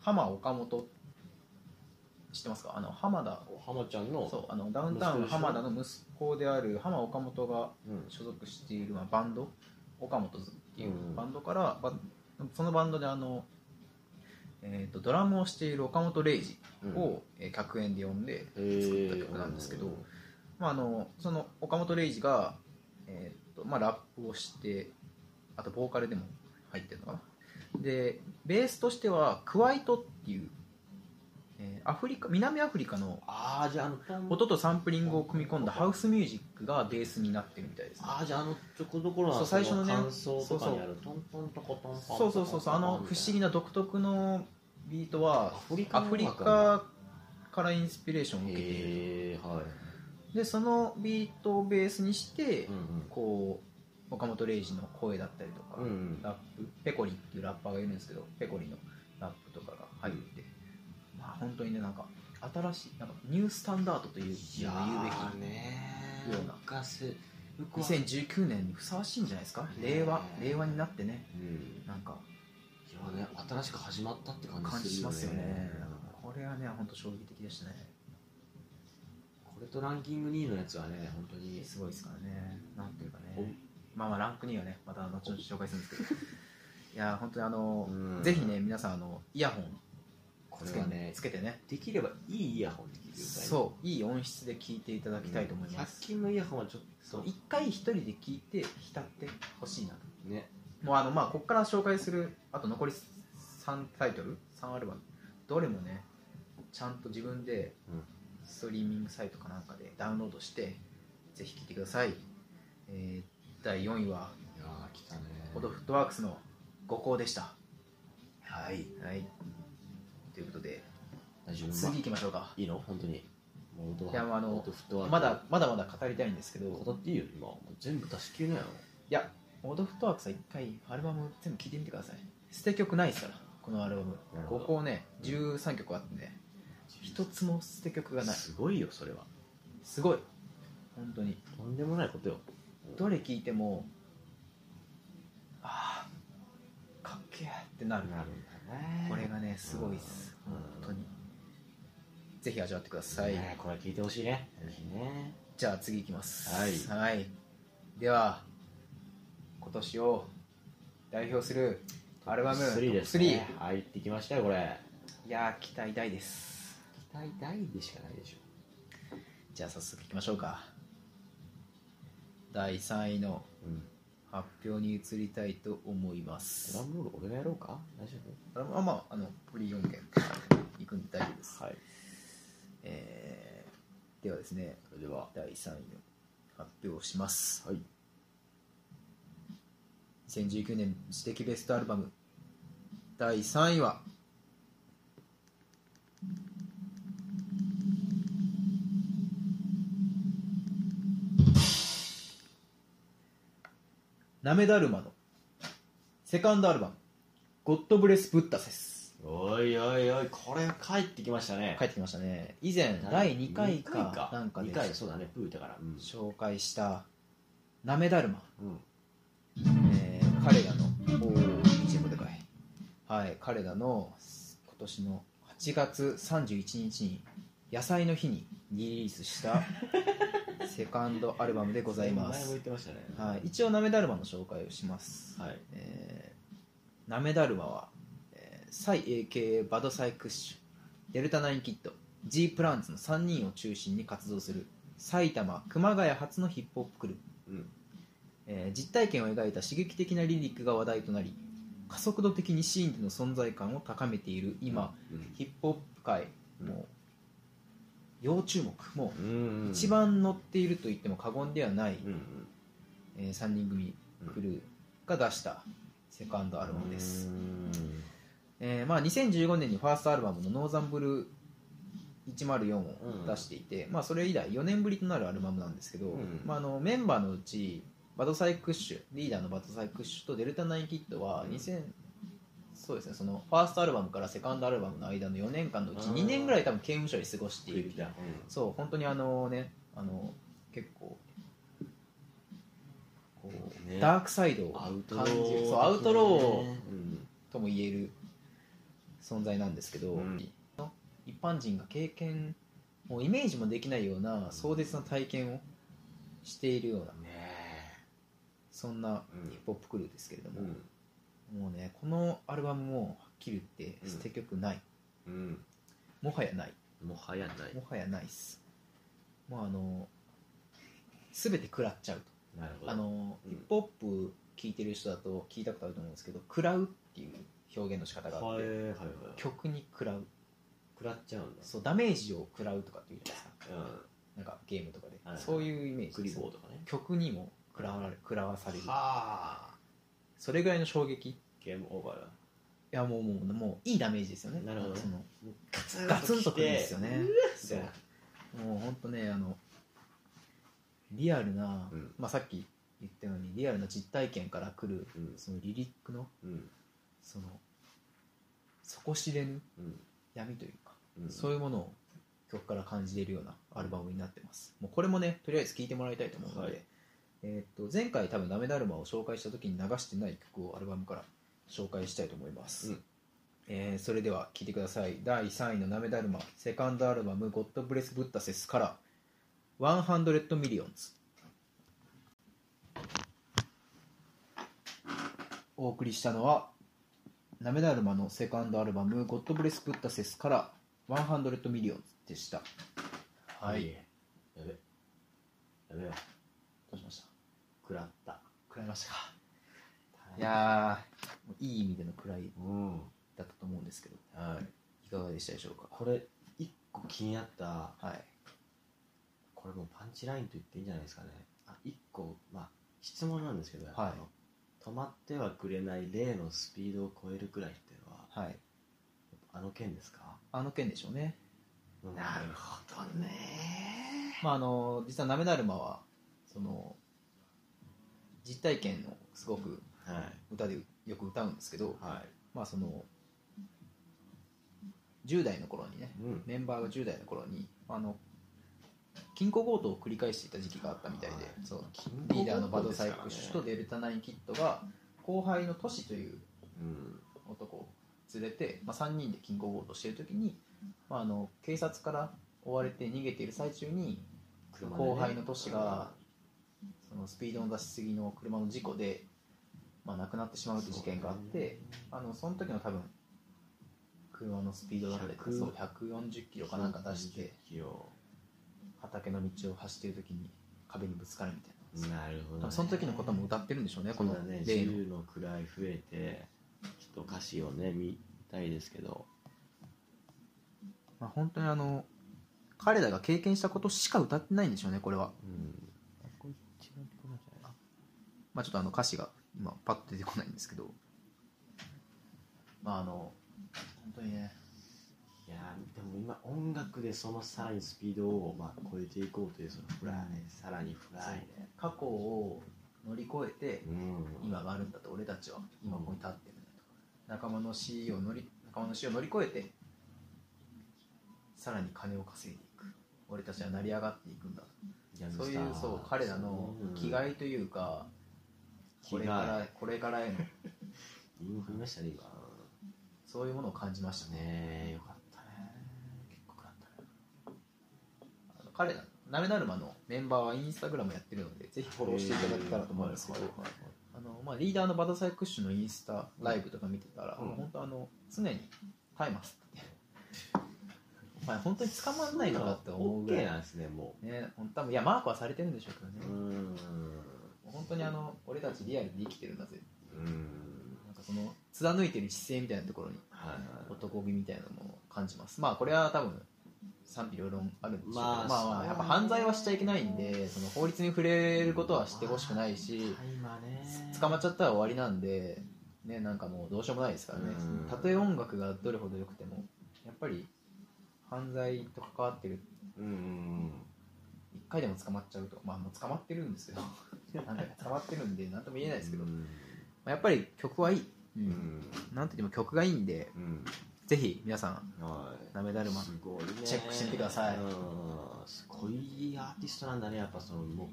S2: 浜岡本知ってますかあの浜田
S3: 浜ちゃんの
S2: そうあのダウンタウン浜田の息子である浜岡本が
S3: うん
S2: 所属している、まあ、バンド岡本図っていう
S3: うん
S2: バンドから、ばそのバンドであの、えー、とドラムをしている岡本零士
S3: うん
S2: を、えー客演で呼んで
S3: へえ
S2: 作った曲なんですけどまあ、あのその岡本零士が、えーっとまあ、ラップをしてあとボーカルでも入ってるのかなでベースとしてはクワイトっていう、えーアフリカ南アフリカの
S3: ああじゃああの
S2: 音とサンプリングを組み込んだハウスミュージックがベースになってるみたいですね
S3: ああじゃああのちょこどころ
S2: そう最初のね
S3: 感想とかにあるトントンとコトンパン
S2: そうそうそうそうあの不思議な独特のビートは
S3: フリ
S2: アフリカからインスピレーションを受けている
S3: へえはい
S2: でそのビートをベースにして、
S3: うん
S2: こう岡本零士の声だったりとか、
S3: うんうん
S2: ラップペコリっていうラッパーがいるんですけどペコリのラップとかが入って、まあ本当にねなんか新しいなんかニュースタンダードという
S3: いや
S2: 言うべ
S3: ー
S2: き
S3: ね
S2: ような
S3: 昔
S2: 2019年にふさわしいんじゃないですか令和令和になってね
S3: うん
S2: なんか
S3: いやね新しく始まったって感
S2: 感じ
S3: じ
S2: し
S3: するよね
S2: ますよねこれはね本当衝撃的でしたね
S3: これとランキング2位のやつはね本当に
S2: すごいですからねなんていうか
S3: ほ
S2: ね
S3: ん
S2: まあまあランク2はねまた後々紹介するんですけ どいやー本当にあの、
S3: うん
S2: ぜひね皆さんあのイヤホン
S3: こ
S2: つ
S3: れ
S2: け,、
S3: はね
S2: つけてね
S3: できればいいイヤホンで聞いてくださいね
S2: そういい音質で聞いていただきたいと思いま
S3: 100
S2: す、
S3: 均のイヤホンはちょっと
S2: 一回一人で聞いて浸ってほしいな
S3: ね
S2: もうあのまあここから紹介するあと残り3タイトル3アルバムどれもねちゃんと自分で
S3: うん
S2: ストリーミングサイトかなんかでダウンロードしてぜひ聴いてください、えー第4位はい
S3: やー来たね
S2: オドフットワークスの5校でした
S3: はい
S2: はいということで
S3: 大丈夫
S2: 次行きましょうか
S3: いいの本当にもう音
S2: いやもうあの
S3: 音フットワーク
S2: まだまだまだ語りたいんですけど
S3: 語っていいよ今もう全部出し切れないの
S2: いや、オードフットワークさん、一回アルバム全部聴いてみてください。捨て曲ないですから、このアルバム
S3: なる。ほ
S2: こ
S3: ど
S2: こね、13曲あってね、一つも捨て曲がない。
S3: すごいよそれは
S2: すごい。本当に。
S3: とんでもないことよ
S2: どれ聴いても、ああ、かっけえってなる。
S3: なるんだね
S2: これがね、すごいっす。
S3: うん
S2: 本当に。ぜひ味わってください。
S3: ねこれ聞いてほしいねぜひね
S2: じゃあ次いきます。。
S3: はい
S2: では、今年を代表するアルバム
S3: 3ですね
S2: トップ3
S3: 入ってきましたよこれ
S2: いやー期待大です
S3: 期待大でしかないでしょ
S2: じゃあ早速いきましょうか第3位の
S3: うん
S2: 発表に移りたいと思いま
S3: ドラ
S2: す
S3: ムロール俺がやろうか大丈
S2: あまあまああのフリー音源いくんで大丈夫です、
S3: 夫はい
S2: えーではですね
S3: それでは
S2: 第3位の発表をします
S3: はい
S2: 2019年知的ベストアルバム第3位はなめだるまのセカンドアルバム「ゴッドブレス・ブッダ」です
S3: おいおいおいこれ帰ってきましたね
S2: 帰ってきましたね以前第2回かなんか
S3: 2
S2: で
S3: 回そうだねプーだからうん
S2: 紹介した「なめだるま」
S3: うん
S2: えー彼らのおー一部でかいはい彼らの今年の8月31日に「野菜の日」にリリースした セカンドアルバムでございま
S3: 前も言
S2: す、
S3: ってましたね
S2: はい、一応なめだるまの紹介をします、
S3: はい
S2: えーなめだるまは、えーサイ AKA バドサイクッシュデルタナインキッド G プランツの3人を中心に活動する埼玉熊谷初のヒップホップクルー
S3: うん
S2: えー実体験を描いた刺激的なリリックが話題となり加速度的にシーンでの存在感を高めている今、
S3: うん
S2: ヒップホップ界もう要注目も
S3: うん
S2: う一番乗っていると言っても過言ではない、
S3: うん
S2: え3人組
S3: うん
S2: クルーが出したセカンドアルバムです、
S3: うん
S2: えーまあ、2015年にファーストアルバムの「ノーザンブルー104」を出していて、まあ、それ以来4年ぶりとなるアルバムなんですけど、
S3: うん
S2: まあ、あのメンバーのうちバトサイクッシュリーダーのバトサイクッシュとデルタナインキッドは
S3: うん
S2: 2000、そうですねそのファーストアルバムからセカンドアルバムの間の4年間のうち
S3: あー
S2: 2年ぐらい多分刑務所に過ごしてい
S3: で
S2: る
S3: きた
S2: そう本当にあのねあの結構こう、
S3: ね
S2: ダークサイドを
S3: ア
S2: 感
S3: ウ
S2: じ
S3: ト
S2: る
S3: ロー
S2: そうアウトローを
S3: うん
S2: とも言える存在なんですけど、
S3: うん
S2: 一般人が経験もうイメージもできないような壮絶な体験をしているような
S3: ね
S2: そんな
S3: うん
S2: ヒップホップクルーですけれど
S3: え
S2: も、もうねこのアルバムもはっきり言って捨て曲ない、
S3: うん
S2: もはやない
S3: もはやない
S2: もはやないっすもうあの全て食らっちゃうと
S3: なるほど
S2: あの、
S3: うん
S2: ヒップホップ聴いてる人だと聞いたことあると思うんですけど食らうっていう表現の仕方があっ
S3: は
S2: て、
S3: いはいはい
S2: 曲に食らう
S3: 食らっちゃうんだ
S2: そうダメージを食らうとかっていうじゃないですか
S3: うん
S2: なんかゲームとかで、
S3: はいはい
S2: そういうイメージ
S3: ク
S2: で
S3: リ
S2: す
S3: ボーとかね
S2: 曲にも食らわれ食らわされる
S3: はあ
S2: それぐらいの衝撃い
S3: ゲームオーバーだ
S2: やもうもうもういいダメージですよね
S3: なるほどね
S2: その
S3: ガツ
S2: ガツンとくるんですよね
S3: そう
S2: そうもうほんとねあのリアルな、
S3: うん
S2: まあ、さっき言ったようにリアルな実体験からくる
S3: うん
S2: そのリリックの
S3: うん
S2: その底知れぬ
S3: うん
S2: 闇というか、
S3: うん
S2: そういうものを曲から感じれるようなアルバムになってますもうこれもねとりあえず聴いてもらいたいと思うので、
S3: はい
S2: えーっと前回多分「ダメだるま」を紹介した時に流してない曲をアルバムから紹介したいと思います、
S3: うん
S2: えーそれでは聴いてください第3位の「ダメだるま」セカンドアルバム「ゴッドブレス・ブッダセス」から「100ミリオンズ」お送りしたのはナメダルマのセカンドアルバム「ゴッドブレス・ブッダセス」から「100ミリオン」でしたはい
S3: やべやべよ
S2: どうしました
S3: 食らった
S2: 食らいましたかいやーもういい意味での位
S3: うん
S2: だったと思うんですけど
S3: はい
S2: いかがでしたでしょう
S3: これ一個気になった
S2: かはい
S3: これもうパンチラインと言っていいんじゃないですかねあ一個まあ質問なんですけど、やっぱ
S2: はい
S3: あの止まってはくれない例のスピードを超えるくらいっていうのは
S2: はい
S3: あの件ですか
S2: あの件でしょうね
S3: なるほどね
S2: まああの実はナメダルマはその実体験をすごく
S3: はい
S2: 歌でよく歌うんですけど、
S3: は
S2: まあその10代の頃にね
S3: いうん
S2: メンバーが10代の頃にあの金庫強盗を繰り返していた時期があったみたいで、
S3: はい
S2: そうリーダーのバドサイクッシュと
S3: で、
S2: デルタナインキッドが後輩のトシという
S3: うん、
S2: 男を連れて、まあ、3人で金庫強盗している時に、まあ、あの警察から追われて逃げている最中に
S3: 車でね
S2: 後輩のトシがそのスピードの出しすぎの車の事故で、まあ、亡くなってしまうという事件があって、あのその時の多分車のスピードだったり
S3: 100
S2: そう140キロかなんか出して。畑の道を走っている時に壁にぶつかるみたいな、
S3: なるほ
S2: 多
S3: ど、ね、
S2: 分その時のことも歌ってるんでしょうねこの
S3: そうだね
S2: 例の
S3: 10の位増えてちょっと歌詞をね見たいですけど
S2: まあ、本当にあの彼らが経験したことしか歌ってないんでしょうねこれは、
S3: うん
S2: まあ、ちょっとあの歌詞が今パッと出てこないんですけどまああの本当にね
S3: いやーでも今音楽でそのさらにスピードを、まあ、超えていこうというそのフライ、さらにフライで、
S2: 過去を乗り越えて
S3: うん、
S2: 今があるんだと俺たちは今ここに立ってるんだと仲間の死を乗り仲間の死を乗り越えてさらに金を稼いでいく俺たちは成り上がっていくんだ
S3: ギャング
S2: そう
S3: ス
S2: い
S3: ター
S2: うそう彼らの気概というか、これからこれからへの
S3: うん韻を踏みましたね今
S2: そういうものを感じましたね
S3: ねえよかったね結構食らったね
S2: あの彼らなめだるまのメンバーはインスタグラムやってるのでぜひフォローしていただけたらと思うんですけど、
S3: はいはいはいはい
S2: あのまあ、リーダーのバドサイクッシュのインスタライブとか見てたら、
S3: うん
S2: もう本当あの常にタイマスってまあ、本当に捕まんないのかって思うぐら
S3: オッケー
S2: い
S3: なんですねも
S2: ね本当多分いやマークはされてるんでしょうけど
S3: うう
S2: ね
S3: ー、ん
S2: 本当にあの俺たちリアルで生きてるんだぜ
S3: うーん
S2: なんかその貫いてる姿勢みたいなところに
S3: はいはい
S2: 男気みたいなのも感じますまあこれは多分賛否両論あるんでしょうけど、
S3: ま
S2: まあ、
S3: あそう
S2: まあやっぱ犯罪はしちゃいけないんでその法律に触れることはしてほしくないし
S3: タイマーね
S2: 捕まっちゃったら終わりなんでねなんかもうどうしようもないですからね
S3: うん
S2: たとえ音楽がどれほど良くてもやっぱり犯罪と関わってる
S3: うんうんうん
S2: 一回でも捕まっちゃうとまあもう捕まってるん ですけどなんか捕まってるんで何とも言えないですけど、
S3: う
S2: ま
S3: ん
S2: あ、やっぱり曲はいい、う、
S3: うんん
S2: なんといっても曲がいいんで
S3: うん
S2: ぜひ皆さん
S3: はい
S2: なめだるます
S3: ごいね
S2: チェックしてみてください
S3: うんすごいアーティストなんだねやっぱそのも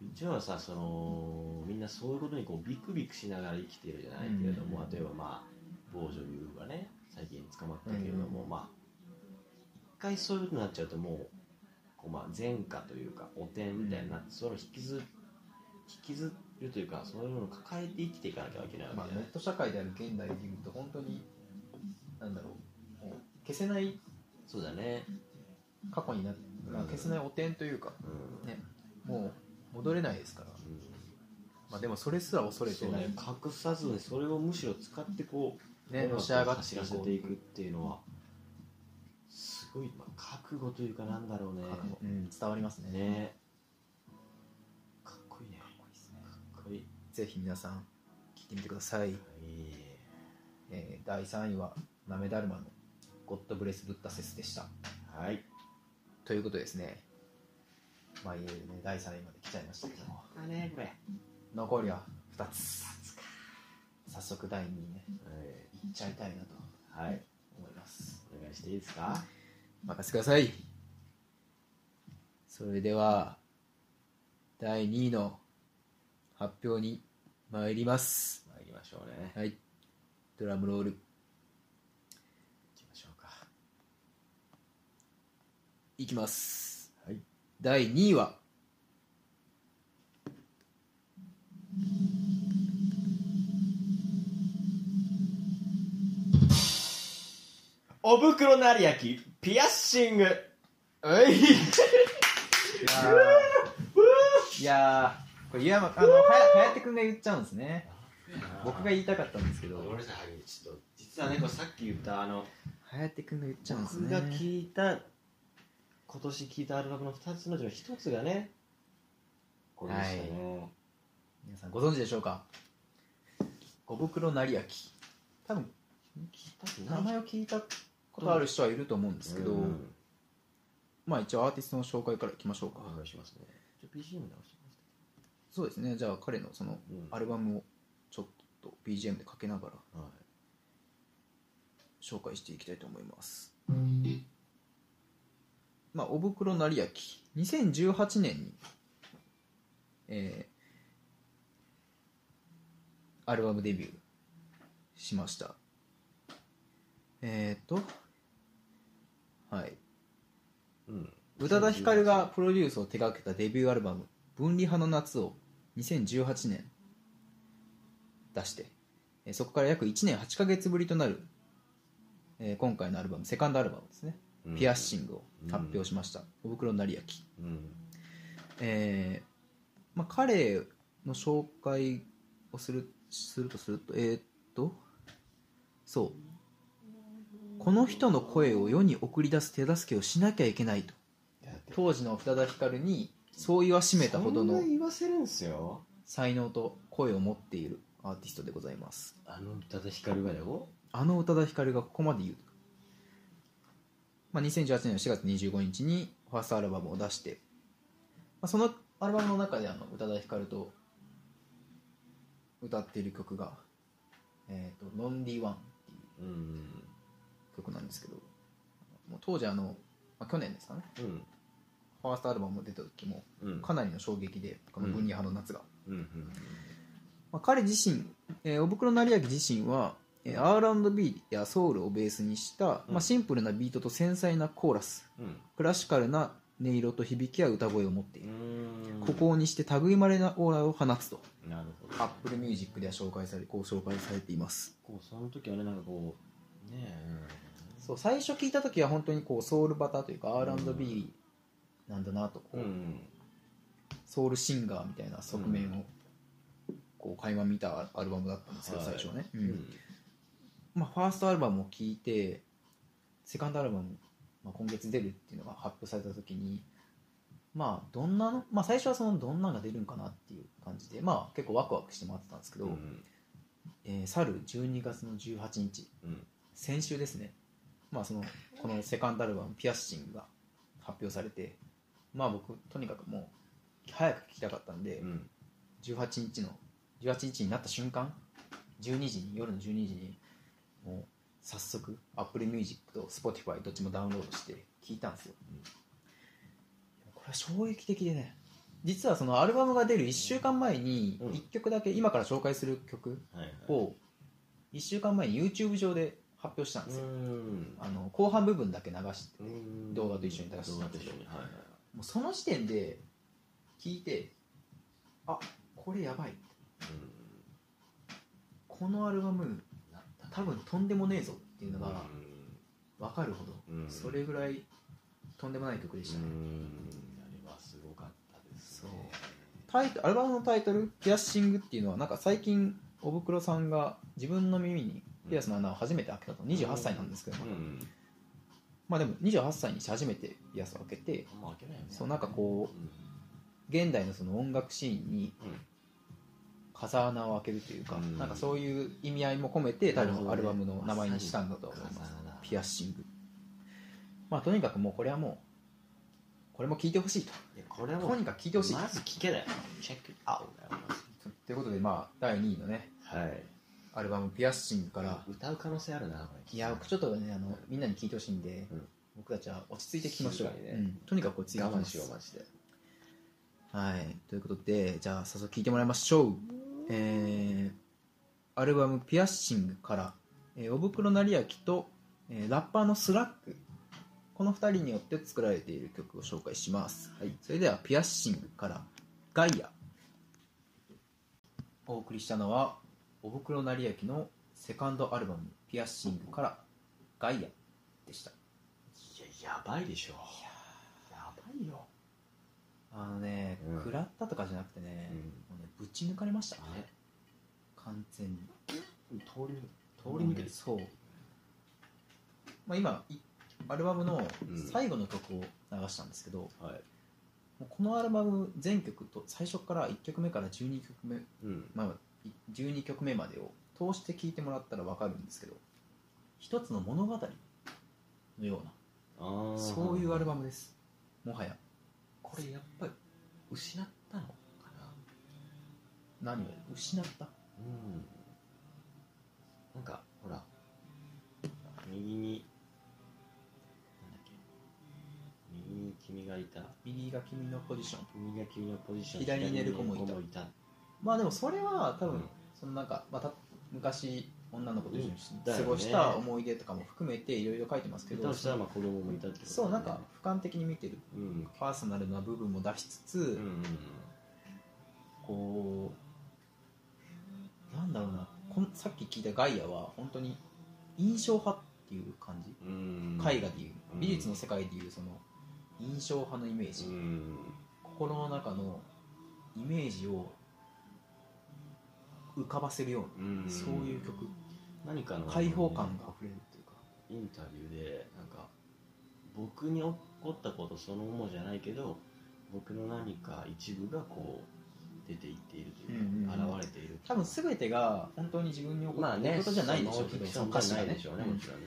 S3: う一応はさそのみんなそういうことにこうビクビクしながら生きてるじゃないけれども、
S2: うん
S3: 例えばまあ某女優がね最近捕まったけれども、まあ一回そういうことになっちゃうともうこうまあ前科というか汚点みたいになって、それを引きず引きずるというかそういうのを抱えて生きていかなきゃいけないわ
S2: まあ、
S3: けじゃ
S2: ネ
S3: な
S2: ッ
S3: い、
S2: ト社会である現代でいうと本当になんだろうもう消せない
S3: そうだね、
S2: 過去にな、まあ、消せない汚点というか、
S3: うん
S2: ね、もう戻れないですから、
S3: うん
S2: まあ、でもそれすら恐れて
S3: そう
S2: ない
S3: ね、隠さずにそれをむしろ使ってこう、
S2: ね
S3: 音楽を
S2: のし上がって
S3: 走らせていくっていうのはすごい、まあ、覚悟というかなんだろうね
S2: 覚悟うん、伝わりますね
S3: ねかっこいいねかっこいい、
S2: ぜひ皆さん聞いてみてください、
S3: はい、
S2: えー第3位はなめだるまの「ゴッドブレス・ブッダセス」でした
S3: はい、
S2: ということですねまあいえいえね第3位まで来ちゃいましたけども
S3: だねこれ、はい、
S2: 残りは2つ早速第2位ねいっちゃいたいなと
S3: はい、
S2: 思います
S3: お願いしていいですか
S2: 任せてくださいそれでは第2位の発表に参ります
S3: まあ行きましょうね
S2: はいドラムロール
S3: 行きましょうか
S2: いきます、
S3: はい
S2: 第2位は
S3: お袋の有焼きピアッシング うい
S2: いやーいやーこれ湯山あのはやはやてくんが言っちゃうんですね僕が言いたかったんですけど
S3: 俺さちょっと実はねこれさっき言ったあの
S2: はやてくんが言っちゃうんです
S3: 僕
S2: ね
S3: が聞いた今年聞いたアルバムの2つのうちの1つがねこれでしたね、
S2: 皆さんご存知でしょうか五袋成明多分
S3: 聞いた
S2: 名前を聞いたことある人はいると思うんですけど、
S3: うん
S2: まあ一応アーティストの紹介からいきましょうか
S3: お願いしますねちょ BGM 直してま
S2: そうですねじゃあ彼のその
S3: すうん
S2: アルバムをちょっと BGM でかけながら
S3: はい
S2: 紹介していきたいと思います、まあ、おぶくろ成明2018年に、えーアルバムデビューしましたえっ、とはい
S3: うん
S2: 宇多田ヒカルがプロデュースを手掛けたデビューアルバム「分離派の夏」を2018年出してえーそこから約1年8ヶ月ぶりとなる、えー今回のアルバムセカンドアルバムですね「ピアッシング」を発表しました、お袋成明、
S3: うん
S2: えーまあ、彼の紹介をするするとするとえーっとそうこの人の声を世に送り出す手助けをしなきゃいけないと当時の宇多田ヒカルにそう言わしめたほど
S3: そ
S2: の
S3: んな言わせるんすよ
S2: 才能と声を持っているアーティストでございます
S3: あの宇多田ヒカルがだよ
S2: あの宇多田ヒカルがここまで言うと、まあ、2018年の4月25日にファーストアルバムを出して、まあ、そのアルバムの中であの宇多田ヒカルと歌っている曲が「えー、とロンリーワン」っていう
S3: うん
S2: 曲なんですけどもう当時あの、まあ、去年ですかね
S3: うん
S2: ファーストアルバムが出た時も
S3: うん
S2: かなりの衝撃でこの「分離派の夏が」
S3: うんうん
S2: まあ、彼自身、えー、おぶくろ成明自身は、えー、R&B やソウルをベースにした、
S3: うん
S2: まあ、シンプルなビートと繊細なコーラス
S3: うん
S2: クラシカルな音色と響きや歌声を持っている、
S3: うん
S2: ここにして類いまれなオーラを放つと
S3: なるほど
S2: Apple Music では紹介されこう紹介されています
S3: こうその時はねなんかこうねえ
S2: そう最初聞いた時は本当にこうソウルバターというか R&B なんだなと、こう
S3: うん
S2: ソウルシンガーみたいな側面をこう垣間見たアルバムだったんですけど
S3: はい
S2: 最初ね、う
S3: うんん
S2: まあ、ファーストアルバムを聴いてセカンドアルバム、まあ、今月出るっていうのが発表された時にまあどんなの、まあ、最初はそのどんなのが出るんかなっていう感じでまあ結構ワクワクして待ってたんですけど、
S3: うん
S2: えー去る12月の18日
S3: うん
S2: 先週ですねまあそのこのセカンドアルバム「ピアッシング」が発表されてまあ僕とにかくもう早く聴きたかったんで、
S3: うん
S2: 18日の18日になった瞬間12時に夜の12時にもう早速 Apple Music と Spotify どっちもダウンロードして聞いたんですよ、
S3: うん
S2: これは衝撃的でね実はそのアルバムが出る1週間前に
S3: うん
S2: 1曲だけ今から紹介する曲
S3: はいはい
S2: を1週間前に YouTube 上で発表したんで
S3: う
S2: すよ、
S3: ん
S2: あの後半部分だけ流して
S3: うん
S2: 動画と一緒に出して
S3: 動画と一緒にはいはい
S2: もうその時点で聞いてあこれやばい
S3: うん
S2: このアルバム
S3: なったね
S2: 多分とんでもねえぞっていうのが
S3: うん
S2: 分かるほど、
S3: うん
S2: それぐらいとんでもない曲でしたね、
S3: うんあれはすごかったですね
S2: タイトアルバムのタイトル「ピアッシング」っていうのはなんか最近おぶくろさんが自分の耳にピアスの穴を初めて開けたと28歳なんですけど、
S3: うん
S2: まあでも28歳にして初めてピアスを開けて
S3: あんま開けないよね
S2: そうなんかこう
S3: うん
S2: 現代のその音楽シーンに
S3: うん
S2: 風穴を開けるというか、
S3: うん
S2: なんかそういう意味合いも込めて多
S3: なるほど
S2: 分
S3: ね
S2: アルバムの名前にしたんだと思います
S3: まさに
S2: ピアッシングまあとにかくもうこれはもうこれも聴いてほしいと
S3: いやこれはも
S2: と
S3: う
S2: にかく聴いてほしい
S3: まず聞けだよチェックアウ
S2: ということでまあ第2位のね
S3: トはい
S2: アルバム「ピアッシング」から
S3: 歌う可能性あるなこれ
S2: いやちょっとねあのみんなに聴いてほしいんで、
S3: うん
S2: 僕たちは落ち着いて聴きましょう、
S3: 静かにね
S2: うんとにかく落ち着いて聴き
S3: 我慢
S2: ま
S3: し
S2: し
S3: よ
S2: ょ
S3: う
S2: う
S3: マジで
S2: はいということでじゃあ早速聴いてもらいましょうえーアルバム「ピアッシング」から、えー、おぶくろなりやきと、えーラッパーのスラックこの2人によって作られている曲を紹介します、はい、それでは「ピアッシング」から「ガイア」お送りしたのはおぶくろなりやきのセカンドアルバム「ピアッシング」から「ガイア」でした
S3: いややばいでしょやばいよ
S2: あのね、
S3: うん
S2: 食らったとかじゃなくてね,、
S3: うん
S2: もうねぶち抜かれました
S3: ね
S2: 完全に
S3: 通り通り抜けて
S2: そう、まあ、今いアルバムの最後の曲を流したんですけど、も
S3: はい、
S2: うこのアルバム全曲と最初から1曲目から12曲目、
S3: うん、
S2: まあ、い12曲目までを通して聴いてもらったら分かるんですけど一つの物語のよう
S3: あー
S2: なそういうアルバムですもはや
S3: これやっぱり失ったのかな
S2: 何を失った
S3: うんなんかほら右になんだっけ右に君がいた
S2: 右が君のポジション
S3: 右が君のポジション
S2: 左に寝る子もいた
S3: 左に寝る子も
S2: まあでもそれは多分、
S3: うん
S2: そのなんかまた昔女の子と一緒に
S3: うんだよ
S2: 過
S3: ね
S2: ごした思い出とかも含めていろいろ書いてますけ
S3: いた
S2: ど、
S3: 下手したらまあ子供もいたってことだよね
S2: そうなんか俯瞰的に見てる
S3: うん
S2: パーソナルな部分も出しつつ、
S3: うんうん
S2: こうなんだろうなこんさっき聞いた「ガイア」は本当に印象派っていう感じ、
S3: うん
S2: 絵画でいう
S3: うん
S2: 美術の世界でいうその印象派のイメージ、
S3: うん
S2: 心の中のイメージを浮かばせるような、
S3: うん
S2: そういう曲
S3: 何かの
S2: 開放感が溢れるというか
S3: インタビューでなんか僕に起こったことそのものじゃないけど僕の何か一部がこう出ていっているという
S2: う
S3: か、
S2: んうんうん
S3: 現れている
S2: 多分全てが本当に自分に起こ
S3: まあ
S2: ってい
S3: ね
S2: ることじゃないでしょう
S3: そ
S2: けど、
S3: のフィクシ
S2: そ
S3: ョ
S2: の
S3: ン
S2: 歌詞
S3: じゃ
S2: が
S3: ない
S2: ね
S3: でしょうね
S2: うん
S3: もちろんね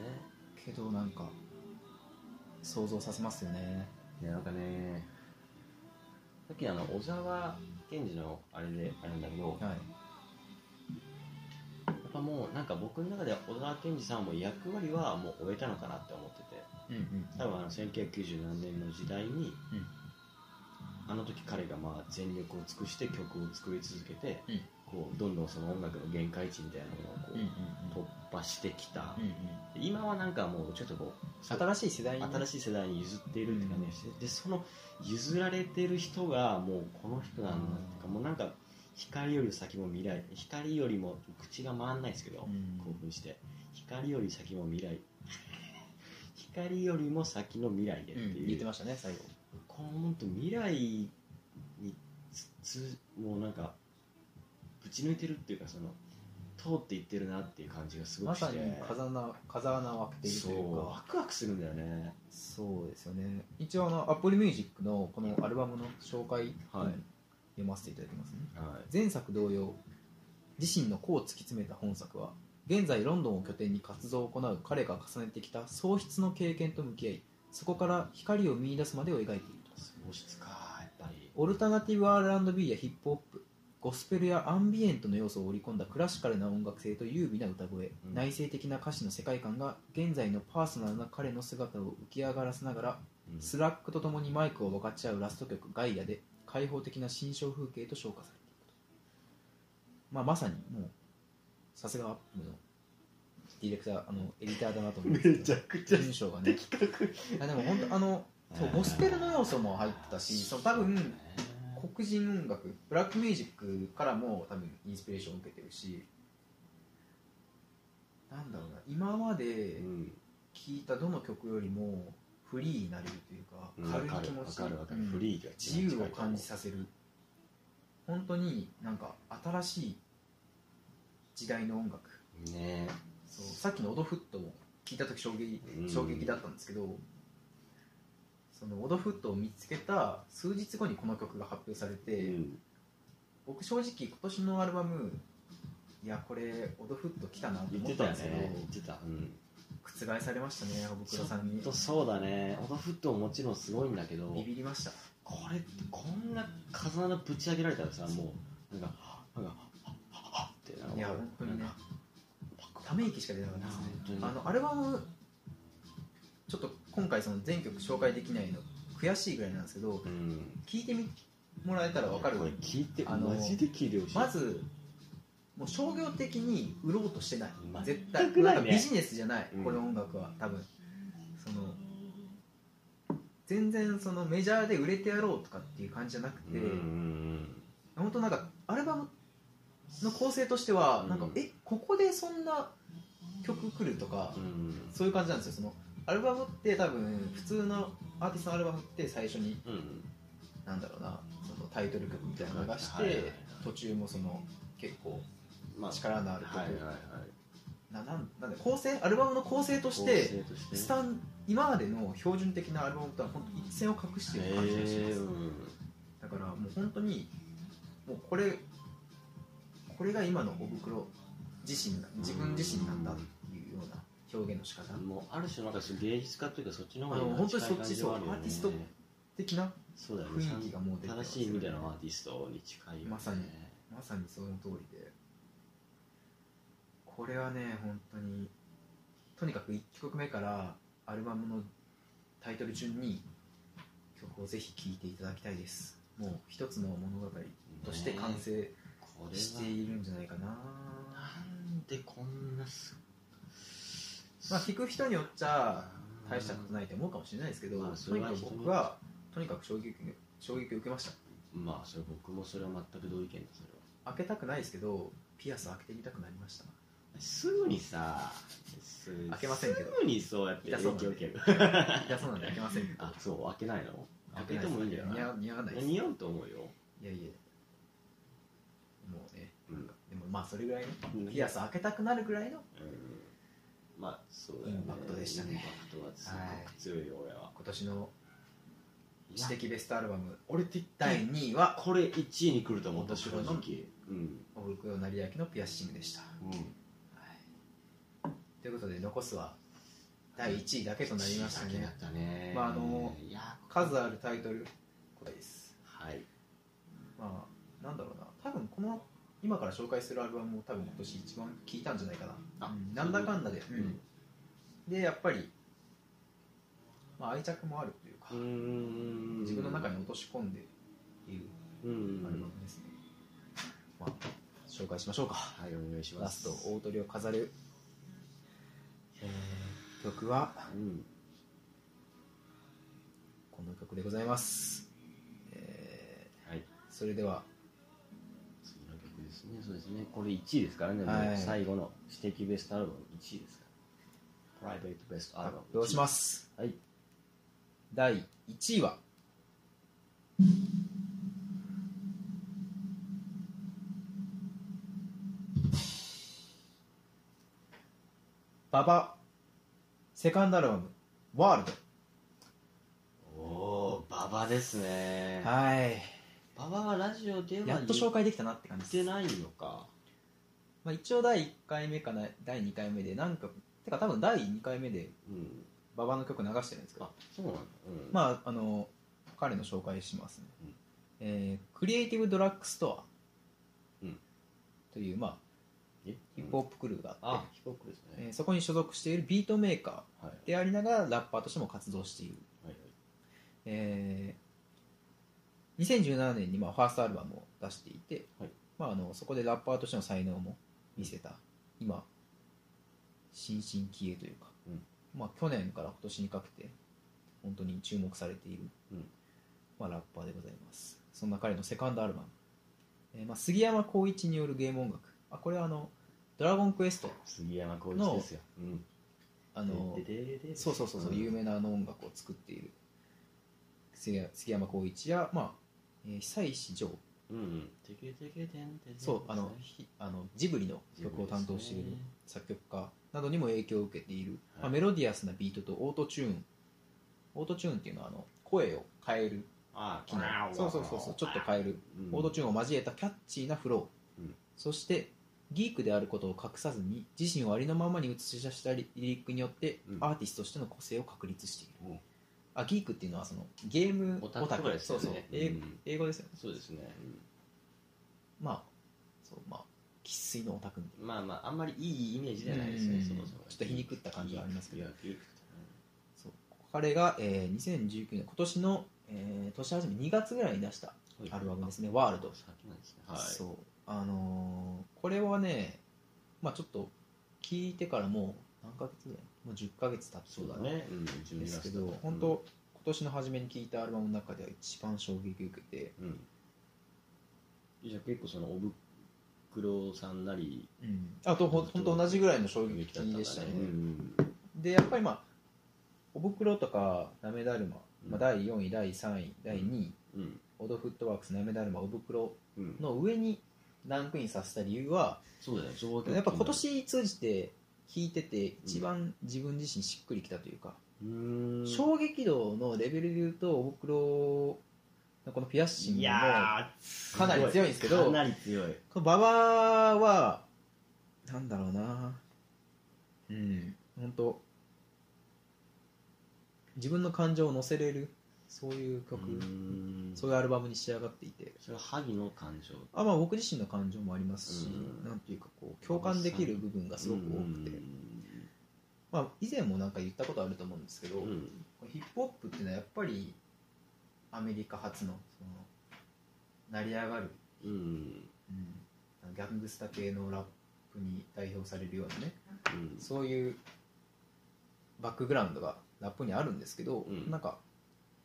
S2: けどなんか想像させますよね
S3: いやなんかねさっきあの小沢健二のあれであれなんだけどや
S2: はい
S3: っぱもうなんか僕の中では小沢健二さんも役割はもう終えたのかなって思ってて
S2: うんうん
S3: 多分あの1990何年の時代に、
S2: うん
S3: あの時彼がまあ全力を尽くして曲を作り続けて、
S2: うん
S3: こうどんどんその音楽の限界値みたいな
S2: うんうん
S3: ものをこう突破してきた、
S2: うんうん
S3: 今はなんかもうちょっとこう
S2: 新しい世代に
S3: 新しい世代に譲っているって感じがして、でその譲られてる人がもうこの人なんだっていうか、
S2: うん
S3: もうなんか光より先も未来光よりも口が回んないですけど、
S2: うん
S3: 興奮して光より先も未来 光よりも先の未来でっ
S2: う
S3: て
S2: ん、
S3: い
S2: 言っ
S3: う、
S2: てましたね最後
S3: この本当未来につつもうなんかぶち抜いてるっていうかその通っていってるなっていう感じがすご
S2: ま
S3: くして
S2: さに風穴風穴を開けていると
S3: そ
S2: いう
S3: う
S2: か
S3: ワクワクするんだよね
S2: そうですよね一応あの Apple Music のこのアルバムの紹介
S3: はい
S2: 読ませていただきますね、
S3: はい
S2: 前作同様自身の個を突き詰めた本作は現在ロンドンを拠点に活動を行う彼が重ねてきた喪失の経験と向き合いそこから光を見出すまでを描いていると
S3: 喪失かやっぱり
S2: オルタナティブ R&B やヒップホップゴスペルやアンビエントの要素を織り込んだクラシカルな音楽性と優美な歌声、
S3: うん
S2: 内省的な歌詞の世界観が現在のパーソナルな彼の姿を浮き上がらせながら
S3: うん
S2: スラックとともにマイクを分かち合うラスト曲「ガイア」で開放的な新象風景と昇華されていくと、まあ、まさにもうさすがアップのディレクターあのエディターだなと思うんです
S3: め
S2: け
S3: ち
S2: ど
S3: ゃくちゃ
S2: 文章がねあでも本当あのそうゴスペルの要素も入ってたしそう多分黒人音楽ブラックミュージックからも多分インスピレーションを受けてるしなんだろうな今ま
S3: う
S2: で
S3: ん
S2: 聴いたどの曲よりもフリーになれるというか
S3: うんわ
S2: 軽い
S3: か
S2: 気
S3: る
S2: 持
S3: わ
S2: ち
S3: かるわかる
S2: うん
S3: フリーが一
S2: 自由
S3: 番近いと
S2: を
S3: 思う
S2: 感じさせる本当になんか新しい時代の音楽
S3: ね
S2: そうさっきのオドフットを聞いた時衝撃
S3: うん
S2: 衝撃だったんですけど、そのオドフットを見つけた数日後にこの曲が発表されて、
S3: えうん
S2: 僕正直今年のアルバムいやこれオドフット来たなと
S3: 言っ
S2: 思
S3: て
S2: ったたん
S3: よ
S2: ですけど、
S3: ね言ってたうん
S2: 覆されましたね僕らさんに
S3: とそうだねオドフットももちろんすごいんだけど
S2: ビビりました
S3: これってこんな風穴ぶち上げられたらさもうなんかなんかはっはっはっってなんか
S2: いや本当にね
S3: なんかパク
S2: ため息しか出なかったですね
S3: 本当
S2: あ
S3: に
S2: のアルバムちょっと今回その全曲紹介できないの悔しいぐらいなんですけど
S3: うん
S2: 聞いてみもらえたら分かる
S3: これ聞いて
S2: あの
S3: マジで聞いてほしい
S2: まずもう商業的に売ろうとしてない絶対
S3: 全くないね
S2: んかビジネスじゃない、
S3: うん
S2: この音楽は多分その全然そのメジャーで売れてやろうとかっていう感じじゃなく
S3: うん
S2: て、
S3: うんうん
S2: 本当なんかアルバムの構成としてはなんか、
S3: うん
S2: えここでそんな曲来るとか、
S3: うん
S2: そういう感じなんですよそのアルバムって多分普通のアーティストのアルバムって最初に
S3: うん
S2: なんだろうなそのタイトル曲みたいなの流して、
S3: はいはいはい
S2: 途中もその結構
S3: まあ
S2: 力のある曲、
S3: はいはいはい
S2: ななんなんだ構成アルバムの構成とし
S3: 構
S2: て
S3: 成として
S2: スタン今までの標準的なアルバムとは本当一線を画している感じがしま
S3: へえ
S2: す、
S3: うん
S2: だからもう本当にもうこれこれが今のお袋自身な自分自身なんだっていうような表現の仕方
S3: もうある種なんかそう芸術家というかそっちの方が
S2: あの
S3: 今
S2: 本当に
S3: 近い感
S2: そっ
S3: じ
S2: ちそう
S3: はあるよね
S2: アーティスト的な
S3: そうだよね
S2: 雰囲気がもう出てま
S3: 正
S2: す
S3: しい意味でのアーティストに近いよね
S2: まさにまさにその通りでこれはね本当にとにかく1曲目からアルバムのタイトル順に曲をぜひ聴いていただきたいですもう一つの物語として完
S3: ね
S2: 成
S3: これ
S2: して
S3: はい
S2: るんじゃないかな、
S3: なんでこんなす
S2: まあ聴く人によっちゃ
S3: うん
S2: 大したことないと思うかもしれないですけど、
S3: まあそ
S2: と
S3: れ
S2: に
S3: は
S2: かく
S3: 人に
S2: 僕はとにかく衝撃衝撃を受けました
S3: まあそれ僕もそれは全く同意見だそれは
S2: 開けたくないですけどピアス開けてみたくなりました
S3: すぐにさす
S2: 開けませんけど
S3: すぐにそうやって
S2: 痛
S3: 影
S2: そう
S3: 響
S2: なんで
S3: 受ける
S2: 痛そうなんで開けませんけど
S3: あそう開けないの開け
S2: な
S3: てもいいんだよ
S2: 似合
S3: な
S2: う似合わないです
S3: 似合うと思うよ
S2: いやいやもうね
S3: うん
S2: でもまあそれぐらいの
S3: うん
S2: ピアス開けたくなるぐらいの
S3: うんまあそうだよね
S2: インパクトでしたね
S3: インパクトはすごく強いよ俺は
S2: 今年の
S3: いや
S2: 知的ベストアルバム
S3: 俺的
S2: 第2位は
S3: これ1位に来ると思った
S2: 私
S3: 正
S2: は
S3: 直
S2: なん
S3: うん
S2: オルクヨ成明のピアッシングでした、
S3: うん
S2: ということで残すは第1位だけとなりました
S3: だけだ
S2: ね
S3: ったね
S2: まああの
S3: いや
S2: 数あるタイトルこれです
S3: はい
S2: まあなんだろうな多分この今から紹介するアルバムも多分今年一番聴いたんじゃないかな
S3: あ
S2: うんなんだかんだで、でやっぱり、まあ、愛着もあるというか、
S3: ん
S2: 自分の中
S3: に
S2: に落とし込んでいる
S3: うん
S2: アルバムですね、まあ、紹介しましょうか
S3: はいお願いしま
S2: ラス
S3: す
S2: ト大鳥を飾る、えー曲は
S3: うん
S2: この曲でございます、え
S3: はい
S2: ーそれでは
S3: 次の曲ですねそうですねこれ1位ですからね、
S2: はい
S3: 最後の「私的ベストアルバム」1位ですかプライベートベストア
S2: 発
S3: ルバム
S2: 表します
S3: はい
S2: 第1位はババセカンドアルバム「ワール
S3: おお馬場ですね
S2: ド」はい
S3: 馬場はラジオでは
S2: やっと
S3: 言
S2: 紹
S3: っ
S2: 介できたなって感じです
S3: てないのか
S2: まあ、一応第1回目かな第2回目でなんかてか多分第2回目で
S3: うん
S2: 馬場の曲流してるんですけど
S3: あそうなんだうんあ
S2: まああの彼の紹介しますね、
S3: うん
S2: えークリエイティブドラッグストア
S3: うん
S2: という、まあ、
S3: ヒ
S2: ヒップホップクルーがあっ
S3: あヒップホップです
S2: て、
S3: ね
S2: えーそこに所属しているビートメーカ
S3: はい
S2: ーでありながらラッパーとしても活動している、
S3: はい
S2: えー2017年にまあファーストアルバムを出していて、
S3: はい
S2: まあ、あのそこでラッパーとしての才能も見せた今新進気鋭というか、
S3: うん
S2: まあ、去年から今年にかけて本当に注目されている、
S3: うん
S2: まあ、ラッパーでございますそんな彼のセカンドアルバム、えーまあ、杉山浩一によるゲーム音楽あこれはあの「ドラゴンクエスト
S3: 杉山浩一ですようん」
S2: あの
S3: でででで
S2: そうそうそうそう、
S3: ん
S2: 有名なあの音楽を作っている杉杉山浩一や、まあえー久石譲、
S3: うんうんてけてけてんてん
S2: そうあのひあのジブリの曲を担当している
S3: ジブリですね
S2: 作曲家などにも影響を受けている、ま
S3: は
S2: あ、
S3: い
S2: メロディアスなビートとオートチューンオートチューンっていうのはあの声を変える
S3: あ
S2: 機能そうそうそうそうちょっと変える
S3: うん
S2: オートチューンを交えたキャッチーなフロー、
S3: うん
S2: そしてギークであることを隠さずに自身をありのままに映し出したリリックによって、
S3: うん
S2: アーティストとしての個性を確立している
S3: うん
S2: あギークっていうのはそのゲーム
S3: オタクとかですよね
S2: そうそう英,、
S3: うん
S2: 英語ですよね
S3: そうですね
S2: まあそうまあ生粋のオタクみたい
S3: うんまあまああんまりいいイメージで
S2: な
S3: はないですね
S2: うん
S3: そもそも
S2: ちょっと皮肉った感じはありますけど
S3: いや皮肉って
S2: そう彼が、えー2019年今年の、えー年始め2月ぐらいに出した
S3: はい
S2: アルバムですね「ワールド」
S3: さっきなんですねはい
S2: そうあのーこれはねまあちょっと聞いてからもう何ヶ月ぐらいもう10ヶ月経って
S3: そ
S2: る
S3: うだ
S2: かな
S3: ねうん12
S2: ですけど
S3: 月だ
S2: 本当、今年の初めに聞いたアルバムの中では一番衝撃を受けて、
S3: うんじゃあ結構そのおぶくろさんなり
S2: あとほん本当同じぐらいの衝撃
S3: んだ
S2: でしたね、
S3: うん
S2: でやっぱりまあお袋とかなめだるま、
S3: うん
S2: まあ、第4位第3位第2位、
S3: うん
S2: オドフットワークスなめだるまお袋
S3: うん
S2: の上にランクインさせた理由は
S3: そうだよそこは結構
S2: やっぱ今年通じて聴いてて一番自分自身しっくりきたというか、
S3: うーん
S2: 衝撃度のレベルで言うとお袋のこのピアッシングも
S3: いやー
S2: かなり強いんですけど
S3: かなり強い
S2: この馬場はなんだろうなうん本当自分の感情を乗せれるそういう曲、
S3: うーん
S2: そういうアルバムに仕上がっていて
S3: それは萩の感情
S2: あまあ僕自身の感情もありますし、
S3: うん
S2: なんていうかこう共感できる部分がすごく多くて、まあ、以前もなんか言ったことあると思うんですけど、
S3: うんうん
S2: ヒップホップっていうのはやっぱりアメリカ初のその成り上がる、
S3: うん
S2: うん、ギャングスタ系のラップに代表されるようなね
S3: うん
S2: そういうバックグラウンドがラップにあるんですけど、
S3: うん
S2: なんか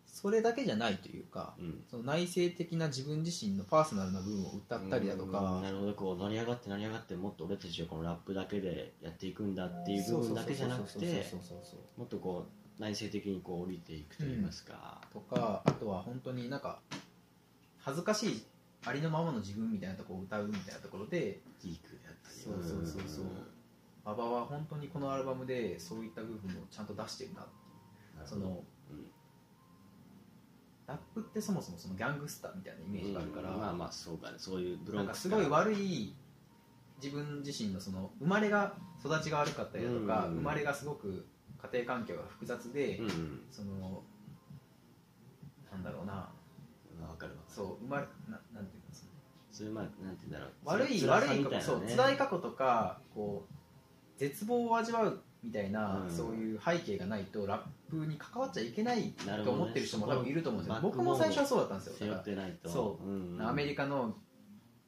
S2: それだけじゃないというか
S3: うん
S2: その内省的な自分自身のパーソナルな部分を歌ったりだと
S3: う
S2: か
S3: んなるほどこう成り上がって成り上がってもっと俺たちはこのラップだけでやっていくんだっていう部分だけじゃなくて
S2: そうそうそうそう
S3: もっとこう内省的にこう降りていくと言いますか、
S2: そうとかあとは本当になんか恥ずかしいありのままの自分みたいなとこを歌うみたいなところで
S3: ギークやったり
S2: そうそうそうそう馬場は本当にこのアルバムでそういった部分をちゃんと出してるなって
S3: なる
S2: そ
S3: ほど
S2: のラップってそもそもそのギャングスターみたいなイメージがあるから、
S3: うんまあまあそうかねそういうブロ
S2: な
S3: ン
S2: ん
S3: ク
S2: か
S3: ス
S2: す
S3: か
S2: ごい悪い自分自身のその生まれが育ちが悪かったりだとか、
S3: うん
S2: 生まれがすごく家庭環境が複雑で、
S3: うんうん
S2: そのなんだろうな
S3: まあわかるわ
S2: そう生まれななんていうのその
S3: それまあなんて言うんだろう
S2: 悪い
S3: 辛
S2: 悪
S3: さ
S2: い
S3: み
S2: 過
S3: た
S2: 去
S3: い
S2: そう
S3: な
S2: 辛
S3: ね
S2: い過去とかこう絶望を味わうみたいな、
S3: うん
S2: そういう背景がないとラップに関わっちゃいけない
S3: なるほ
S2: と
S3: どね
S2: 思ってる人も多分いると思うんですよ、
S3: そこの
S2: 僕も最初はそうだったんです
S3: 背
S2: よ
S3: 負
S2: だ
S3: っ
S2: か
S3: てないと
S2: そ
S3: うんうん、
S2: らアメリカの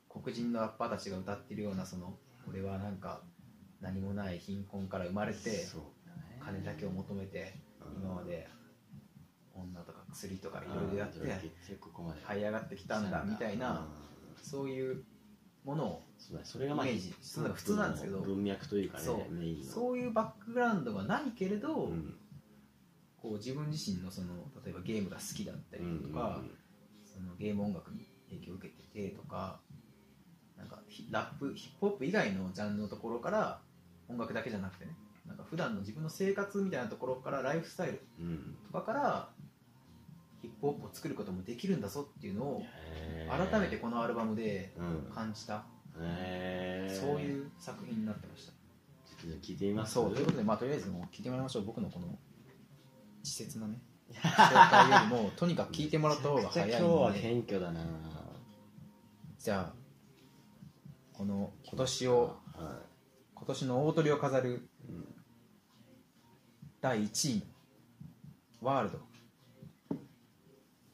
S2: 黒人のラッパーたちが歌ってるようなその俺はなんか何もない貧困から生まれて
S3: そうだね
S2: 金だけを求めて
S3: うん
S2: 今まで女とか薬とかいろいろやっ
S3: うん
S2: て
S3: 結構ここまで
S2: 這い上がってきたんだみたいな
S3: う
S2: そういうものを
S3: そうだそれがまあ
S2: イメージするのが普通なんですけど
S3: 文脈というかね
S2: そう
S3: メインの
S2: そういうバックグラウンドがないけれど、
S3: うん
S2: こう自分自身のその例えばゲームが好きだったりとか、
S3: うん
S2: そのゲーム音楽に影響を受けててとかなんかヒラップヒップホップ以外のジャンルのところから音楽だけじゃなくてねなんか普段の自分の生活みたいなところからライフスタイル
S3: うん
S2: とかからヒップホップを作ることもできるんだぞっていうのを
S3: へー
S2: 改めてこのアルバムで
S3: うん
S2: 感じた、
S3: へー
S2: そういう作品になってました、
S3: ちょっと聞いてみます
S2: そうということでまあとりあえずもう聞いてもらいましょう僕のこの稚拙なね紹介よりもとにかく聞いてもらった方が早い
S3: めちゃくちゃ今日
S2: の
S3: は
S2: で
S3: 謙虚だな
S2: じゃあこの今年を
S3: は
S2: 今年の大鳥を飾る
S3: いうん
S2: 第1位のワールド今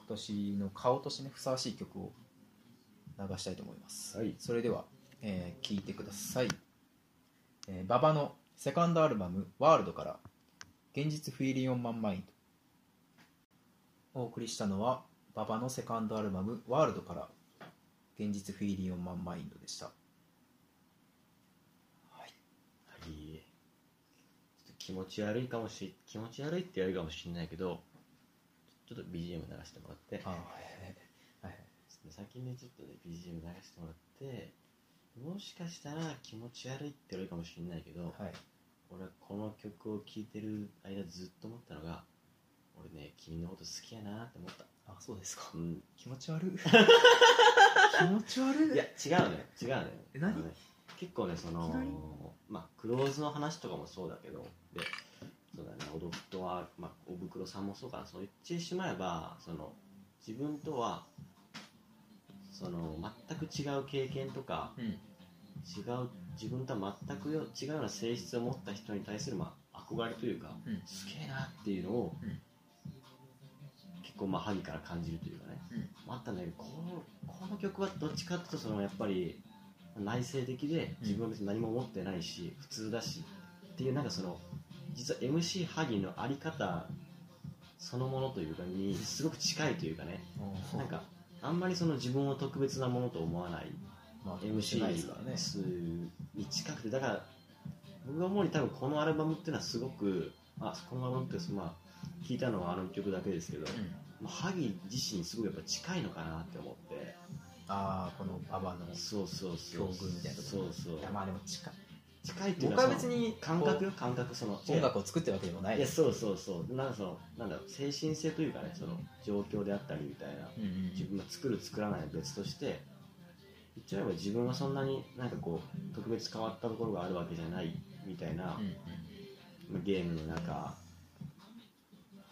S2: 年の顔としてねふさわしい曲を流したいと思います、
S3: はい
S2: それでは、えー、聴いてください、えー、馬場のセカンドアルバム「ワールドから「現実フィーリーオンマンマインド」お送りしたのは馬場のセカンドアルバム「ワールドから「現実フィーリーオンマンマインド」でした
S3: はいちょっと気持ち悪いかもし気持ち悪いって言われるかもしれないけどちょっと BGM 流してもらって
S2: あーはいはいはい
S3: ちょっと先にちょっとね BGM 流してもらってもしかしたら気持ち悪いって言われるかもしれないけど、
S2: はい
S3: 俺この曲を聴いてる間ずっと思ったのが俺ね君のこと好きやなって思った、
S2: あそうですか
S3: うん、
S2: 気持ち悪い気持ち悪い
S3: いや違うね違うね
S2: え何
S3: あのね結構ねそ
S2: いきなり
S3: のまあクローズの話とかもそうだけどでそうだねオドットは、まあ、お袋さんもそうかなそう言ってしまえばその自分とはその全く違う経験とか
S2: うん
S3: 違う自分とは全くよ違うような性質を持った人に対する、まあ、憧れというか、
S2: うん
S3: すげえなっていうのを、
S2: うん
S3: 結構まあ萩から感じるというかね、
S2: うん
S3: あったんだけどこのこの曲はどっちかっていうとそのやっぱり内省的で自分は別に何も思ってないし、普通だしっていうなんかその実は MC 萩のあり方そのものというかにすごく近いというかねなんかあんまりその自分を特別なものと思わない
S2: まあ
S3: MC
S2: ないですからね
S3: 数に近くてだから僕が思うに多分このアルバムっていうのはすごくあこのアルバムってまあ聞いたのはあの曲だけですけど、
S2: うん
S3: まあ、萩自身にすごいやっぱ近いのかなって思って
S2: ああこのババのい
S3: そうそうそう
S2: 境遇みたいなとこ
S3: そうそう
S2: やまあでも近い
S3: 近いっていうの
S2: 僕
S3: は
S2: は
S3: その
S2: 別に
S3: 感覚よ感覚その
S2: 音楽を作ってるわけでもない
S3: いや
S2: です
S3: そうそうそうなんかそのなんだろう精神性というかねその状況であったりみたいな
S2: うんうん
S3: 自分が作る作らないは別として言っちゃえば自分はそんなになんかこう特別変わったところがあるわけじゃないみたいな、
S2: うんうん
S3: ゲームの中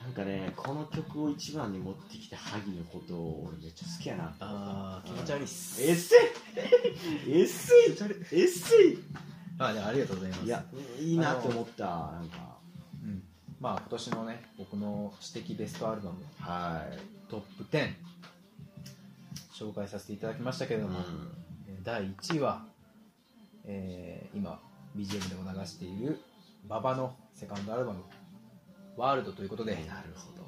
S3: なんかねこの曲を一番に持ってきた萩のことを俺めっちゃ好きやなって思った
S2: ああ気持ち悪いっす
S3: エッセ イエッセイエッセ
S2: あーじゃあありがとうございます
S3: イいやいいなって思ったなんか
S2: うんまあ今年のね僕の私的ベストアルバム
S3: はい
S2: トップ10紹介させていただきましたけれ
S3: う
S2: ど
S3: ん
S2: も、えー第1位は、えー今 BGM でも流している馬場のセカンドアルバム「ワールド」ということで栄
S3: なるほど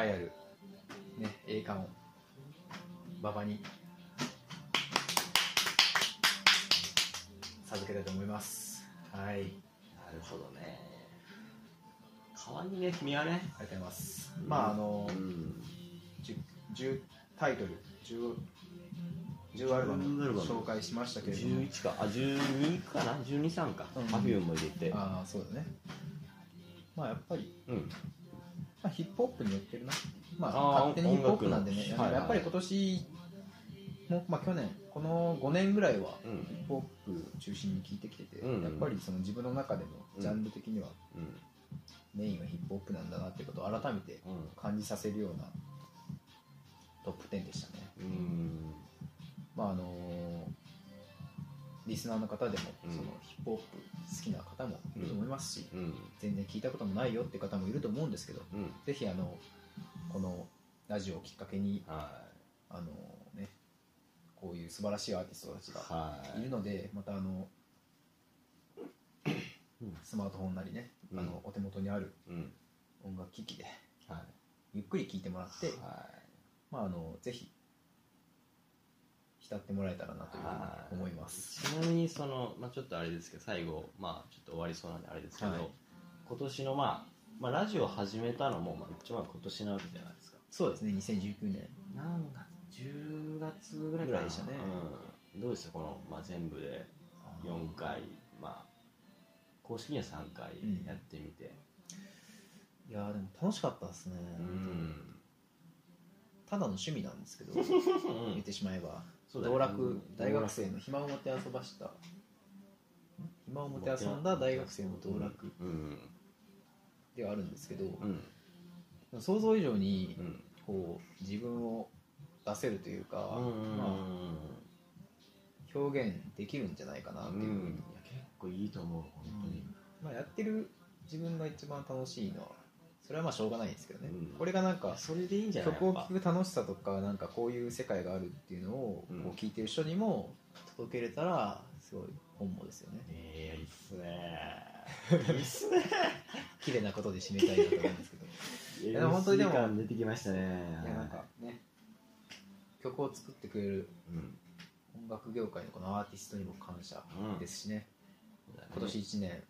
S2: えある、ね、栄冠を馬場に授けたいと思いますはいあり
S3: なるほどね可愛いね君はね
S2: がとうございます、まああの
S3: うん
S2: 10 10タイトル10 10アルバ
S3: 10アル
S2: ム
S3: バム
S2: 紹介しましたけれども
S3: 11かあ12かな123か
S2: うん
S3: Perfume、も入れて
S2: ああそうだねまあやっぱり
S3: うん
S2: まあ、ヒップホップに寄ってるな、まあ、
S3: あー
S2: 勝手にヒップホップなんでね、
S3: 音楽の
S2: やっぱり今年も、まあ、去年、この5年ぐらいは
S3: う
S2: ヒ
S3: ん
S2: ップホップ中心に聴いてきてて、
S3: うん
S2: やっぱりその自分の中でも
S3: うん
S2: ジャンル的には
S3: うん
S2: メインはヒップホップなんだなってことを改めて
S3: うん
S2: 感じさせるようなトップ10でしたね。
S3: うん
S2: まああのリスナーの方でも
S3: うん
S2: そのヒップホップ好きな方もいると思いますし、
S3: うん
S2: 全然聞いたこともないよって方もいると思うんですけど、
S3: うん
S2: ぜひあのこのラジオをきっかけに
S3: は
S2: あのね、こういう素晴らしいアーティストたち
S3: い
S2: が
S3: はい
S2: るので、またあの
S3: うん
S2: スマートフォンなりね、
S3: うん
S2: あのお手元にある
S3: うん
S2: 音楽機器で
S3: はい
S2: ゆっくり聴いてもらって、
S3: は
S2: まあ、あのぜひ浸ってもらえたらなという
S4: は
S2: ふうに思います。
S3: ちなみにその、まあ、ちょっとあれですけど最後、まあ、ちょっと終わりそうなんであれですけど、
S2: はい
S3: 今年の、まあ、まあラジオ始めたのも、まあ、一番今年なわけじゃないですか
S2: そうですね、2019年。
S3: 何月10月ぐらいかな
S2: ぐらいでしたね
S3: うん、どうでしたこの、まあ、全部で4回まあ公式には3回
S2: うん
S3: やってみて
S2: いやーでも楽しかったですね。
S3: うん、
S2: ただの趣味なんです けど、
S3: うん
S2: 言ってしまえば、
S3: そうだね
S2: 道楽、大学生の暇を持て遊ばした、ん暇を持て遊んだ大学生の道楽
S3: うん
S2: ではあるんですけど、
S3: うん
S2: 想像以上に
S3: う、ん
S2: こう、自分を出せるというか、
S3: うん
S2: まあ、表現できるんじゃないかなっていうふうに、
S3: いや結構いいと思う本当に、
S2: まあ、やってる自分が一番楽しいのは、それはまあしょうがないんですけどね、
S3: うん
S2: これがなんか、
S3: それでいいんじゃない
S2: 曲を
S3: やっぱ
S2: 聴く楽しさとかなんかこういう世界があるっていうのを
S3: うん
S2: こう聴いてる人にも届けれたらすごい本望ですよね
S3: ええいいっすねいいっすね
S2: 綺麗なことで締めたいなと思うんです けど
S4: い
S2: やでも本当にでも
S4: いい時間出てきましたね
S2: いやなんかね曲を作ってくれる
S3: うん
S2: 音楽業界のこのアーティストにも感謝
S3: うん
S2: ですしね、今年1年、ね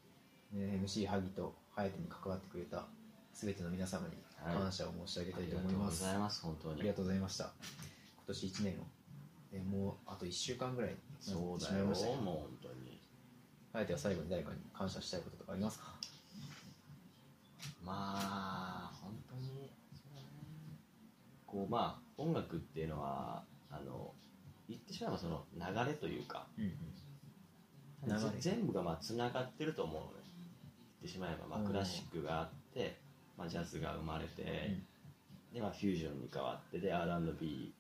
S2: MC 萩と隼人に関わってくれた全ての皆様に感謝を申し上げたいと思います、
S3: ありがとうございます本当
S2: あり
S3: に
S2: がとうございました今年1年をえもうあと1週間ぐらいに
S3: そう
S2: し
S3: だ
S2: まい
S3: よも
S2: ま
S3: う
S2: したけど
S3: 本当に
S2: あえては最後に誰かに感謝したいこととかありますか
S3: まあ本当にそうだねこうまあ音楽っていうのはあの言ってしまえばその流れというか
S2: うんうん流れ
S3: 全部がまあつながってると思うのね言ってしまえば、まあ、
S2: うん
S3: クラシックがあって、まあ、ジャズが生まれて、でまあ、フュージョンに変わってで R&B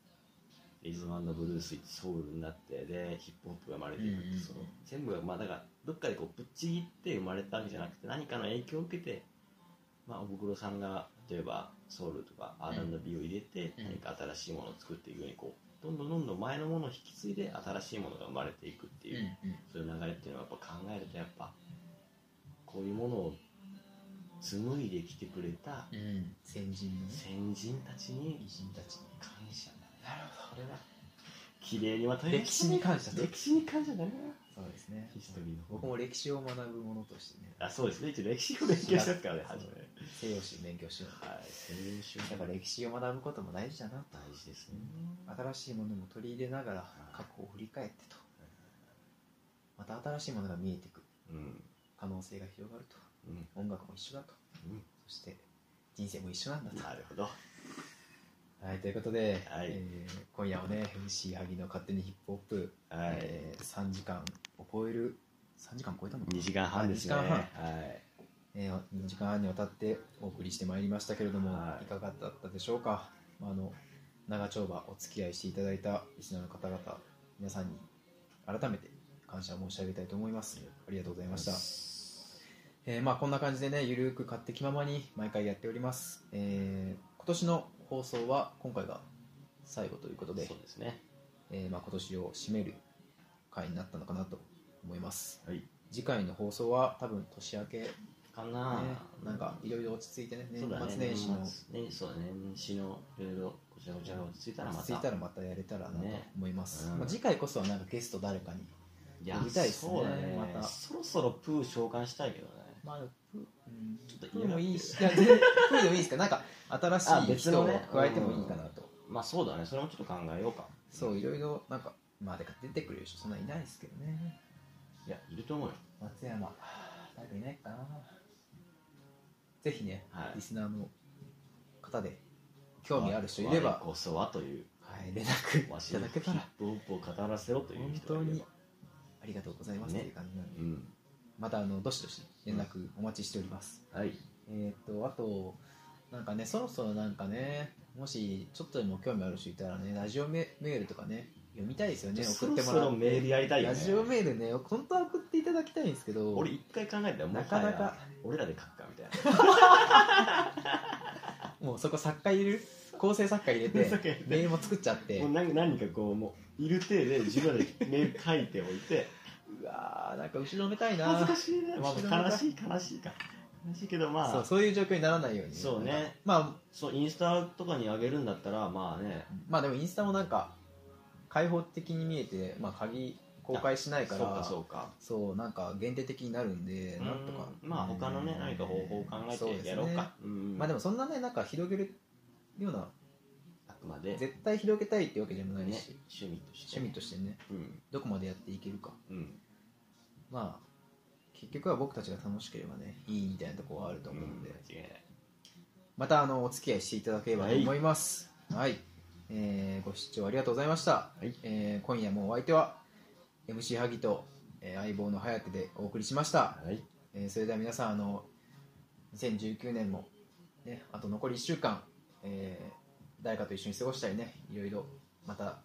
S3: リズムブルースソウルになってでヒップホップが生まれていくって、
S2: うんうん
S3: その全部がまあだからどっかでこうぶっちぎって生まれたわけじゃなくて何かの影響を受けて、まあ、おふくろさんが例えばソウルとか R&B を入れて、
S2: うん
S3: 何か新しいものを作っていくようにこうどんどんどんどん前のものを引き継いで新しいものが生まれていくっていう。そういう流れっていうのはやっぱ考えるとやっぱこういうものを紡いできてくれた
S2: うんうん先人のね
S3: 先人たちに
S2: 偉人たち
S3: 感謝だなるほどこれは綺麗にまとめま
S2: 歴
S3: した
S2: 史
S3: ね
S2: に感謝と
S3: 歴史に感謝だな
S2: そうですね
S3: ヒストリーの
S2: 僕も歴史を学ぶものとしてね
S3: あそうですね一応歴史を勉強したっすからね初め
S2: 西洋史を勉強しよう
S3: はい先週
S2: だから歴史を学ぶことも大事だな
S3: 大事ですね
S2: 新しいものも取り入れながら過去を振り返ってとまた新しいものが見えてくる
S3: うん
S2: 可能性が広がると
S3: うん
S2: 音楽も一緒だと
S3: う
S2: そして人生も一緒なんだ
S3: ん
S2: と
S3: なるほど
S2: はい、ということで、
S3: はい
S2: えー今夜もね、MC 萩の勝手にヒップホップ、
S3: はい
S2: えー3時間を超える、3時間超えたのかな
S3: 2時間半ですね
S2: あ
S3: は
S2: 二時間
S3: い
S2: えー2時間半にわたってお送りしてまいりましたけれども、
S3: はい
S2: い、かがだったでしょうか、まあ、あの長丁場お付き合いしていただいたリスナーの方々、皆さんに改めて感謝を申し上げたいと思います。ありがとうございました。えーまあ、こんな感じでね、ゆるく勝手気ままに毎回やっております。えー今年の放送は今回が最後ということで
S3: そ、うですね
S2: えーまあ、今年を締める回になったのかなと思います。
S3: はい
S2: 次回の放送は多分年明け
S3: かな
S2: ね、なんかいろいろ落ち着いてね、年
S3: そうだね
S2: 末年始の、
S3: 年末ねそうだね年始のいろいろこちらこちらが落ち着いたらまた
S2: 落ち着いたらまたやれたらなと
S3: ね
S2: 思います。
S3: うん
S2: まあ、次回こそはなんかゲスト誰かに、
S3: いや
S2: やりたいっすね
S3: そうだね
S2: また
S3: そろそろプー召喚したいけどね
S2: まあ、プ,、うん、
S3: ちょっと
S2: プーもいいし、いや、全然プーでもいいですけど、なんか新し
S3: あ
S2: い
S3: 別
S2: 人
S3: の
S2: を
S3: ね
S2: 加えてもいいかなと。
S3: まあそうだねそれもちょっと考えようか
S2: そう、いろいろ、なんか、まあ、だから出てくる人、そんないないですけどね。
S3: いやいると思うよ
S2: 松山、誰かいないかな。ぜひね、
S3: はい
S2: リスナーの方で、興味ある人いれ
S3: 我
S2: ば、
S3: こそはという
S2: はい、連絡
S3: わ
S2: い
S3: したの
S2: だ
S3: ヒ
S2: けた
S3: ッ
S2: ら、
S3: プホップを語らせろという
S2: 本
S3: 人
S2: 当
S3: がいれば
S2: にありがとうございますと
S3: ね
S2: いう感じなんで、
S3: うん
S2: また、あの、どしどし連絡お待ちしております。
S3: はい
S2: えーっと、あと、なんかね、そろそろなんかね、もしちょっとでも興味ある人いたらね、ラジオメメールとかね、読みたいですよね、
S3: そ
S2: 送っ
S3: ろ
S2: ても
S3: そ
S2: ら
S3: ろ
S2: う。
S3: メールやりたいよ
S2: ラ
S3: ね
S2: ジオメールね、本当は送っていただきたいんですけど、
S3: 俺一回考えたらも
S2: な
S3: う
S2: かなか
S3: 俺らで書くかみた
S2: もうそこ作家いる、構成作家入れて
S3: 作家入れ、て
S2: メールも作っちゃって
S3: いな、もう何何かこうもういる手で自分らでメール書いておいて
S2: うわー、なんか後ろめたい
S3: 恥ず
S2: な
S3: かしいね、ま
S2: 後ろ
S3: あ、
S2: め
S3: 悲
S2: た
S3: しい悲しいか悲しいけどまあ
S2: そ
S3: そうう
S2: そういう状況にならないように。
S3: そうね
S2: なんかまあ、
S3: インスタとかにあげるんだったらまあね
S2: まあでもインスタもなんか、開放的に見えて、まあ、鍵公開しないから
S5: そうかそうか
S2: そうなんか限定的になるんでなんとか
S5: うんまあ他のね何か方法を考
S2: そう
S5: え
S2: です
S5: て
S2: ね
S5: やろうかうん
S2: まあでもそんなねなんか広げるような
S5: あくまでね
S2: 絶対広げたいってわけでもないし、
S5: 趣味として
S2: 趣味としてね
S5: うん
S2: どこまでやっていけるか
S5: うん
S2: まあ結局は僕たちが楽しければねいいみたいなところはあると思うんで、
S5: 間違いない
S2: またあのお付き合いしていただければと思いますはい、えーご視聴ありがとうございました、
S3: い
S2: えー今夜もお相手は MC 萩と、えー相棒の颯でお送りしました、
S3: はい
S2: えーそれでは皆さんあの2019年も、ね、あと残り1週間、えー誰かと一緒に過ごしたりねいろいろまた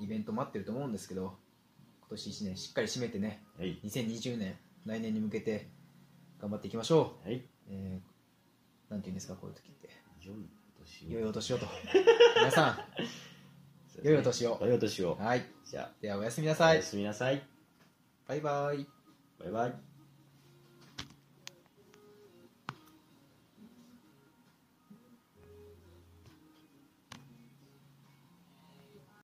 S2: イベント待ってると思うんですけど今年1年しっかり締めてね
S3: はい
S2: 2020年来年に向けて頑張っていきましょ、
S3: はいう
S2: えーなんて言うんですかこういう時って
S3: 良い年
S2: 良いお年をと皆さん良いお年を
S3: 良いお年を
S2: はい
S5: じゃあ
S2: ではおやすみなさ
S5: お
S2: い
S5: やすみなさい
S2: バイバイ
S5: バイバイ